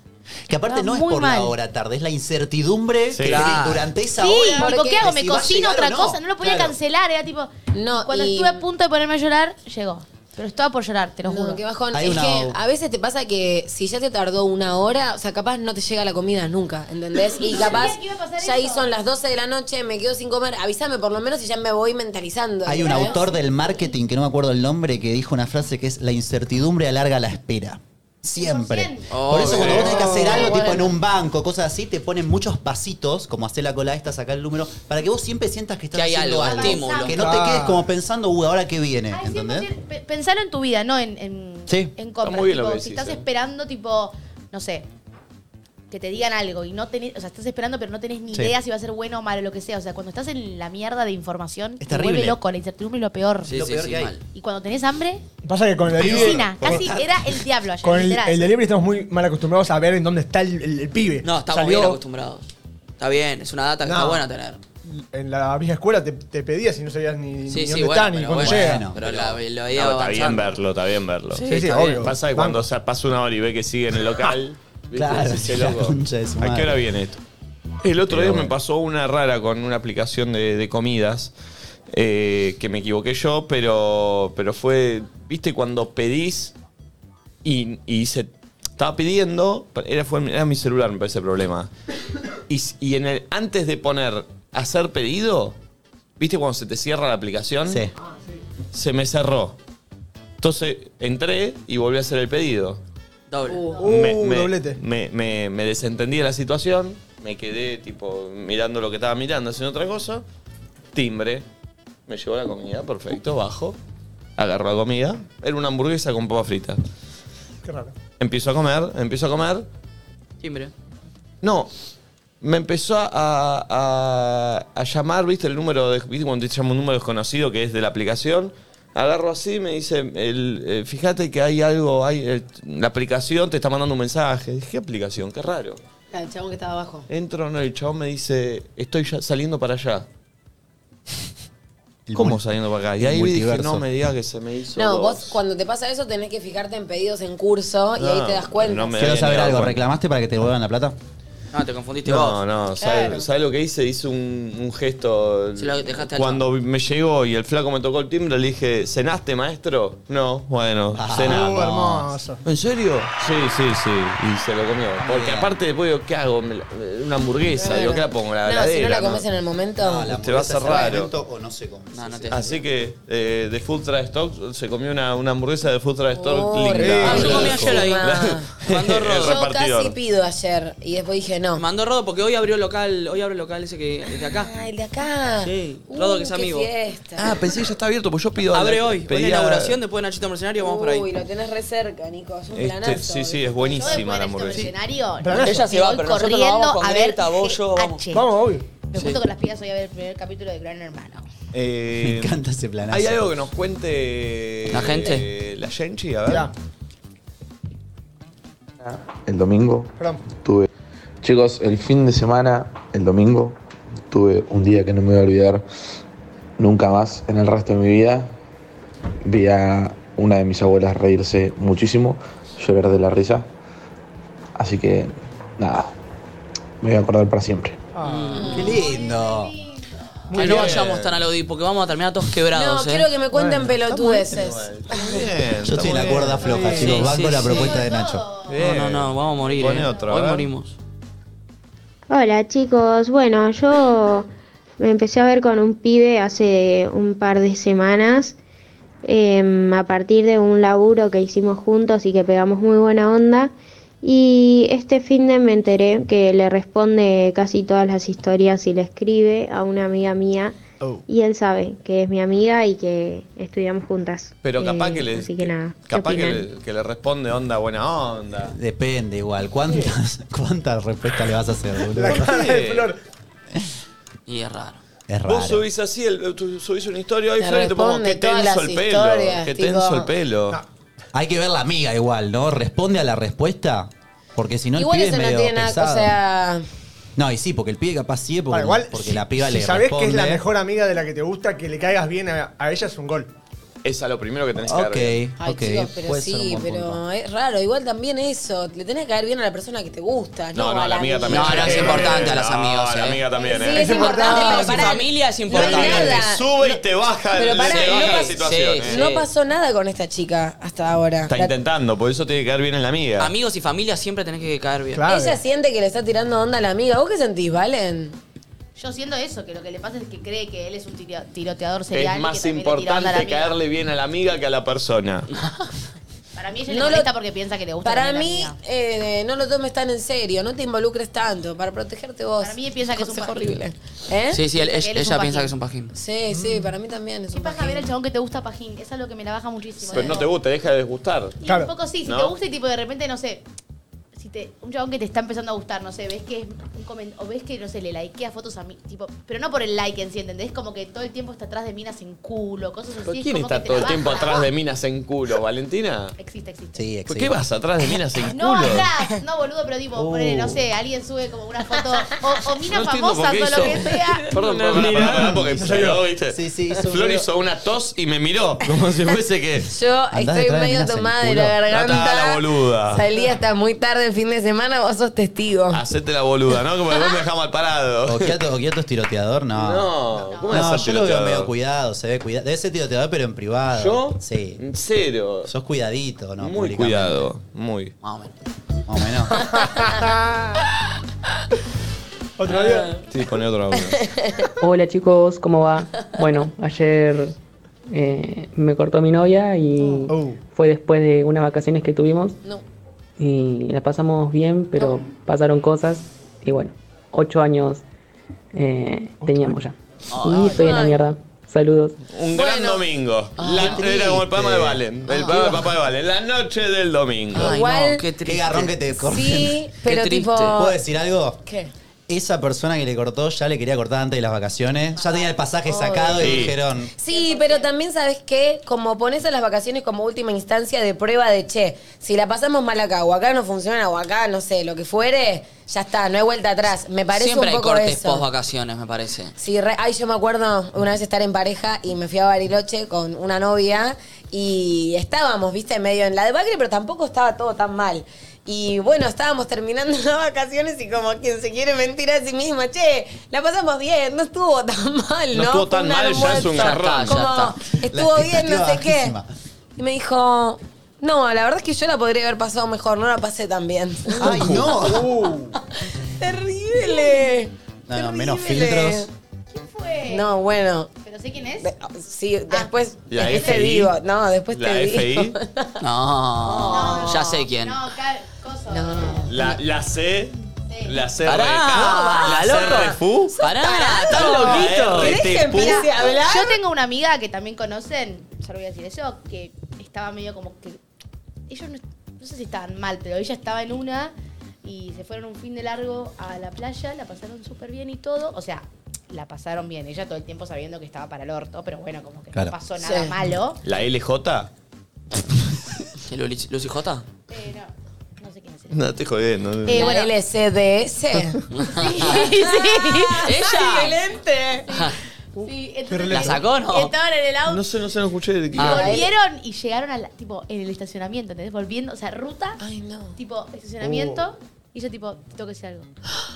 S5: Que aparte
S7: Estaba
S5: no es
S7: muy
S5: por
S7: mal.
S5: la hora tarde, es la incertidumbre
S1: Sí.
S5: que
S1: Claro.
S5: durante esa
S7: Sí,
S5: hora.
S7: tipo, ¿qué hago? ¿Me
S5: si va a
S7: cocino
S5: llegar o
S7: otra cosa? No lo podía
S5: Claro.
S7: cancelar, era tipo.
S4: No,
S7: cuando
S4: y-
S7: estuve a punto de ponerme a llorar, llegó. Pero estaba por llorar, te lo juro.
S4: Qué bajón. es que a veces te pasa que si ya te tardó una hora, o sea, capaz no te llega la comida nunca, ¿entendés? Y
S7: Yo
S4: capaz
S7: sabía que iba a pasar
S4: ya ahí
S7: eso.
S4: son las 12 de la noche, me quedo sin comer, avísame por lo menos y ya me voy mentalizando.
S5: Hay un
S4: ¿entendés?
S5: autor del marketing que no me acuerdo el nombre que dijo una frase que es la incertidumbre alarga la espera. Siempre.
S2: Oh,
S5: Por eso cuando vos tenés
S1: Oh.
S5: que hacer algo tipo en un banco, cosas así, te ponen muchos pasitos, como hacer la cola esta, sacar el número, para que vos siempre sientas que estás
S2: Que hay
S5: haciendo
S2: algo, estímulo.
S5: Que no te
S2: Ah.
S5: quedes como pensando, uy, ahora qué viene, ¿entendés?
S7: Pe- Pensalo en tu vida, no en, en,
S5: Sí.
S7: en compras.
S5: Está muy bien
S7: Tipo,
S5: lo que
S7: si
S5: decís,
S7: estás
S5: eh. [laughs]
S7: esperando, tipo, no sé, que te digan algo y no tenés, o sea, estás esperando pero no tenés ni
S5: Sí.
S7: idea si va a ser bueno o malo, lo que sea. O sea, cuando estás en la mierda de información, te
S6: terrible.
S7: vuelve loco, la incertidumbre es lo peor.
S6: Sí, Lo sí, peor sí, que hay. mal.
S7: Y cuando tenés hambre,
S6: Pasa que con el delivery.
S7: cocina.
S6: con-
S7: Casi era el diablo ayer,
S6: Con el,
S7: literal.
S6: el delivery estamos muy mal acostumbrados a ver en dónde está el, el- el pibe.
S2: No, estamos
S6: Salió-
S2: bien acostumbrados. Está bien, es una data que
S6: No.
S2: está buena tener.
S6: En la vieja escuela te, te pedías y no sabías ni,
S2: Sí,
S6: ni
S2: sí,
S6: dónde
S2: bueno,
S6: está ni
S2: pero
S6: cuándo
S2: bueno,
S6: llega.
S2: pero la- lo veía
S1: No, está bien
S2: avanzando.
S1: verlo, está bien verlo.
S6: Sí, Sí, sí, está obvio. bien.
S1: Pasa que cuando o sea, pasa una hora y ve que sigue en el
S6: [laughs]
S1: local, ¿viste?
S5: Claro,
S1: Decís, "Che,
S5: la
S1: loco,
S5: concha de su
S1: ¿A
S5: madre".
S1: qué hora viene esto? El otro día me pasó una rara con una aplicación de, de comidas eh, que me equivoqué yo, pero, pero fue, viste, cuando pedís y, y se estaba pidiendo, era, fue, era mi celular, me parece el problema. Y, s- y en el, antes de poner hacer pedido, viste cuando se te cierra la aplicación, se me cerró. Entonces entré y volví a hacer el pedido.
S2: Doble.
S6: Uh,
S15: Uh,
S1: me, me- me- me- me desentendí de la situación, me quedé tipo mirando lo que estaba mirando, haciendo otra cosa. Timbre, me llevó la comida, perfecto, bajo, agarro la comida, era una hamburguesa con papa frita.
S6: Qué raro.
S1: Empiezo a comer, empiezo a comer,
S2: Timbre.
S1: no, me empezó a, a- a llamar, ¿viste? El número de. ¿Viste cuando te llama un número desconocido que es de la aplicación? Agarro así, me dice, el, eh, fíjate que hay algo, hay, eh, la aplicación te está mandando un mensaje. Dije, ¿qué aplicación? Qué raro.
S3: El chabón que estaba abajo.
S1: Entro, no, el chabón me dice, estoy ya saliendo para allá. ¿Cómo saliendo para acá? Y ahí dije,
S16: multiverso.
S1: no me digas que se me hizo.
S4: No,
S1: dos.
S4: vos cuando te pasa eso tenés que fijarte en pedidos en curso y ahí
S1: Ah,
S4: te das cuenta.
S1: no me
S5: Quiero
S1: había
S5: saber
S1: dado
S5: algo.
S1: cuenta.
S5: ¿Reclamaste para que te devuelvan la plata?
S2: No, te confundiste
S1: No,
S2: vos.
S1: no, ¿sabes sabes lo que hice? Hice un, un gesto.
S2: Se lo dejaste al
S1: Cuando me llegó y el flaco me tocó el timbre, le dije, ¿cenaste, maestro? No, bueno,
S6: Ah,
S1: cenamos.
S6: uh, hermoso.
S1: ¿En serio? Sí, sí, sí. Y se lo comió. Porque aparte después digo, ¿qué hago? Me la- Una hamburguesa,
S4: Claro.
S1: digo, ¿qué la pongo? La
S4: No, si no
S1: heladera,
S4: la comes en el momento.
S1: Te va a hacer raro.
S5: O no sé cómo.
S2: No, no te
S1: Así que eh, de Food Truck Stock se comió una, una hamburguesa de Food Truck Stock
S4: Oh,
S1: linda.
S2: Ah, yo comí
S1: Loco.
S2: ayer ahí.
S1: [laughs]
S2: Ah.
S1: El
S4: Yo casi
S1: repartidor.
S4: pido ayer y después dije no.
S2: Mandó Rodo porque hoy abrió local, hoy abre local ese que desde acá.
S4: Ah, el de acá.
S2: Sí,
S4: Uh,
S2: Rodo que es
S4: qué
S2: amigo.
S4: fiesta.
S1: Ah, pensé que ya está abierto, pues yo pido.
S2: Abre hoy, fue la
S1: pedía-
S2: inauguración, después de Nachito Mercenario, vamos por ahí.
S4: Uy, lo tenés re cerca, Nico. Es un
S1: Este,
S4: planazo.
S1: sí, sí, es buenísima la hamburguesa.
S7: este escenario.
S1: Planazo.
S2: Ella se va, pero nosotros
S7: corriendo
S2: nos vamos con
S7: a ver
S2: Greta, vos, yo, vamos.
S7: GH.
S2: Vamos,
S6: obvio.
S7: Me junto con las pibas hoy a ver el primer capítulo de Gran Hermano.
S1: Eh,
S5: [laughs] Me encanta ese planazo.
S1: ¿Hay algo que nos cuente
S2: la gente?
S1: la Genchi, a ver.
S17: El domingo
S6: Perdón.
S17: tuve. Chicos, el fin de semana, el domingo, tuve un día que no me voy a olvidar nunca más en el resto de mi vida. Vi a una de mis abuelas reírse muchísimo, llorar de la risa. Así que, nada, me voy a acordar para siempre.
S4: Mm.
S5: Qué lindo.
S2: Que no vayamos tan al Audi porque vamos a terminar todos
S4: No,
S2: quebrados. eh.
S4: quiero que me cuenten pelotudeces.
S5: Yo estoy en la cuerda floja,
S2: Sí,
S5: chicos.
S2: sí,
S5: Banco la
S2: sí.
S5: propuesta de Nacho.
S2: No, no, no, vamos a morir.
S5: Pone
S2: eh.
S5: otro,
S2: Hoy
S5: a ver.
S2: morimos.
S18: Hola chicos, bueno, yo me empecé a ver con un pibe hace un par de semanas em, a partir de un laburo que hicimos juntos y que pegamos muy buena onda. Y este fin de me enteré que le responde casi todas las historias y le escribe a una amiga mía.
S1: Oh.
S18: Y él sabe que es mi amiga y que estudiamos juntas.
S1: Pero capaz
S18: Eh,
S1: que le-
S18: Así que nada. ¿qué
S1: Capaz que
S18: opinan?
S1: le, que le responde onda, buena onda.
S5: Depende igual. ¿Cuántas, [laughs] cuántas respuestas le vas a hacer, boludo?
S1: Sí.
S2: Y es raro.
S5: Es raro.
S1: Vos subís así, el- tú subís una historia hoy,
S4: Te
S1: Flor, y te pongo
S4: responde
S1: que
S4: todas
S1: tenso
S4: las
S1: el pelo.
S4: historias,
S1: Que
S4: tipo-
S1: tenso el pelo.
S5: Hay que ver la amiga igual, ¿no? Responde a la respuesta. Porque si no, el
S4: Igual
S5: pibe
S4: eso
S5: es
S4: no
S5: medio
S4: tiene nada,
S5: pesado.
S4: o sea.
S5: No, y sí, porque el pibe capaz sí, porque,
S6: Ahora, Ah, igual,
S5: porque
S6: si-
S5: la piba
S6: si
S5: le
S6: sabés
S5: responde.
S6: que es la mejor amiga de la que te gusta, que le caigas bien a, a ella es un gol.
S1: Es a lo primero que tenés que
S5: Ok,
S1: ver.
S4: Ay, chicos, pero sí, pero es raro. Igual también eso. Le tenés que caer bien a la persona que te gusta. No,
S1: No, no,
S4: a
S1: a la amiga también.
S2: No, no, es importante a las
S1: No,
S2: amigas,
S1: a la
S2: eh.
S1: amiga también,
S4: Sí,
S1: eh.
S4: es importante,
S2: No,
S4: pero
S2: si
S4: pará.
S2: familia es
S4: No hay
S2: importante.
S4: nada.
S1: Te sube y te baja,
S4: Pero
S1: el-
S4: pará,
S1: te
S4: no
S1: baja la
S4: pas-
S1: situación. eh.
S4: No pasó nada con esta chica hasta ahora.
S1: Está
S4: La-
S1: intentando, por eso tiene que quedar bien en la amiga.
S2: Amigos y familia siempre tenés que caer bien.
S4: Ella siente que le está tirando onda a la amiga. ¿Vos qué sentís, Valen?
S7: Yo siento eso, que lo que le pasa es que cree que él es un tiro- tiroteador serial.
S1: Es
S7: y
S1: más
S7: que también le tira onda a la
S1: importante
S7: amiga.
S1: caerle bien a la amiga que a la persona.
S5: [laughs]
S7: Para mí ella
S4: No lo-
S7: le molesta porque piensa que le gusta
S4: Para
S7: también la
S4: mí,
S7: amiga.
S4: eh, no lo tomes tan en serio, no te involucres tanto, para protegerte vos. Para mí
S7: piensa que es un pajín.
S4: horrible. ¿Eh?
S2: Sí, sí, él-
S7: Piensa que él
S2: ella
S7: es
S2: ella
S7: un
S2: piensa
S7: pajín.
S2: que es un pajín.
S4: Sí, sí,
S1: Mm.
S4: para mí también es
S7: ¿Qué
S4: un
S7: pasa ver al chabón que te gusta pajín? Es algo que me la baja muchísimo.
S1: Pero no te gusta, deja de gustar.
S7: Y un poco sí, si te gusta y tipo de repente, no sé, si te, un chabón que te está empezando a gustar, no sé, ves que es un comen- o ves que, no sé, le likea fotos a mí, tipo, pero no por el like en sí, ¿entendés? Como que todo el tiempo está atrás de minas en culo, cosas así.
S1: ¿Pero
S7: es
S1: quién
S7: como
S1: está
S7: que te
S1: todo el
S7: la
S1: tiempo
S7: baja.
S1: atrás de minas en culo, Valentina?
S7: Existe, existe.
S5: Sí,
S1: ¿Por qué vas atrás de minas en
S7: No
S1: culo?
S7: atrás, no boludo, pero tipo,
S1: Uh.
S7: ponele, no sé, alguien sube como una foto, o,
S1: [laughs]
S7: o mina
S1: No entiendo
S7: famosa,
S1: por qué
S7: o
S1: hizo-
S7: lo que
S1: [laughs]
S4: [laughs]
S7: sea.
S1: Perdón, perdón, perdón, perdón, perdón, porque yo, ¿viste?
S5: Sí, sí, hizo un
S1: Flor
S5: video.
S1: hizo una tos y me
S5: [laughs]
S1: miró, como si fuese que...
S4: Yo estoy medio tomada de la
S1: Andá a la
S4: garganta.
S1: boluda.
S4: Salí hasta muy tarde el fin de semana, vos sos testigo.
S1: Hacete la
S4: [laughs]
S1: boluda, ¿no? Como que vos me dejás mal parado.
S5: ¿O Kiato, o Kiato es tiroteador? No.
S1: No, ¿cómo vas a
S5: No,
S1: ser
S5: yo lo veo
S1: tiroteador?
S5: medio cuidado, se ve cuidado. Debe ser tiroteador, pero en privado.
S1: ¿Yo?
S5: Sí.
S1: Cero.
S5: Sos cuidadito, ¿no?
S1: Muy
S5: Públicamente.
S1: cuidado, muy.
S5: Más o menos.
S4: [laughs]
S6: ¿Otro día?
S1: [laughs] Sí, pone otro audio.
S14: Hola chicos, ¿cómo va? Bueno, ayer eh, me cortó mi novia y
S1: Oh.
S14: fue después de unas vacaciones que tuvimos.
S4: Oh. No.
S14: Y la pasamos bien, pero pasaron cosas. Y bueno, ocho años eh, teníamos ya.
S1: Ay.
S14: y estoy en la mierda. Saludos.
S1: Un gran domingo. La- era como el programa de Valen. El programa de papá de Valen. La noche del domingo.
S5: Ay,
S4: Igual- no,
S5: qué, garrón que te corten.
S4: Sí, pero
S5: Qué triste.
S4: tipo-
S5: ¿Puedo decir algo?
S4: ¿Qué?
S5: esa persona que le cortó ya le quería cortar antes de las vacaciones. Ya tenía el pasaje sacado y
S1: Sí.
S5: dijeron.
S4: Sí, pero también sabes que como pones a las vacaciones como última instancia de prueba de che, si la pasamos mal acá o acá no funciona o acá no sé, lo que fuere, ya está, no hay vuelta atrás. Me parece
S2: Siempre
S4: un
S2: hay
S4: poco
S2: cortes
S4: eso.
S2: post vacaciones, me parece.
S4: Sí, re- ay, yo me acuerdo una vez estar en pareja y me fui a Bariloche con una novia y estábamos, viste, medio en la debacle, pero tampoco estaba todo tan mal. Y bueno, estábamos terminando [laughs] las vacaciones y como quien se quiere mentir a sí misma, che, la pasamos bien, no estuvo tan [laughs] mal,
S1: No
S4: ¿no?
S1: estuvo
S4: Fue
S1: tan
S4: un
S1: mal, ya es un
S4: almuerzo.
S1: garrón. Ya está, ya
S4: Como, Estuvo bien, no sé qué. Y me dijo, no, la verdad es que yo la podría haber pasado mejor, no la pasé tan bien.
S5: ¡Ay, no!
S4: [laughs] ¡Terrible!
S5: No, no, menos
S4: Terrible.
S5: filtros.
S4: No, bueno. oh,
S19: ¿Pero sé quién es? Ah.
S4: Sí, después,
S2: ¿La
S4: después te
S2: FI?
S4: digo. No, después
S2: ¿La
S4: te
S2: FI?
S4: [laughs] digo.
S2: No, ya sé quién.
S19: No, acá, cosa.
S1: La, la C. La C.
S2: Pará, la
S1: la C.
S2: loca.
S1: Refu.
S2: Pará, está
S1: loquito.
S2: ¿Querés
S1: Este,
S2: que
S19: Mira,
S2: empiece
S1: Refu.
S2: a hablar?
S19: Yo tengo una amiga que también conocen, ya lo voy a decir eso, que estaba medio como que. Ellos no, no sé si estaban mal, pero ella estaba en una y se fueron un fin de largo a la playa, la pasaron súper bien y todo. O sea, la pasaron bien. Ella todo el tiempo sabiendo que estaba para el orto, pero bueno, como que
S1: Claro.
S19: no pasó nada
S2: Sí.
S19: malo.
S1: La LJ.
S2: ¿Lucy Lucy
S4: [laughs]
S2: J?
S19: Eh, no.
S1: No, te jodiendo. no.
S19: Eh, bueno. [laughs]
S4: LCDS. [laughs]
S19: sí.
S2: Ella.
S4: ¡Excelente!
S1: E.
S19: Sí,
S2: Pero
S19: entonces,
S2: la sacó, ¿no?
S19: Estaban en el auto.
S1: No sé, no sé, no escuché. de qué-
S19: Y
S5: Ah,
S2: Ah,
S19: volvieron y llegaron al, tipo, en el estacionamiento, ¿entendés? Volviendo, o sea, ruta, tipo, estacionamiento, y yo, tipo, te tengo que decir algo.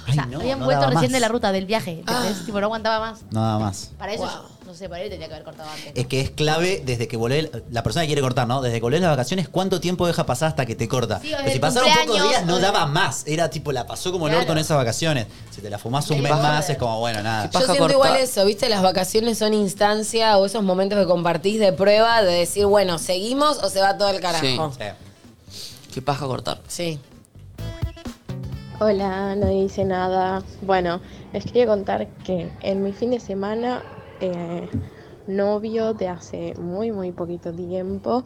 S19: o sea,
S5: no,
S19: habían
S5: no
S19: vuelto
S5: daba
S19: recién
S5: más.
S19: de la ruta del viaje,
S4: Ah.
S19: ¿entendés? Tipo, no aguantaba más.
S5: Nada más.
S19: Para eso, yo- no sé, para ahí tendría que haber cortado antes.
S5: Es que es clave desde que volé, la persona que quiere cortar, ¿no? Desde que volé las vacaciones, ¿cuánto tiempo deja pasar hasta que te corta?
S19: Sí, o
S5: Pero
S19: desde
S5: si
S19: el
S5: pasaron pocos
S19: cumpleaños,
S5: días, no
S19: o-
S5: daba más. Era tipo, la pasó como el
S4: Claro.
S5: orto en esas vacaciones. Si te la fumás un
S4: Qué
S5: mes
S4: borde.
S5: más, es como, bueno, nada.
S4: Yo siento igual eso, ¿viste? Las vacaciones son instancia o esos momentos que compartís de prueba de decir, bueno, ¿seguimos o se va todo el carajo?
S2: Sí. Qué paja cortar.
S4: Sí.
S18: Hola, no dice nada. Bueno, les quería contar que en mi fin de semana, eh, novio de hace muy, muy poquito tiempo,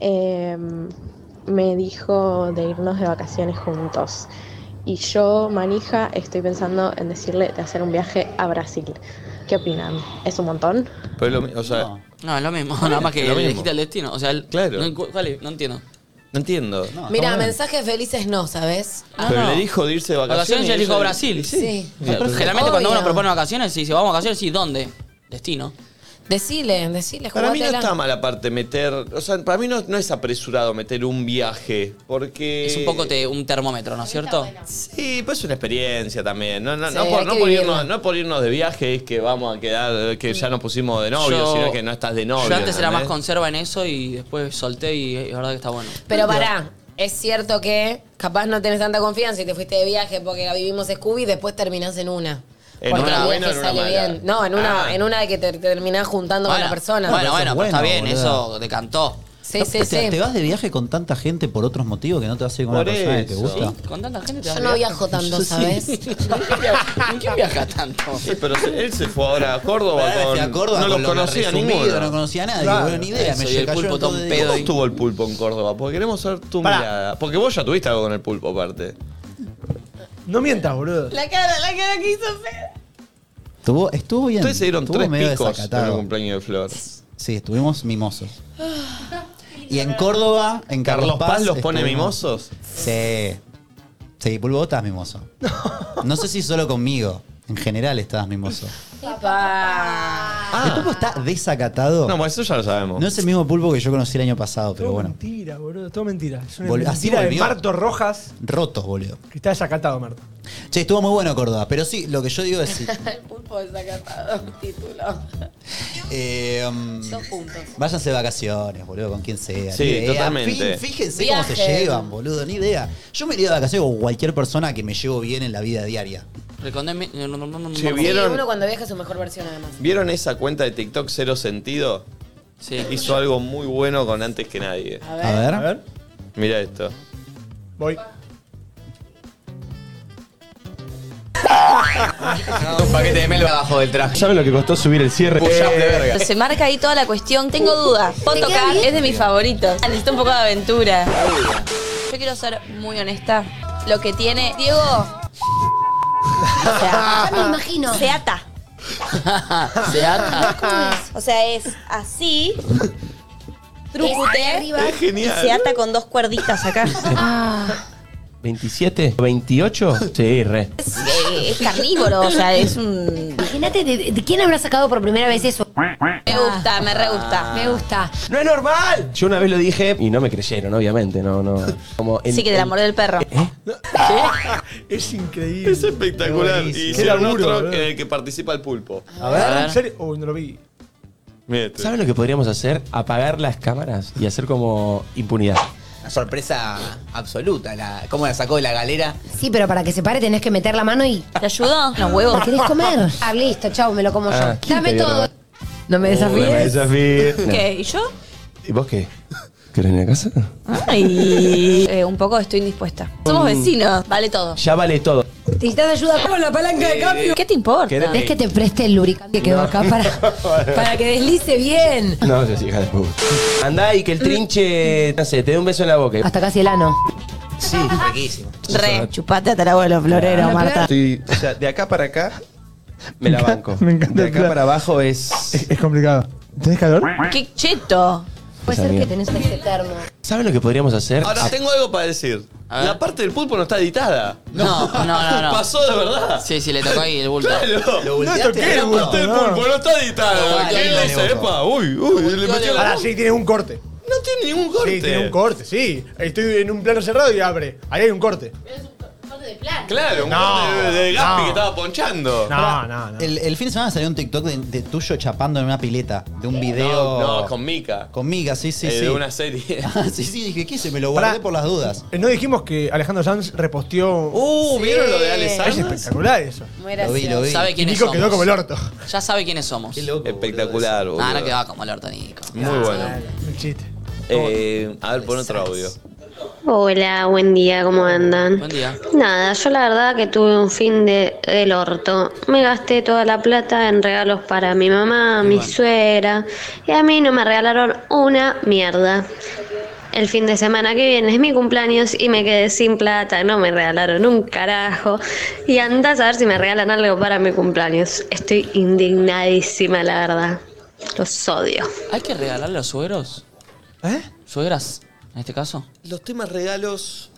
S18: eh, me dijo de irnos de vacaciones juntos. Y yo, manija, estoy pensando en decirle de hacer un viaje a Brasil. ¿Qué opinan? ¿Es un montón?
S1: Pero lo mi- o sea,
S2: No, es lo mismo.
S1: Bueno,
S2: Nada más que
S1: es lo mismo.
S2: le quita el destino. O sea, el-
S1: Claro.
S2: No, encu- ¿cuál es? No entiendo.
S1: no entiendo.
S19: Ah,
S4: Mira, mensajes felices no, ¿sabes?
S1: Pero le dijo de irse de vacaciones.
S2: Vacaciones ya
S1: y
S2: elijo
S1: ella-
S2: Brasil.
S4: Sí. Sí.
S2: O sea,
S4: Perfecto.
S2: Generalmente cuando
S4: Obvio.
S2: uno propone vacaciones, si dice vamos a vacaciones, sí, ¿dónde? Destino.
S4: Decile, decile,
S1: Para mí no
S4: jugátela.
S1: está mala parte meter, o sea, para mí no, no es apresurado meter un viaje, porque...
S2: Es un poco te- un termómetro, ¿no es cierto?
S1: Sí, pues es una experiencia también. No, no,
S2: Sí,
S1: no, por,
S2: hay
S1: no
S2: que
S1: por
S2: vivirla.
S1: irnos, no por irnos de viaje es que vamos a quedar, que ya nos pusimos de novio,
S2: Yo-
S1: sino que no estás de novio.
S2: Yo antes era más
S1: ¿entendés?
S2: conserva en eso y después solté y es verdad que está bueno.
S4: Pero pará, es cierto que capaz no tenés tanta confianza y te fuiste de viaje porque la vivimos Scooby y después terminás en una.
S2: ¿En
S4: porque
S2: una
S4: el
S2: buena
S4: viaje
S2: o en una
S4: sale
S2: mala?
S4: bien. No, en una,
S2: Ah.
S4: en una que te, te terminás juntando con la persona.
S2: Bueno, bueno, pero está
S5: bueno,
S2: bien,
S5: boluda.
S2: eso decantó.
S4: Sí, sí,
S5: te,
S4: sí.
S5: te vas de viaje con tanta gente por otros motivos que no te vas a ir con
S2: Por
S5: una persona que te
S2: eso.
S5: gusta.
S2: Sí, Con tanta gente te
S4: Yo
S2: vas de
S4: no
S2: viaje.
S4: viajo
S2: [laughs]
S4: tanto,
S2: Sí.
S4: ¿sabes?
S2: ¿Con quién viaja tanto?
S1: Sí, pero se- él se fue ahora a Córdoba
S5: Claro,
S1: con...
S5: fui a Córdoba
S1: no
S5: con
S1: los
S5: lo que
S1: conocía
S5: resumido,
S1: ninguno.
S5: no conocía a nadie, boludo, ni idea, me
S1: y el
S5: cayó
S1: pulpo
S5: en
S1: todo
S5: todo
S1: un
S5: de-
S1: pedo. ¿Cómo
S5: ¿Cómo
S1: estuvo el pulpo en Córdoba? Porque queremos saber tu
S6: Pará.
S1: mirada. Porque vos ya tuviste algo con el pulpo, aparte.
S6: No mientas, boludo.
S4: La cara, la cara que hizo Fede.
S5: Estuvo, estuvo bien.
S1: Ustedes se dieron
S5: estuvo
S1: tres
S5: medio
S1: picos en el
S5: desacatado.
S1: cumpleaños de Flor.
S5: Sí, estuvimos mimosos. Y en Córdoba, en
S1: ¿Carlos
S5: Carlos
S1: Paz
S5: Paz.
S1: los pone
S5: estuvimos-
S1: mimosos?
S5: Sí. Sí, Pulvo, vos
S1: [laughs]
S5: estás mimoso. No sé si solo conmigo. En general estás mimoso. El pulpo está desacatado.
S1: Ah. No, pues, bueno, eso ya lo sabemos.
S5: No es el mismo pulpo que yo conocí el año pasado, pero
S6: Todo
S5: bueno.
S6: mentira, boludo. Todo mentira. Es una
S5: Vol- así
S6: mentira de
S5: volvió.
S6: Marto Rojas
S5: Rotos, boludo.
S6: que está desacatado, Marto.
S5: Che, estuvo muy bueno Córdoba. Pero sí, lo que yo digo es
S4: [laughs]
S5: sí.
S4: El pulpo desacatado, título.
S5: Eh, um,
S4: Dos puntos.
S5: váyanse de vacaciones, boludo, con quien sea.
S1: Sí,
S5: ni idea.
S1: totalmente.
S5: Fí- Fíjense cómo se
S4: Viajen.
S5: llevan, boludo, ni idea. Yo me iría de vacaciones con cualquier persona que me llevo bien en la vida diaria.
S2: Recondeme- no, no, [laughs] no,
S4: Mm.
S2: no,
S1: Che,
S2: no.
S1: ¿vieron?
S4: uno cuando viaja es su mejor versión, además.
S1: ¿Vieron esa cuenta de TikTok Cero Sentido?
S2: Sí.
S1: Hizo algo muy bueno con antes que nadie.
S4: A
S5: ver. A ver.
S1: Mira esto. [laughs]
S6: Voy.
S20: Un paquete de mel abajo del traje. ¿Saben lo que costó subir el cierre? Eh,
S21: Se marca ahí toda la cuestión. Tengo dudas. Potocar es de mis favoritos. Ah, Necesito un poco de aventura. Yo quiero ser muy honesta. Lo que tiene Diego O sea,
S3: [laughs] Ya me imagino.
S21: Se ata.
S2: Se ata.
S1: Ah.
S21: O sea, es así. Trúcute.
S1: Es genial.
S21: Y se ata con dos cuerditas
S1: [laughs]
S21: acá.
S20: ¿27? ¿28? Sí, re.
S21: Es, eh, es carnívoro, o sea, es un.
S3: Imagínate de, de quién habrá sacado por primera vez eso.
S21: Me gusta, me re gusta.
S3: Me gusta.
S20: ¡No es normal! Yo una vez lo dije y no me creyeron, obviamente. No,
S2: [laughs]
S20: no. Como en-
S21: Sí, que te la
S20: en-
S21: mordió el perro.
S6: Es increíble.
S1: Es espectacular.
S6: Qué
S1: Y hicieron
S6: laburo,
S1: otro
S6: ¿verdad?
S1: en el que participa el pulpo.
S6: A ver, ¿en serio? Uy, no lo vi.
S20: ¿Saben lo que podríamos hacer? Apagar las cámaras y hacer como impunidad.
S22: Una sorpresa absoluta. La, ¿Cómo la sacó de la galera?
S3: Sí, pero para que se pare tenés que meter la mano y.
S21: ¿Te ayudo? Los huevos.
S3: ¿Querés
S21: [laughs]
S3: comer? Ah, listo, chau, me lo como
S20: Ah,
S3: yo.
S20: ¿quién
S3: Dame
S20: te dio la
S3: todo.
S20: mano?
S3: No me desafíes.
S20: desafíes.
S21: ¿Qué? ¿Y yo?
S20: ¿Y vos qué? ¿Querés ir a casa?
S21: Ay. Eh, un poco estoy indispuesta.
S20: Mm.
S21: Somos vecinos, vale todo.
S20: Ya vale todo.
S3: Necesitas ayuda con la palanca de cambio.
S21: ¿Qué te importa?
S20: ¿Querés?
S3: Es que te preste el lubricante que quedó acá
S2: [laughs]
S3: para, para que deslice bien.
S20: [laughs] No, yo sí, hija de puta. Andá y que el trinche, no sé, te dé un beso en la boca.
S3: Hasta casi el ano.
S20: Sí, riquísimo.
S21: Re, chupate hasta el abuelo florero, Marta.
S20: Sí, o sea, de acá para acá me la banco. De acá para abajo es.
S6: Es, es complicado. ¿Tenés calor?
S21: Qué cheto.
S3: Puede ser que tenés un eterno.
S20: ¿Saben lo que podríamos hacer?
S1: Ahora
S20: A-
S1: tengo algo para decir. La parte del pulpo no está editada.
S2: No, no, no, no.
S1: [laughs] Pasó de verdad.
S2: Sí, sí, le tocó ahí el bulto. Lo
S1: Claro. no
S2: volteaste,
S1: toqué
S2: loco.
S1: la parte del
S6: Ah.
S1: pulpo, no está
S2: Lo
S1: editada.
S2: volteó
S1: ¿Quién
S2: y
S1: le
S2: le
S1: dice?
S2: botó.
S1: Epa, uy, uy, le metió la
S6: Ahora
S1: boca.
S6: sí, tiene un corte.
S1: No tiene ningún
S6: Sí, tiene
S1: corte.
S6: un corte, sí. Estoy en un plano cerrado y abre. Ahí hay un corte.
S1: Claro, un
S6: No,
S1: corte de, de Gaspi
S6: no.
S1: que estaba ponchando.
S6: No, no, no.
S5: El, el fin de semana salió un TikTok de, de tuyo chapando en una pileta. De un video.
S1: No, no, con Mika.
S5: Conmigo, sí, sí,
S1: Eh,
S5: sí.
S1: De una serie.
S5: Ah, sí, sí, dije, ¿qué hice? Me lo guardé
S6: Pará.
S5: por las dudas.
S6: Eh, No dijimos que Alejandro Sanz reposteó.
S1: Uh, ¿vieron lo de Ale
S6: Es
S1: Sanz?
S6: espectacular eso.
S21: Muy
S5: Lo vi, lo vi.
S2: ¿Sabe
S6: Y
S2: quiénes
S6: Nico
S2: somos?
S6: quedó como el orto.
S2: Ya sabe quiénes somos.
S1: Espectacular, boludo.
S2: Ah, no quedaba como el orto, Nico.
S1: Muy bueno.
S6: Un chiste.
S1: Eh, a ver, pon otro audio.
S23: Hola, buen día, ¿cómo andan?
S2: Buen día.
S23: Nada, yo la verdad que tuve un fin de del orto. Me gasté toda la plata en regalos para mi mamá, mi suegra, y a mí no me regalaron una mierda. El fin de semana que viene es mi cumpleaños y me quedé sin plata, no me regalaron un carajo. Y andás a ver si me regalan algo para mi cumpleaños. Estoy indignadísima, la verdad. Los odio.
S2: ¿Hay que regalarle a los suegros?
S6: ¿Eh?
S2: ¿Suegras? En este caso.
S1: Los temas regalos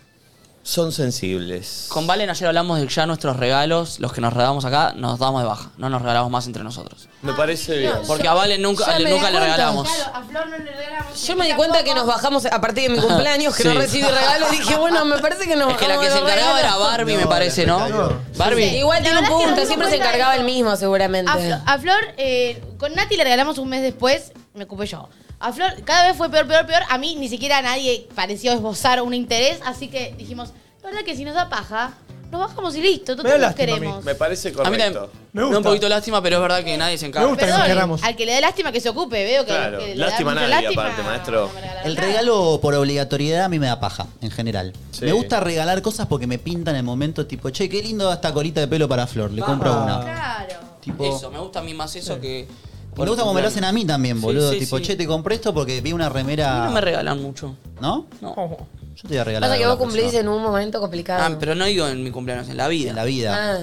S1: son sensibles.
S2: Con Valen ayer hablamos de que ya nuestros regalos, los que nos regalamos acá, nos damos de baja. No nos regalamos más entre nosotros.
S1: Me parece bien.
S2: Porque a Valen nunca,
S4: Ya
S2: le,
S4: me
S2: nunca
S4: di
S2: le
S4: cuenta.
S2: regalamos.
S19: a Flor no le regalamos.
S4: Yo me di cuenta que nos bajamos a partir de mi cumpleaños, que
S2: Ah, Sí.
S4: no recibí regalos. Dije, bueno, me parece que nos
S2: Es que
S4: bajamos.
S2: la que
S4: de
S2: se
S4: los
S2: encargaba era
S4: regalos.
S2: Barbie, me parece, ¿no? Barbie.
S19: Sí.
S4: Igual tiene
S19: La verdad
S4: un
S19: es que
S4: punto,
S19: no
S4: siempre se
S19: cuenta
S4: encargaba
S19: eso.
S4: el mismo, seguramente.
S19: A, Flo- a Flor, eh, con Nati le regalamos un mes después, me ocupé yo. A Flor, cada vez fue peor, peor, peor. A mí ni siquiera nadie pareció esbozar un interés, así que dijimos, la verdad que si nos da paja, nos bajamos y listo, todos
S6: da
S19: nos
S6: lástima a mí.
S19: queremos.
S1: Me parece
S2: A mí también.
S1: correcto.
S2: Me gusta. un poquito lástima, pero es verdad que nadie se encarga.
S6: Me gusta que nos
S19: Perdón,
S6: queramos.
S19: al que le da lástima que se ocupe, veo que,
S1: Claro.
S19: que le da
S1: Lástima a
S19: mucha
S1: nadie,
S19: lástima.
S1: aparte, maestro.
S5: El regalo por obligatoriedad a mí me da paja, en general.
S1: Sí.
S5: Me gusta regalar cosas porque me pintan en el momento, tipo, che, qué lindo esta colita de pelo para Flor, le compro
S4: Ah,
S5: una.
S19: Claro.
S5: Tipo,
S2: Eso, me gusta a mí más eso que.
S5: me gusta como me lo hacen a mí también,
S2: Sí,
S5: boludo.
S2: sí,
S5: tipo,
S2: sí.
S5: che, te compré esto porque vi una
S2: A
S5: remera.
S2: mí no me regalan mucho.
S5: ¿No?
S2: No.
S5: Yo te voy a regalar.
S4: Pasa que vos
S5: algo la
S4: cumplís
S5: próxima.
S4: en un momento complicado.
S2: Ah, pero no digo en mi cumpleaños, en la vida.
S5: En la vida.
S4: Ah.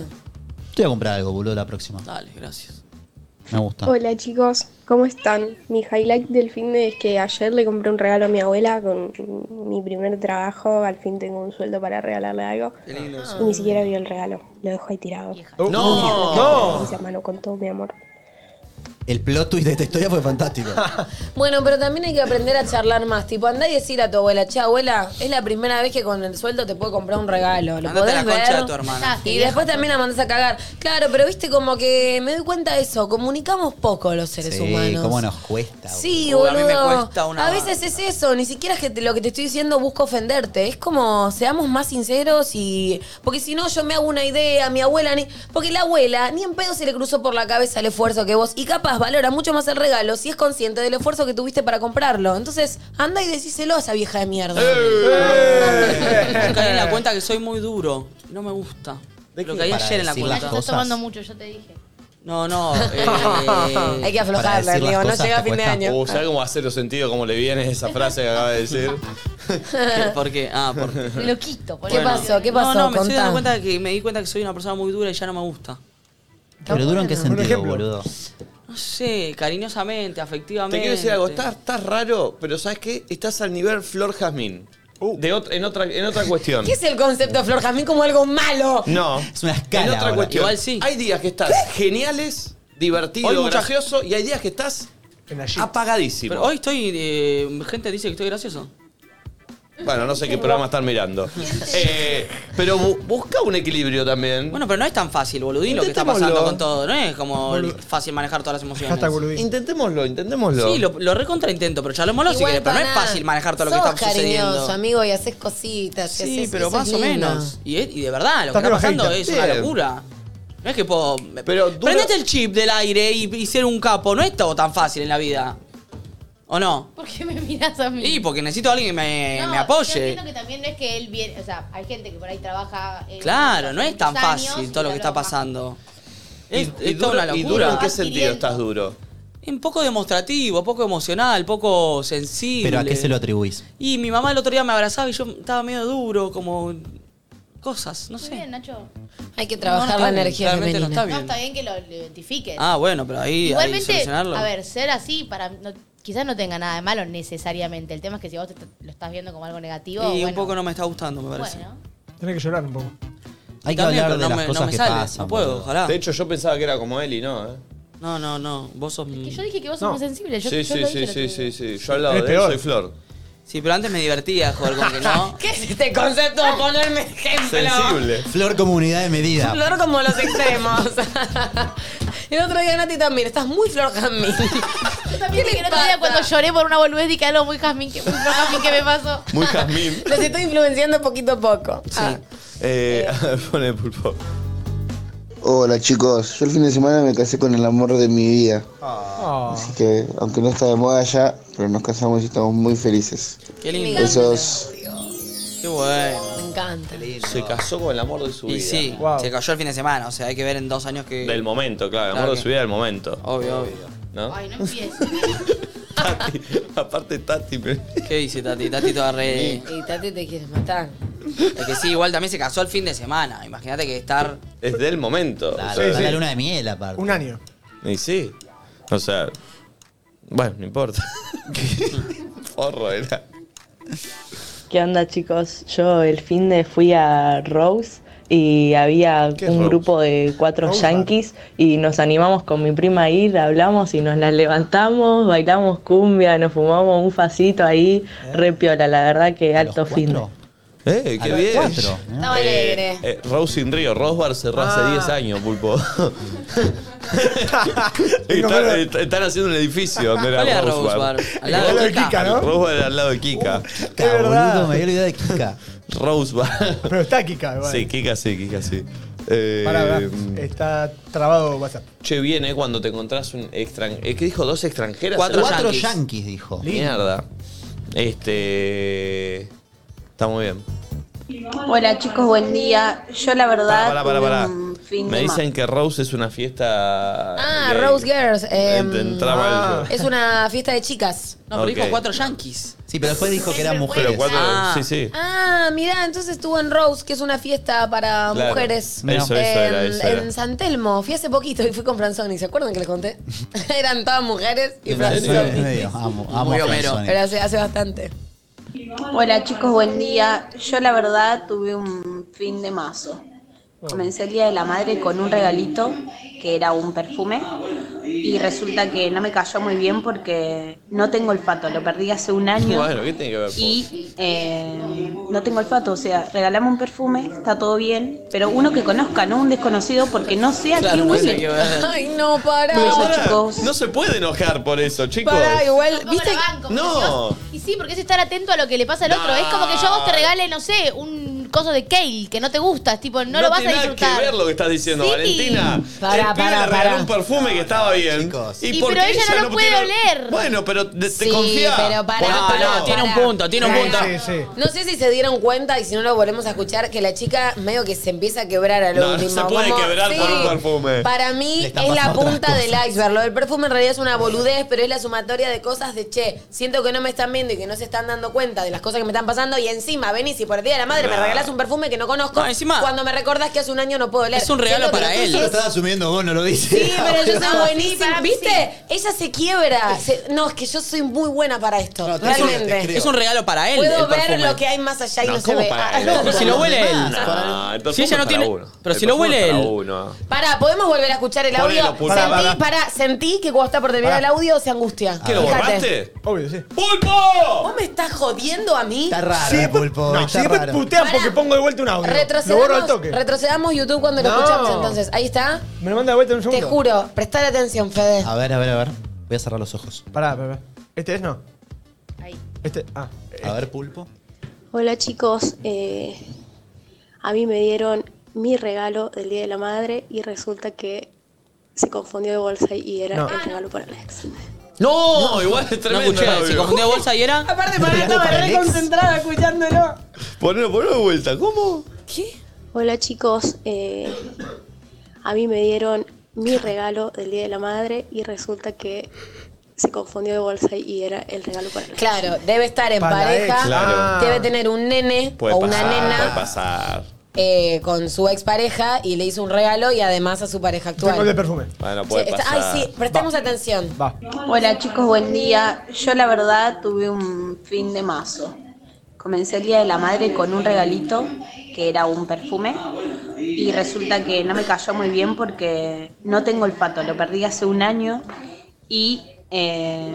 S5: Te voy a comprar algo, boludo, la próxima.
S2: Dale, gracias.
S5: Me gusta.
S23: Hola chicos, ¿cómo están? Mi highlight del fin de es que ayer le compré un regalo a mi abuela con mi primer trabajo, al fin tengo un sueldo para regalarle algo. Y ni siquiera vio el regalo, lo dejó ahí tirado.
S1: No, no.
S23: Mis hermanos con todo mi amor.
S5: El plot twist de esta historia fue fantástico.
S4: Bueno, pero también hay que aprender a charlar más. Tipo, andá y decir a tu abuela, che, abuela, es la primera vez que con el sueldo te puedo comprar un regalo. Lo
S2: Andate a la
S4: podés
S2: concha
S4: ver.
S2: de tu hermana.
S4: Y después también la mandás a cagar. Claro, pero viste como que me doy cuenta de eso. Comunicamos poco los [laughs] seres
S5: Sí,
S4: humanos.
S5: cómo nos cuesta.
S4: Sí,
S2: Uy,
S4: boludo.
S2: a mí me cuesta una
S4: A veces es eso, ni siquiera es que te- lo que te estoy diciendo busco ofenderte. Es como, seamos más sinceros y. Porque si no, yo me hago una idea, mi abuela ni. Porque la abuela ni en pedo se le cruzó por la cabeza el esfuerzo que vos. Y capaz valora mucho más el regalo si es consciente del esfuerzo que tuviste para comprarlo. Entonces, anda y decíselo a esa vieja de mierda.
S2: Eh. Yo caí en la cuenta que soy muy duro. No me gusta. Lo caí
S5: Para
S2: ayer en la
S5: decir
S2: cuenta.
S5: las
S19: Estás
S5: cosas.
S19: tomando mucho, yo te dije.
S2: No, no. eh,
S4: Hay que
S5: Para
S4: aflojarla,
S5: decir las
S4: amigo. No
S5: cosas
S4: llega a
S5: te
S4: fin de
S5: cuesta.
S4: año.
S1: Uh, ¿sabes cómo hacer los sentido cómo le viene esa frase que acaba de decir?
S2: [laughs] ¿Por qué? Ah, porque.
S4: [laughs]
S19: Lo quito, por
S4: ¿Qué
S19: ahí.
S4: pasó? ¿Qué pasó?
S2: No, no, me estoy
S4: Contá.
S2: dando cuenta que me di cuenta que soy una persona muy dura y ya no me gusta.
S5: Pero duro en qué
S2: Por
S5: sentido,
S2: ejemplo.
S5: boludo.
S2: No sé, cariñosamente, afectivamente.
S1: Te quiero decir algo, estás, estás raro, pero ¿sabes qué? Estás al nivel Flor Jazmín. De ot- en, otra, en otra cuestión.
S4: ¿Qué es el concepto de Flor Jazmín como algo malo?
S1: No.
S5: Es una
S1: En otra
S5: ahora.
S1: cuestión.
S5: Igual
S1: Hay días que estás geniales, divertido,
S2: Hoy mucha-
S1: gracioso, y hay días que estás apagadísimo.
S2: Pero hoy estoy. eh, gente dice que estoy gracioso.
S1: Bueno, no sé qué programa están mirando. Eh, pero bu- busca un equilibrio también.
S2: Bueno, pero no es tan fácil, boludín, lo que está
S1: Intentémoslo.
S2: pasando con todo. No es como fácil manejar todas las emociones.
S1: Intentémoslo, intentémoslo.
S2: Sí, lo, lo recontraintento, pero charlémoslo si
S4: Igual,
S2: querés. Pero no es
S4: pará.
S2: fácil manejar todo lo que
S4: Sos
S2: está sucediendo.
S4: cariñoso, amigo, y haces cositas. y
S2: Sí,
S4: haces-
S2: pero
S4: eso
S2: más
S4: es
S2: o
S4: lindo.
S2: menos. Y, es- y de verdad, lo que
S4: Estás
S2: está pasando
S4: rebajadita.
S2: es una
S4: Bien.
S2: locura. No es que puedo.
S1: Pero
S2: Prendete el chip del aire y, y ser un capo. No es todo tan fácil en la vida. ¿O no?
S19: ¿Por qué me miras
S4: Mm.
S19: a mí?
S2: Y porque necesito a alguien que me,
S19: No,
S2: me
S19: Yo
S2: apoye.
S19: entiendo que también no es que él viene, o sea, hay gente que por ahí trabaja. eh,
S2: Claro, no
S19: hace
S2: es tan
S19: muchos años
S2: fácil
S19: y
S2: todo lo que
S19: trabaja.
S2: está pasando. Es,
S1: Y- y
S2: es toda
S1: duro-
S2: una locura.
S1: ¿Y duro en qué sentido estás duro?
S2: Un poco demostrativo, poco emocional, poco sensible.
S5: Pero ¿a qué se lo atribuís?
S2: Y mi mamá el otro día me abrazaba y yo estaba medio duro, como cosas, no
S19: Muy
S2: sé.
S19: bien, Nacho.
S4: Hay que
S2: trabajar No, no está la bien, energía claramente no femenina. está bien.
S19: No, está bien que lo, lo identifiques.
S2: Ah, bueno, pero ahí hay que
S19: Igualmente,
S2: solucionarlo.
S19: a ver, ser así, para no- quizás no tenga nada de malo necesariamente. El tema es que si vos te- te- lo estás viendo como algo
S2: y
S19: negativo,
S2: un
S19: bueno,
S2: poco no me está gustando, me parece.
S19: bueno.
S6: Tenés que llorar un poco.
S5: Hay
S2: que También, hablar pero de no las me- no cosas me que sale,
S5: pasan,
S2: no puedo, boludo. ojalá.
S1: De hecho, yo pensaba que era como él y no, ¿eh?
S2: No, no, no. Vos sos.
S19: Que yo dije que vos sos
S1: No.
S19: muy sensible. Yo,
S1: sí,
S19: yo
S1: sí,
S19: lo
S1: sí,
S19: dije
S1: sí, sí, sí. Yo al lado
S2: Es
S1: de él
S2: peor.
S1: soy Flor.
S2: Sí, pero antes me divertía jugar con que
S1: [laughs]
S2: no.
S4: [laughs] ¿Qué es este concepto de ponerme ejemplo?
S5: Flor como unidad de medida.
S4: Flor como los extremos. [laughs] el otro día Nati también, estás muy Flor Jazmín.
S19: Yo
S4: [laughs]
S19: también dije el otro día cuando lloré por una boludez dije algo muy jazmín que, muy jazmín que me pasó.
S1: Muy jazmín.
S4: Los estoy influenciando poquito a poco. Ah.
S1: Eh, [laughs] pone pulpo.
S17: Hola chicos, yo el fin de semana me casé con el amor de mi vida.
S2: Ah.
S17: Así que, aunque no está de moda ya, pero nos casamos y estamos muy felices.
S2: Qué lindo.
S17: Besos.
S2: Qué bueno.
S4: Me encanta.
S1: Se casó con el amor de su
S2: Y
S1: vida.
S2: sí, se cayó el fin de semana, o sea, hay que ver en dos años que.
S1: Del momento, claro. El amor
S2: Claro
S1: de
S2: que-
S1: su vida del momento.
S2: Obvio, obvio.
S1: ¿No?
S19: Ay, no empieces.
S1: Tati, aparte Tati me...
S2: ¿Qué dice Tati? Tati toda re.
S1: [laughs]
S4: Y Tati te quieres matar.
S2: Es que sí, igual también se casó el fin de semana. Imagínate que estar.
S1: Es del momento.
S5: Claro,
S1: o sea,
S5: está la luna de miel aparte.
S6: Un año.
S1: Y sí. O sea. Bueno, no importa. Forro era.
S24: ¿Qué onda chicos? Yo el fin de fui a Rose y había
S1: ¿Qué es
S24: un
S1: Rose?
S24: grupo de cuatro yanquis y nos animamos con mi prima a ir, hablamos y nos las levantamos, bailamos cumbia, nos fumamos un facito ahí, repiola, la verdad que alto fin. de.
S1: Eh, qué bien.
S24: cuatro,
S19: Estaba alegre.
S1: Eh, Rose in Rio, Rose Bar cerró hace 10
S2: Ah.
S1: años,
S2: [laughs]
S1: pulpo. están, est- están haciendo un edificio donde era
S2: ¿Cuál era
S1: Rose,
S2: Rose
S1: Bar.
S2: Bar?
S1: [laughs]
S2: Al lado de Kika.
S1: Rose Bar era al lado de Kika.
S5: Kika, boludo, me había olvidado de Kika.
S1: Rose Bar.
S2: [laughs]
S6: Pero está Kika, igual.
S1: Sí, Kika sí, Kika sí. Eh,
S6: Pará, pará. Está trabado WhatsApp.
S1: Che, viene cuando te encontrás un extranjero. ¿Qué dijo? ¿Dos extranjeras?
S5: Cuatro,
S1: Eran
S5: yanquis. dijo.
S1: Mierda. Este. Está muy bien.
S25: Hola chicos, buen día. Yo la verdad.
S1: Pará, pará, pará.
S25: tuve un fin
S1: Me
S25: de
S1: dicen que Rose es una fiesta.
S4: Ah,
S1: gay.
S4: Rose Girls. eh,
S1: Ent- entraba el-
S4: es una fiesta de chicas.
S2: No, pero dijo
S1: Ok.
S2: cuatro yanquis.
S5: Sí, pero después dijo que eran mujeres.
S1: Pero cuatro-
S2: Ah.
S1: Sí, sí.
S4: Ah, mirá, entonces estuvo en Rose, que es una fiesta para
S1: Claro.
S4: mujeres.
S1: Eso, eso era,
S4: En-
S1: eso era.
S4: En San Telmo. Fui hace poquito y fui con Franzoni. ¿Se acuerdan que les conté? [laughs] Eran todas mujeres y Franzoni.
S5: Amo, amo
S25: Muy
S5: a
S25: Homero.
S5: Franzoni.
S4: Pero hace, hace bastante.
S25: ma- Hola chicos, buen día. Yo la verdad tuve un fin de mazo. Comencé el Día de la Madre con un regalito que era un perfume y resulta que no me cayó muy bien porque no tengo olfato, lo perdí hace un año.
S1: Bueno, ¿qué tiene que ver?
S25: Y eh, no tengo olfato, o sea, regalame un perfume, está todo bien, pero uno que conozca, no un desconocido, porque no sé a
S1: Claro,
S25: qué
S1: no sé
S25: huele.
S1: a qué huele.
S4: Ay, no, pará.
S1: Pero
S25: Besos,
S1: pará,
S25: chicos.
S1: no se puede enojar por eso, chicos.
S4: Pará, igual,
S19: ¿viste?
S1: No.
S19: Y sí, porque es estar atento a lo que le pasa al otro. Es como que yo a vos te regale, no sé, un
S7: coso de Kale que no te gusta, es tipo, no,
S1: No,
S7: lo vas a
S1: tiene nada
S7: disfrutar.
S1: que ver lo que estás diciendo,
S7: Sí.
S1: Valentina.
S7: Pará,
S1: el pibe
S7: pará,
S1: le regaló
S7: pará.
S1: un perfume que estaba bien.
S7: Y pero
S1: porque
S7: ella no lo puede oler.
S1: Bueno, pero de- te,
S4: Sí,
S1: confía.
S4: pero pará, No, pará, no, tiene pará. un punto, tiene un punto. Sí, No sé si se dieron cuenta y si no lo volvemos a escuchar, que la chica medio que se empieza a quebrar al
S1: No, no
S4: último.
S1: se puede
S4: como-
S1: quebrar
S4: Sí.
S1: por un perfume.
S4: Para mí
S1: Le está
S4: es la
S1: pasando otras
S4: punta del
S1: cosas.
S4: iceberg. Lo del perfume en realidad es una boludez, pero es la sumatoria de cosas de che, siento que no me están viendo y que no se están dando cuenta de las cosas que me están pasando. Y encima, venís y por el día de la madre me
S5: Nah.
S4: regalás un perfume que no conozco.
S2: No, encima-
S4: cuando me recordás que hace un año no puedo leer.
S2: Es un regalo
S4: Siento que
S2: para
S4: lo
S2: él.
S4: tuyo
S5: Lo
S4: es-
S5: estás asumiendo vos, no lo dices.
S4: Sí,
S5: [laughs]
S4: pero yo soy
S5: No,
S4: buenísima. ¿Viste? Ella se quiebra. Se- no, es que yo soy muy buena para esto.
S2: te creo,
S4: realmente.
S2: te creo. Es un regalo para él,
S4: Puedo
S2: el
S4: ver
S2: perfume.
S4: lo que hay más allá y no,
S1: No,
S4: se
S1: ¿cómo
S4: ve.
S1: para
S4: Ah,
S1: él?
S4: no.
S2: Pero si lo huele él.
S1: No, el perfume
S2: Si ella no
S1: es para
S2: tiene-
S1: uno.
S2: pero
S1: El
S2: si lo
S1: perfume
S2: huele
S1: es para
S2: él.
S1: uno.
S4: Pará, ¿podemos volver a escuchar el audio?
S1: Ponelo, pulpo.
S4: sentí,
S1: Pará,
S4: pará.
S1: pará.
S4: sentí que cuando está por terminar el audio se angustia.
S1: ¿Qué, lo
S4: Fíjate.
S1: borraste?
S6: Obvio, sí.
S1: ¡Pulpo!
S4: ¿Vos me estás jodiendo a mí?
S2: eh.
S6: Sí, pulpo. No, si después putean porque pongo de vuelta un audio. Lo borro al
S4: Retrocedamos,
S6: toque.
S4: retrocedamos YouTube cuando lo
S6: No.
S4: escuchamos entonces. Ahí está.
S6: Me lo manda de vuelta en un
S4: Te
S6: segundo.
S4: juro, prestar atención, Fede.
S5: A ver, a ver, a ver. Voy a cerrar los ojos.
S6: Pará, pará. ¿Este es no? Este, ah.
S5: A ver, pulpo.
S18: Hola chicos, eh, a mí me dieron mi regalo del Día de la Madre y resulta que se confundió de bolsa y era
S2: No.
S18: el regalo para la ex.
S2: No,
S1: igual es
S2: No
S1: tremendo el
S2: escuché, se
S1: audio.
S2: confundió bolsa y era.
S4: Aparte, para estaba reconcentrada escuchándolo.
S1: Ponelo, ponelo de vuelta. ¿Cómo?
S4: ¿Qué?
S18: Hola chicos, eh, a mí me dieron mi regalo del Día de la Madre y resulta que se confundió de bolsa y era el regalo para la ex.
S4: Claro, debe estar en
S18: Para la
S4: pareja.
S18: ex, claro.
S4: Debe tener un nene
S1: Puede
S4: o una
S1: pasar, puede
S4: nena
S1: pasar.
S4: eh, con su expareja y le hizo un regalo y además a su pareja actual.
S6: Tengo el de perfume.
S1: Bueno,
S4: Sí,
S1: puede
S4: está-
S1: pasar.
S4: ay, sí, prestemos atención.
S6: Va.
S25: Hola chicos, buen día. Yo la verdad tuve un fin de mazo. Comencé el Día de la Madre con un regalito que era un perfume y resulta que no me cayó muy bien porque no tengo olfato, lo perdí hace un año y eh,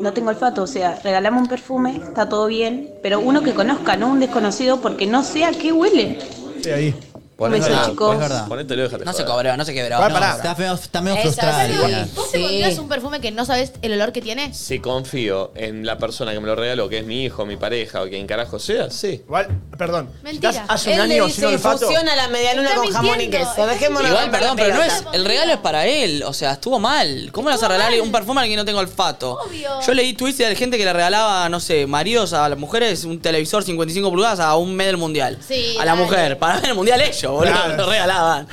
S25: no tengo olfato, o sea, regalame un perfume, está todo bien, pero uno que conozca, no un desconocido porque no sé a qué huele.
S6: Sí, ahí.
S1: Ponelo,
S25: beso,
S1: ponelo,
S25: chicos.
S1: ponelo, Ponetelo, déjate
S2: No se
S1: joder.
S2: cobró, no se quebró.
S5: Pará,
S2: No,
S5: pará.
S2: no.
S5: Está medio, está medio
S2: Esa-
S5: frustrada.
S2: esa-
S5: Liliana.
S7: ¿Vos te pondrías un perfume que no sabes el olor que tiene?
S1: Si confío en la persona que me lo regaló, que es mi hijo, mi pareja o quien carajo sea, sí.
S6: Igual, perdón.
S7: Mentira.
S6: Estás hace un
S4: Él le
S6: año
S4: dice
S6: sin olfato.
S4: fusiona la medialuna
S7: Está
S4: con jamón y
S7: mintiendo,
S4: queso.
S7: está
S4: Dejémonos
S2: Igual,
S4: de romper
S2: perdón, pero no
S4: pelotas.
S2: es. El regalo es para él. O sea, estuvo mal. ¿Cómo le vas a regalar un perfume al que no tenga olfato?
S7: Obvio.
S2: Yo leí tweets de gente que le regalaba, no sé, maridos a las mujeres un televisor 55 pulgadas a un mes del mundial.
S7: Sí,
S2: A la
S7: dale.
S2: mujer. Para ver el mundial ellos, boludo. Lo regalaban.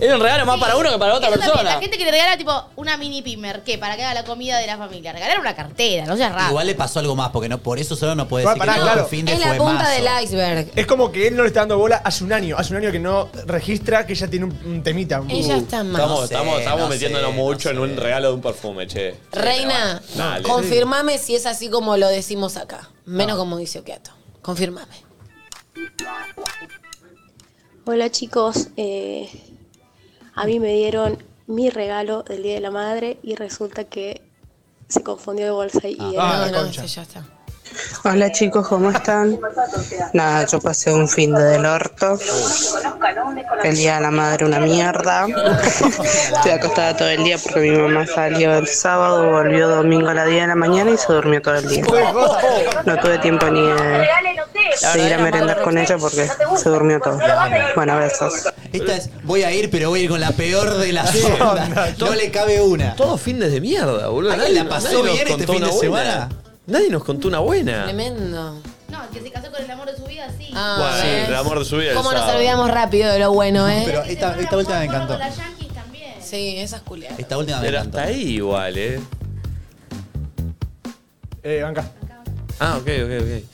S2: Era un regalo más para uno que para otra
S7: Eso también,
S2: persona.
S7: la gente que le regala tipo una mini pimer, ¿qué? Para que haga la comida de la familia. Regalar una cartera, no seas raro.
S5: Igual le pasó algo más, porque no, por eso solo no puede
S6: Pará,
S5: decir
S6: pará,
S5: que
S6: claro.
S5: el fin de
S4: Es
S5: fue
S4: la punta
S5: mazo.
S4: del iceberg.
S6: Es como que él no le está dando bola hace un año. Hace un año que no registra que ella tiene un, un temita. un-
S4: Ella está mal.
S1: Estamos,
S4: No sé,
S1: estamos, estamos
S5: no
S1: metiéndonos mucho en un regalo de un perfume, che.
S4: Reina,
S1: Dale.
S4: confirmame si es así como lo decimos acá. Menos como dice Okiato. Confirmame.
S18: Hola chicos, eh, a mí me dieron mi regalo del Día de la Madre y resulta que se confundió de bolsa y era...
S6: Ah, la concha.
S8: Hola chicos, ¿cómo están? Nada, yo pasé un fin de del orto. El día de la madre una mierda. [laughs] Estoy acostada todo el día porque mi mamá salió el sábado, volvió domingo a la 10 de la mañana y se durmió todo el día. No tuve tiempo ni de, de ir a merendar con ella porque se durmió todo. Bueno, besos.
S5: Esta es, voy a ir, pero voy a ir con la peor de las ondas. No le cabe una.
S1: Todos fines de mierda, boludo.
S5: ¿Alguien
S1: Nadie-
S5: la pasó
S1: nadie nos
S5: bien este
S1: contó
S5: fin de
S1: una buena.
S5: semana?
S1: Nadie nos contó una buena.
S4: Tremendo. Ah,
S7: No, el que se casó con el amor de su vida, sí.
S1: Bueno, el amor de su vida. el
S4: Cómo nos
S1: sábado.
S4: olvidamos rápido de lo bueno, ¿eh?
S5: Pero esta, esta última me encantó.
S4: Sí, esas culiadas.
S5: Esta última me
S1: Pero
S5: encantó.
S1: hasta ahí igual, eh.
S6: Eh, banca.
S1: Ah, ok, ok, ok.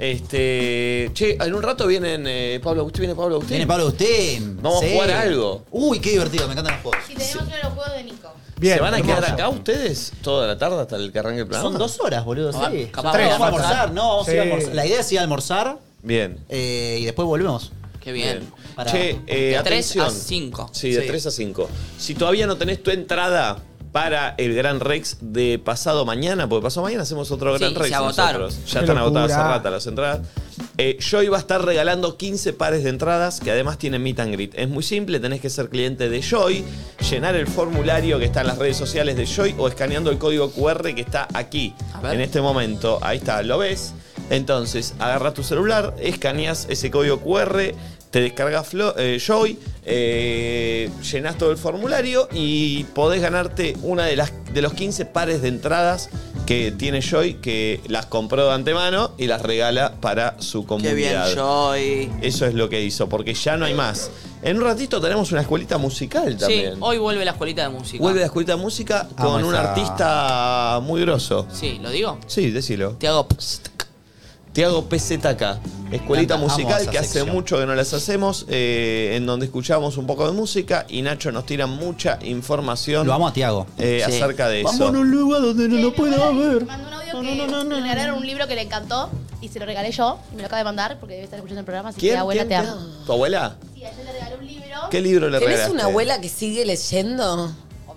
S1: Este. Che, en un rato vienen eh, Pablo Agustín. Viene Pablo Agustín.
S5: Viene Pablo Agustín.
S1: Vamos
S5: Sí.
S1: a jugar a algo.
S5: Uy, qué divertido, me encantan los juegos.
S7: Si tenemos uno de los juegos de Nico.
S1: ¿Se van a
S5: hermoso.
S1: quedar acá ustedes toda la tarde hasta el que arranque el programa?
S5: Son dos horas, boludo,
S1: Ah,
S5: sí.
S1: capaz
S5: Tres,
S1: vamos a
S5: vamos a almorzar,
S1: almorzar.
S5: ¿no? Vamos a ir a
S1: Sí.
S5: almorzar. La idea es ir a almorzar
S1: Bien.
S5: eh, y después volvemos.
S2: Qué bien.
S5: Para-
S1: Che, eh,
S2: De tres
S1: atención.
S2: a cinco.
S1: Sí, de
S2: Sí.
S1: 3 a 5. Si todavía no tenés tu entrada para el Gran Rex de pasado mañana, porque pasado mañana hacemos otro
S2: Sí,
S1: Gran
S2: se
S1: Rex.
S2: agotaron.
S1: nosotros.
S2: Qué
S1: Ya están
S2: locura.
S1: agotadas hace rata las entradas. Eh, yo iba a estar regalando 15 pares de entradas que además tienen meet and greet. Es muy simple, tenés que ser cliente de Joy, llenar el formulario que está en las redes sociales de Joy o escaneando el código QR que está aquí,
S2: ver.
S1: en este momento. Ahí está, ¿lo ves? Entonces, agarras tu celular, escaneas ese código QR, te descargas Flo- eh, Joy, eh, llenas todo el formulario y podés ganarte una de las de los 15 pares de entradas que tiene Joy, que las compró de antemano y las regala para su comunidad.
S2: bien, Joy.
S1: Eso es lo que hizo, porque ya no hay más. En un ratito tenemos una escuelita musical
S2: Sí,
S1: también.
S2: hoy vuelve la escuelita de música.
S1: Vuelve la escuelita de música
S2: Amo
S1: con un
S2: esa-
S1: artista muy grosso.
S2: Sí, ¿lo digo?
S1: Sí, decilo.
S2: Tiago
S1: Tiago PZK, escuelita
S2: Amo
S1: musical
S2: esa
S1: que hace
S2: sección.
S1: mucho que no las hacemos, eh, en donde escuchamos un poco de música y Nacho nos tira mucha información.
S5: Lo amo a Tiago.
S1: eh,
S5: Sí.
S1: Acerca de eso.
S5: Vamos a un lugar donde no lo pueda ver.
S7: que le regalaron un libro que le encantó y se lo regalé yo. Y me lo acaba de mandar porque debe estar escuchando el programa. Así
S1: ¿Quién?
S7: que abuela,
S1: ¿Quién?
S7: te amo.
S1: ¿Tu abuela?
S7: Sí, ayer le regalé un libro.
S1: ¿Qué libro le
S4: ¿Tenés
S1: regalaste?
S4: una abuela que sigue leyendo?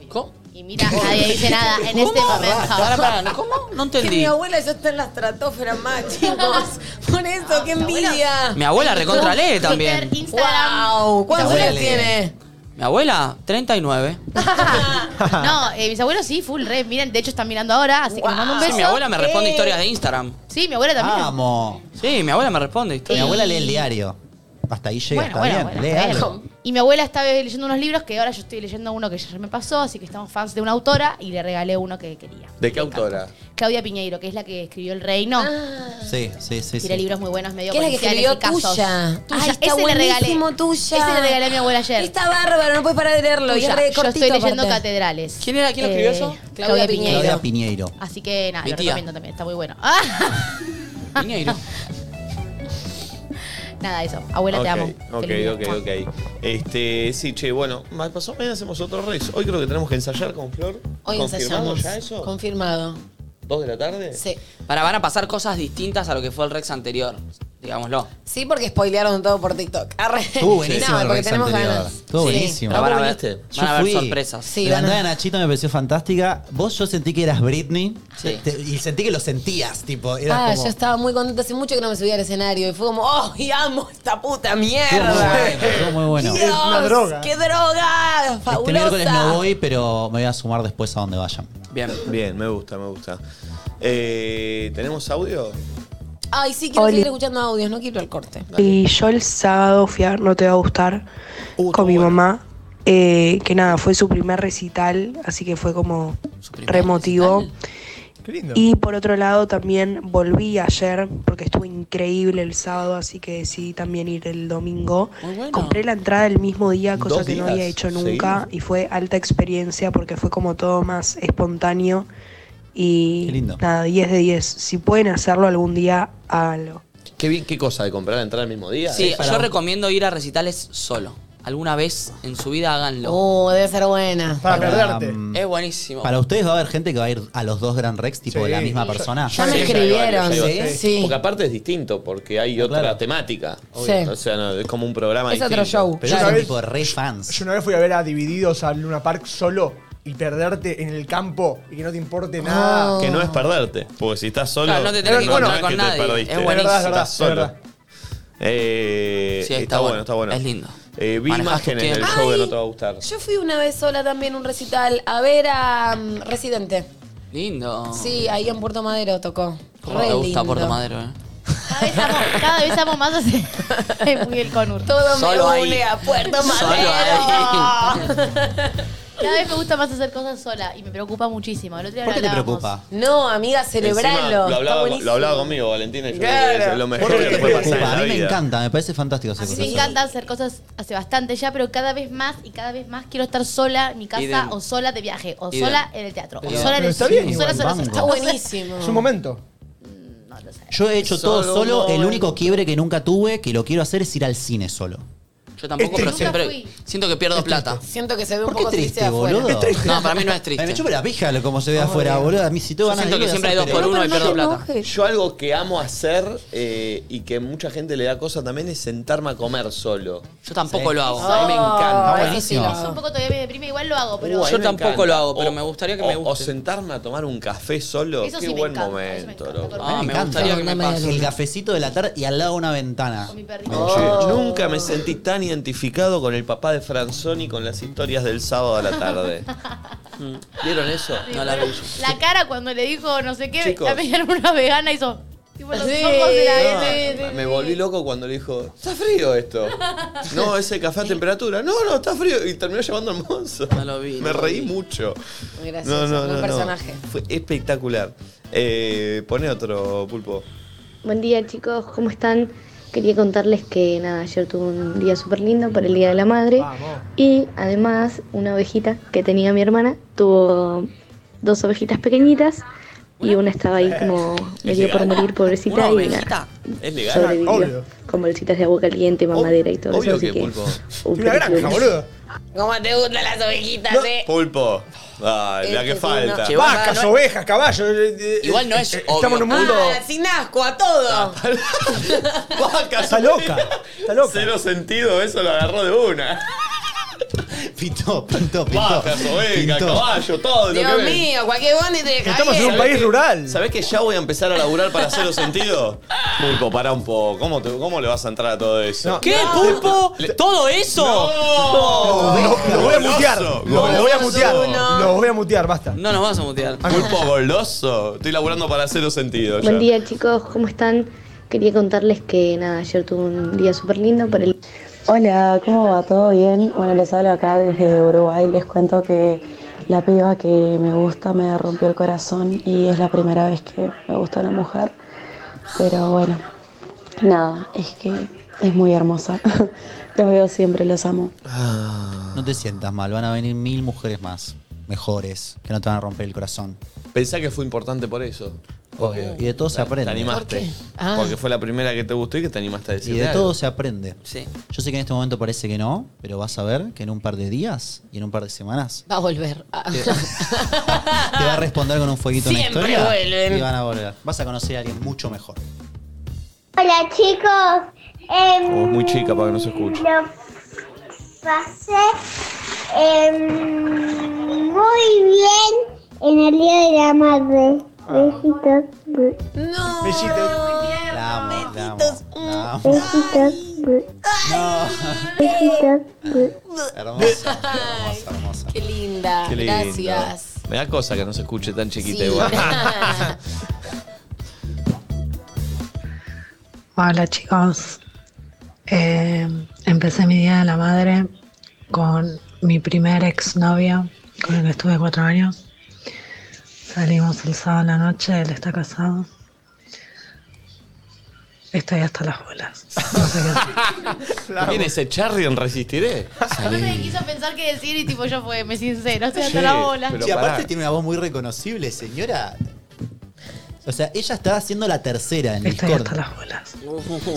S2: ¿Cómo?
S7: Y mira, nadie dice nada en este momento.
S2: Pará, pará, ¿no? ¿Cómo? No
S4: Que
S2: entendí.
S4: mi abuela ya está en la estratosfera más, chicos. Por eso, qué envidia.
S2: Mi abuela recontra lee también.
S4: Wow, ¿cuántos
S2: Mi abuela
S4: años
S2: lee.
S4: tiene?
S2: Mi abuela, 39.
S7: No, eh, mis abuelos sí, full re. Miren, de hecho están mirando ahora, así que les mando un beso. Eh,
S2: Sí, mi abuela me responde
S4: Eh.
S2: historias de Instagram. Ah.
S7: Sí, mi abuela también.
S5: Vamos.
S2: Sí, mi abuela me responde historias.
S5: Mi abuela lee el diario. Hasta ahí llega, está
S7: bueno,
S5: bien.
S7: bueno,
S5: lee
S7: está
S5: algo.
S7: bien. Y mi abuela está leyendo unos libros que ahora yo estoy leyendo uno que ayer me pasó, así que estamos fans de una autora y le regalé uno que quería.
S1: ¿De qué autora?
S7: Claudia Piñeiro, que es la que escribió El Reino.
S1: Ah.
S5: Sí, sí, sí.
S7: Tiene
S5: sí.
S7: libros muy buenos, medio
S4: ¿Qué es la que
S7: policiales
S4: escribió
S7: y casos.
S4: tuya? Tuya,
S7: Ay,
S4: está
S7: ese le regalé.
S4: buenísimo, tuya.
S7: Ese le regalé a mi abuela ayer.
S4: Está bárbaro, no puedes parar de leerlo. Y es
S7: Tuya.
S4: re
S7: Yo
S4: cortito,
S7: estoy leyendo
S4: aparte.
S7: Catedrales. Eh,
S4: ¿Quién era? ¿Quién lo escribió eso?
S7: Claudia,
S4: Claudia
S7: Piñeiro.
S5: Claudia Piñeiro.
S7: Así que nada,
S2: Mi
S7: lo
S2: tía.
S7: recomiendo también, está muy bueno.
S4: [laughs]
S7: ¡Ah!
S2: Piñeiro.
S7: [laughs] Nada, eso. Abuela, te amo.
S1: Ok,
S7: Feliz día.
S1: ok, ok, ok. Este, sí, che, bueno, más pasó, mañana hacemos otro race. Hoy creo que tenemos que ensayar con Flor.
S4: Hoy
S1: ¿Confirmado
S4: ensayamos.
S1: ya eso?
S4: Confirmado.
S1: ¿Dos de la tarde?
S4: Sí.
S2: Para, van a pasar cosas distintas a lo que fue el Rex anterior. Digámoslo.
S4: Sí, porque spoilearon todo por TikTok. Arre.
S5: Estuvo Uh, buenísimo
S4: No,
S5: el
S4: porque
S5: Rex
S4: tenemos
S5: anterior.
S4: ganas.
S5: Estuvo
S4: Sí.
S5: buenísimo.
S2: Pero van a ver-
S5: Yo
S2: van a haber
S5: fui.
S2: sorpresas. Sí,
S5: la
S2: van a-
S5: andada de Nachito me pareció fantástica. Vos yo sentí que eras Britney.
S2: Sí.
S5: Te- y sentí que lo sentías, tipo. Era
S4: Ah,
S5: como,
S4: yo estaba muy contenta. Hace mucho que no me subía al escenario. Y fue como, ¡oh, y amo esta puta
S5: Estuvo muy
S4: mierda!
S5: bueno, estuvo muy bueno.
S4: Dios, ¡Qué droga!
S5: Este
S4: ¡Fabulosa!
S5: miércoles no voy, pero me voy a sumar después a donde vayan.
S2: Bien.
S1: Bien, me gusta, me gusta. Eh, ¿Tenemos audio?
S4: Ay, sí, quiero
S8: Oli.
S4: seguir escuchando audios. No quiero ir al corte.
S8: Y yo el sábado fui a No Te Va a Gustar con mi mamá, eh, que nada, fue su primer recital, así que fue como remotivo.
S6: Qué lindo.
S8: Y por otro lado también volví ayer, porque estuvo increíble el sábado, así que decidí también ir el domingo. Compré la entrada el mismo día, cosa
S26: Dos
S8: que no
S26: días
S8: había hecho nunca, y fue alta experiencia porque fue como todo más espontáneo. Y nada, 10 de 10. Si pueden hacerlo algún día, háganlo.
S1: Qué bien, qué cosa de comprar la entrada el mismo día.
S2: Sí,
S1: Eh, para-
S2: yo recomiendo ir a recitales solo. Alguna vez en su vida háganlo.
S4: Oh, debe ser buena.
S6: Para
S5: perderte.
S2: Es buenísimo.
S5: Para ustedes va a haber gente que va a ir a los dos Grand Rex, tipo la misma persona.
S4: Ya me escribieron,
S1: varios,
S4: sí.
S1: Porque aparte es distinto, porque hay otra temática.
S4: Sí.
S1: O sea, no, es como un programa
S4: Es
S1: distinto.
S4: otro show.
S5: Pero
S6: Yo
S5: son
S6: una
S5: tipo re fans.
S6: Yo una vez fui a ver a Divididos a Luna Park solo y perderte en el campo y que no te
S1: Oh.
S6: importe nada.
S1: Que no es perderte, porque si estás solo,
S6: Claro, no te tenés que encontrar
S1: es
S6: con
S1: te
S6: nadie.
S1: perdiste.
S6: Es buenísimo. Es verdad,
S1: Estás
S6: es
S1: solo.
S6: verdad.
S1: Eh,
S2: Sí,
S1: está,
S2: está
S1: bueno,
S2: bueno,
S1: está bueno.
S2: es lindo.
S1: Eh, vi
S2: Manejás tu
S1: imágenes del
S2: tiempo.
S1: show que no te va a gustar.
S4: Yo fui una vez sola también a un recital a ver a mm, Residente.
S2: Lindo.
S4: Sí, ahí en Puerto Madero tocó.
S2: ¿Cómo
S4: Re
S2: te gusta
S4: lindo.
S2: Puerto Madero, eh?
S7: Cada vez amo más
S4: [laughs]
S7: a ese- Miguel Conur.
S4: Todo
S2: Solo
S4: me
S2: ahí.
S4: une a Puerto
S2: Solo
S4: [laughs] Madero.
S7: Cada vez me gusta más hacer cosas sola y me preocupa muchísimo. El otro día
S5: ¿Por qué te
S7: hablábamos.
S5: preocupa?
S4: No, amiga,
S1: Encima,
S4: celebralo.
S1: Lo
S4: Está
S1: hablaba, con-
S4: buenísimo.
S1: lo hablaba conmigo, Valentina, y yo
S4: Claro.
S1: creo que es lo mejor
S5: ¿Por qué
S1: que
S5: te
S1: puede pasar en
S5: preocupa?
S1: la
S5: A mí me
S1: vida.
S5: encanta, me parece fantástico hacer
S7: A mí
S5: cosas.
S7: me encanta hacer cosas hace bastante ya, pero cada vez más y cada vez más quiero estar sola en mi casa
S6: Idem.
S7: o sola de viaje o
S6: Idem.
S7: sola en el teatro o
S6: Pero-
S7: sola en
S6: pero
S7: el
S6: está
S7: cine,
S6: bien
S7: sola,
S6: igual,
S7: sola, sola,
S5: vamos.
S7: sola.
S4: Está buenísimo.
S6: Es un momento.
S5: Yo he hecho todo
S6: Solo
S5: solo.
S6: no,
S5: El
S6: eh.
S5: único quiebre que nunca tuve, que lo quiero hacer, es ir al cine solo.
S2: Yo tampoco, pero siempre siento que pierdo plata.
S4: Siento que se ve un
S5: ¿Por qué
S4: poco triste
S5: triste,
S4: de afuera.
S5: boludo?
S2: No, para mí no es triste.
S5: Ay, Me chupa la pija lo como se ve afuera, boludo. A mí si tengo
S1: Yo
S5: ganas
S1: siento
S5: de
S1: que
S5: ir, voy a
S1: siempre hay dos
S5: hacer,
S1: por
S5: pero-
S1: uno y pierdo plata. Yo algo que amo hacer eh, y que mucha gente le da cosa también es sentarme a comer solo.
S2: Yo tampoco lo hago.
S1: A mí me
S7: Ah,
S1: encanta.
S7: Eso sí, eso un poco todavía me deprime, igual lo hago, pero...
S1: Uh, a mí
S2: Yo
S1: me
S2: tampoco
S1: encanta.
S2: lo hago, pero
S1: O-
S2: me gustaría que
S1: o-
S2: me guste.
S1: O sentarme a tomar un café solo.
S7: Eso
S1: Qué
S7: sí me
S1: buen
S7: encanta, eso me
S1: momento, loco.
S2: Ah,
S5: A mí Ah, me encanta. El cafecito de la tarde y al lado una ventana.
S7: Oh.
S1: Yo Nunca me sentí tan identificado con el papá de Franzoni con las historias del sábado a la
S2: [laughs]
S7: [laughs]
S1: tarde. Mm. ¿Vieron eso?
S7: La cara cuando le dijo no sé qué,
S1: Chicos.
S7: [laughs] la pegaron una vegana hizo...
S27: Tipo los ojos de la
S1: No, Me volví loco cuando le dijo, está frío esto. No, ese café a temperatura. No, no, está frío. Y terminó llamando al monzo. Me reí mucho.
S4: Muy
S1: No,
S4: gracioso,
S1: no,
S4: buen
S1: no, no.
S4: personaje.
S1: Fue espectacular. Eh, pone otro pulpo.
S7: Buen día chicos, ¿cómo están? Quería contarles que nada, ayer tuve un día súper lindo por el Día de la Madre y además una ovejita que tenía mi hermana tuvo dos ovejitas pequeñitas y una estaba ahí como medio por morir, pobrecita,
S2: Una
S7: y
S2: ovejita.
S7: nada,
S1: Es
S7: sobrevivió
S2: Obvio.
S7: con bolsitas de agua caliente, mamadera y todo
S1: Obvio
S7: eso, así
S1: que
S7: que
S1: pulpo.
S7: un
S1: Una granja,
S7: pequeño.
S1: boludo.
S4: ¿Cómo te gustan las ovejitas, eh?
S1: Pulpo. Ay, la que falta.
S6: Che, Vacas,
S1: eh, no-
S6: ovejas, caballos. eh,
S1: Igual no es
S6: Estamos
S1: obvio.
S6: en un mundo.
S4: Ah, sin asco a
S2: Ah,
S4: todo.
S1: Vacas. Está loca. Está loca. [laughs] Cero sentido, eso lo agarró de una.
S5: Pintó, pintó, pintó.
S1: Vacas, ovejas,
S5: Pintó.
S1: caballo, todo lo
S4: Dios
S1: que ven.
S4: mío, cualquier bondi te deja ahí, eh.
S1: rural. ¿Sabés que ya voy a empezar a laburar para cero sentido? Pulpo, pará un poco. ¿Cómo, te- cómo le vas a entrar a todo eso?
S2: ¿Qué, pulpo? ¿Todo eso?
S1: No.
S6: Lo voy a mutear.
S1: Goloso,
S6: Lo voy a
S1: goloso.
S6: mutear. Lo voy a mutear, basta. Ah.
S2: No nos vamos a mutear.
S1: Pulpo goloso. Estoy laburando para cero sentido. ya.
S7: Buen día chicos, ¿cómo están? Quería contarles que nada, ayer tuve un día súper lindo por el...
S8: Hola, ¿cómo va? ¿Todo bien? Bueno, les hablo acá desde Uruguay. Les cuento que la piba que me gusta me rompió el corazón y es la primera vez que me gusta una mujer. Pero bueno, nada, es que es muy hermosa. [laughs] Los veo siempre, los amo.
S5: No te sientas mal, van a venir mil mujeres más, mejores, que no te van a romper el corazón.
S1: Pensá que fue importante por eso. Oh.
S5: Obvio. Y de todo se aprende.
S1: Te animaste.
S5: ¿Por qué? Ah.
S1: Porque fue la primera que te gustó y que te animaste a decir.
S5: Y de todo se aprende. Yo sé que en este momento parece que no, pero vas a ver que en un par de días y en un par de semanas
S28: Va a volver. Ah. [laughs]
S5: [laughs] te va a responder con un fueguito en la
S28: Siempre
S5: historia.
S28: vuelven.
S5: Y van a volver. Vas a conocer a alguien mucho mejor.
S18: Hola chicos, Em,
S1: Oh, es muy chica para que no se escuche.
S18: lo pasé em, muy bien en el Día de la Madre. Besitos. No.
S5: Besitos.
S18: Besitos. Besitos.
S5: Hermosa,
S28: hermosa,
S5: hermosa.
S28: Qué linda.
S1: Qué lindo.
S28: Gracias.
S1: Me da cosa que no se escuche tan chiquita
S28: Sí.
S1: igual.
S2: [laughs]
S1: [laughs]
S15: Hola chicos, Eh, empecé mi día de la madre con mi primer exnovio, con el que estuve cuatro años. Salimos el sábado en la noche, él está casado. Estoy hasta las bolas. No sé qué hacer.
S1: ¿Quién es ese Charry en Resistiré?
S29: Me quiso pensar qué decir y tipo yo fue, me sincero, estoy hasta
S5: Che,
S29: la bola.
S5: Sí, aparte tiene una voz muy reconocible, señora. O sea, ella está haciendo la tercera en Discord.
S15: las bolas.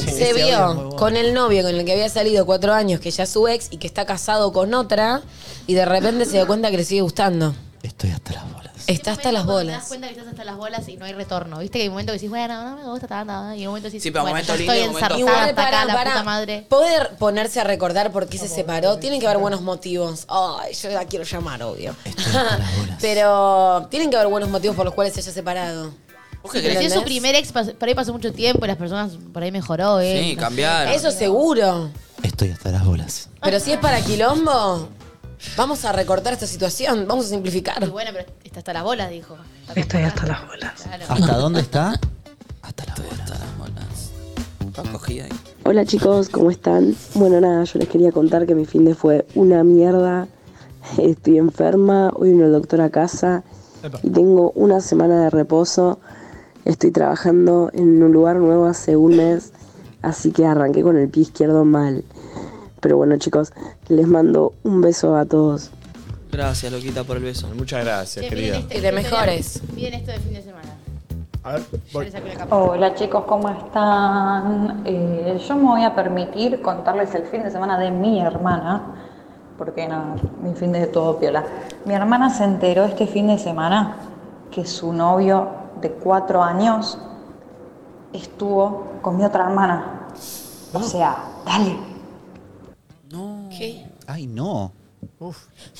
S4: Se
S23: Este
S4: vio con el novio con el que había salido cuatro años, que ya es su ex y que está casado con otra, y de repente se da cuenta que le sigue gustando. Estoy hasta las
S29: Te das
S4: bolas.
S29: cuenta que estás hasta las bolas y no hay retorno. Viste que hay un momento que decís, bueno, no me gusta tanto, y en un momento decís,
S2: Sí, pero
S29: bueno,
S2: momento
S29: ya
S2: lindo,
S29: estoy
S2: momento-
S29: ensartada
S2: Igual,
S29: hasta
S4: Pará,
S29: acá, la
S4: pará.
S29: puta madre.
S4: Poder ponerse a recordar por qué se separó, tienen que haber buenos motivos. Ay, yo la quiero llamar, obvio. [laughs] Pero tienen que haber buenos motivos por los cuales se haya separado.
S29: Sí, pero si es su primer ex, pas- por ahí pasó mucho tiempo y las personas por ahí mejoró, ¿eh? No sé.
S4: Eso seguro.
S5: Estoy hasta las bolas.
S4: Pero si es para quilombo, vamos a recortar esta situación, vamos a simplificar.
S29: Y bueno, pero está hasta las bolas, dijo.
S15: Estoy hasta las bolas.
S29: Claro.
S5: ¿Hasta dónde está?
S2: eh.
S8: Hola chicos, ¿cómo están? Bueno, nada, yo les quería contar que mi fin de fue una mierda. [laughs] Estoy enferma, hoy vino el doctor a casa y tengo una semana de reposo. Estoy trabajando en un lugar nuevo hace un mes, así que arranqué con el pie izquierdo mal. Pero bueno chicos, les mando un beso a todos.
S2: Gracias, Loquita, por el beso.
S1: Muchas gracias,
S4: Y de mejores.
S29: Miren esto de fin de semana.
S6: A ver, voy.
S25: Hola chicos, ¿cómo están? Eh, yo me voy a permitir contarles el fin de semana de mi hermana, porque nada, mi fin de todo piola. Mi hermana se enteró este fin de semana que su novio de cuatro años estuvo con mi otra hermana. O sea, dale.
S4: ¿Qué?
S5: Ay, no.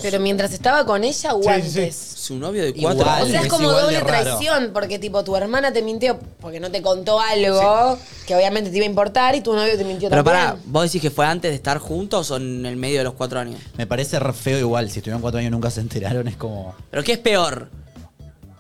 S4: Pero mientras estaba con ella o antes.
S2: Su novio de
S4: O
S2: cuatro
S4: sea,
S2: años.
S4: es como doble traición, porque tipo tu hermana te mintió porque no te contó algo que obviamente te iba a importar y tu novio te mintió
S2: Pero
S4: también.
S2: pará, ¿vos decís que fue antes de estar juntos o en el medio de los cuatro años?
S5: Me parece re feo igual. Si estuvieron cuatro años y nunca se enteraron, es como.
S2: ¿Pero qué es peor?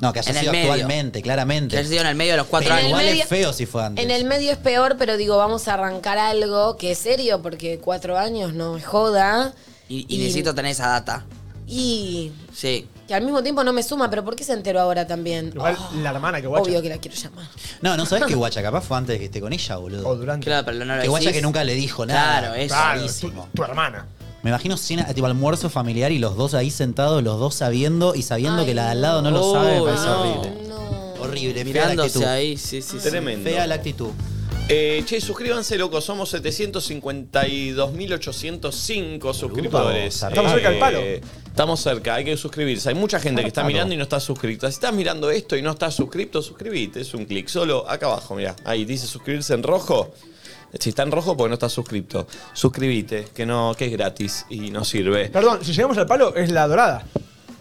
S5: No, que haya
S2: En el
S5: sido
S2: medio.
S5: actualmente, claramente.
S2: Que haya sido en el medio de los cuatro
S5: Pero
S2: años.
S5: Igual
S4: En el
S5: es feo si fue antes.
S4: En el medio es peor, pero digo, vamos a arrancar algo que es serio, porque cuatro años no me joda.
S2: Y, y necesito tener esa data.
S4: Y
S2: Sí.
S4: que al mismo tiempo no me suma, pero ¿por qué se enteró ahora también?
S6: Igual
S4: Oh,
S6: la hermana que guacha.
S4: obvio que la quiero llamar.
S5: No, no sabes que Guacha capaz fue antes de que esté con ella, boludo. O
S6: durante.
S2: Claro, pero no lo
S5: Que Guacha
S2: decís.
S5: que nunca le dijo nada.
S2: Claro,
S5: es
S2: eso.
S5: rarísimo.
S6: Tu hermana.
S5: Me imagino cena, tipo almuerzo familiar y los dos ahí sentados, los dos sabiendo y sabiendo que la de al lado no lo
S2: Oh,
S5: sabe, me parece
S2: no.
S5: horrible. Horrible, mirá la
S2: Mirándose
S5: actitud.
S2: ahí, sí, sí, sí.
S1: Tremendo.
S5: Fea la actitud.
S1: Eh, che, suscríbanse, loco. Somos 752.805 suscriptores. Eh,
S5: Upa, estamos cerca del palo.
S1: Estamos cerca, hay que suscribirse. Hay mucha gente que está
S5: Claro.
S1: mirando y no está suscrita. Si estás mirando esto y no estás suscrito, suscribite. Es un clic. Solo acá abajo, mirá. Ahí dice suscribirse en rojo. Si está en rojo, porque no estás suscrito. Suscribite, que no, que es gratis y no sirve.
S6: Perdón, si llegamos al palo, es la dorada.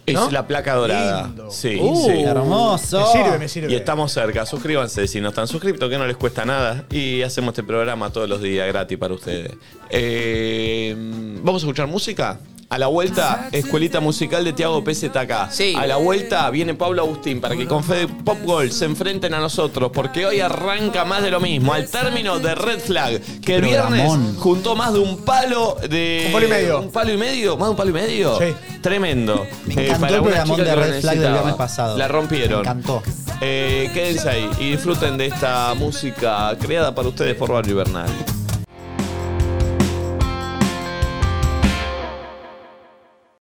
S1: Es
S6: ¿No?
S1: la placa dorada.
S6: Lindo.
S1: Sí,
S6: Uh,
S1: sí.
S6: hermoso. Me sirve, me sirve.
S1: Y estamos cerca. Suscríbanse si no están suscritos, que no les cuesta nada. Y hacemos este programa todos los días gratis para ustedes. Eh, Vamos a escuchar música. A la vuelta, escuelita musical de Tiago PZK.
S2: Sí.
S1: A la vuelta viene Pablo Agustín para que con Fede Pop Gold se enfrenten a nosotros, porque hoy arranca más de lo mismo. Al término de Red Flag, que el viernes
S5: Programón.
S1: juntó más de un palo de.
S6: Un palo y medio.
S1: Un palo y medio, más de un palo y medio.
S6: Sí.
S1: Tremendo. Eh,
S5: Me encantó
S1: para una
S5: el programón
S1: chica
S5: de
S1: que lo
S5: Red Flag del
S1: necesitaba.
S5: viernes pasado.
S1: La rompieron.
S5: Me encantó.
S1: Eh, quédense ahí y disfruten de esta música creada para ustedes por Barrio Bernal.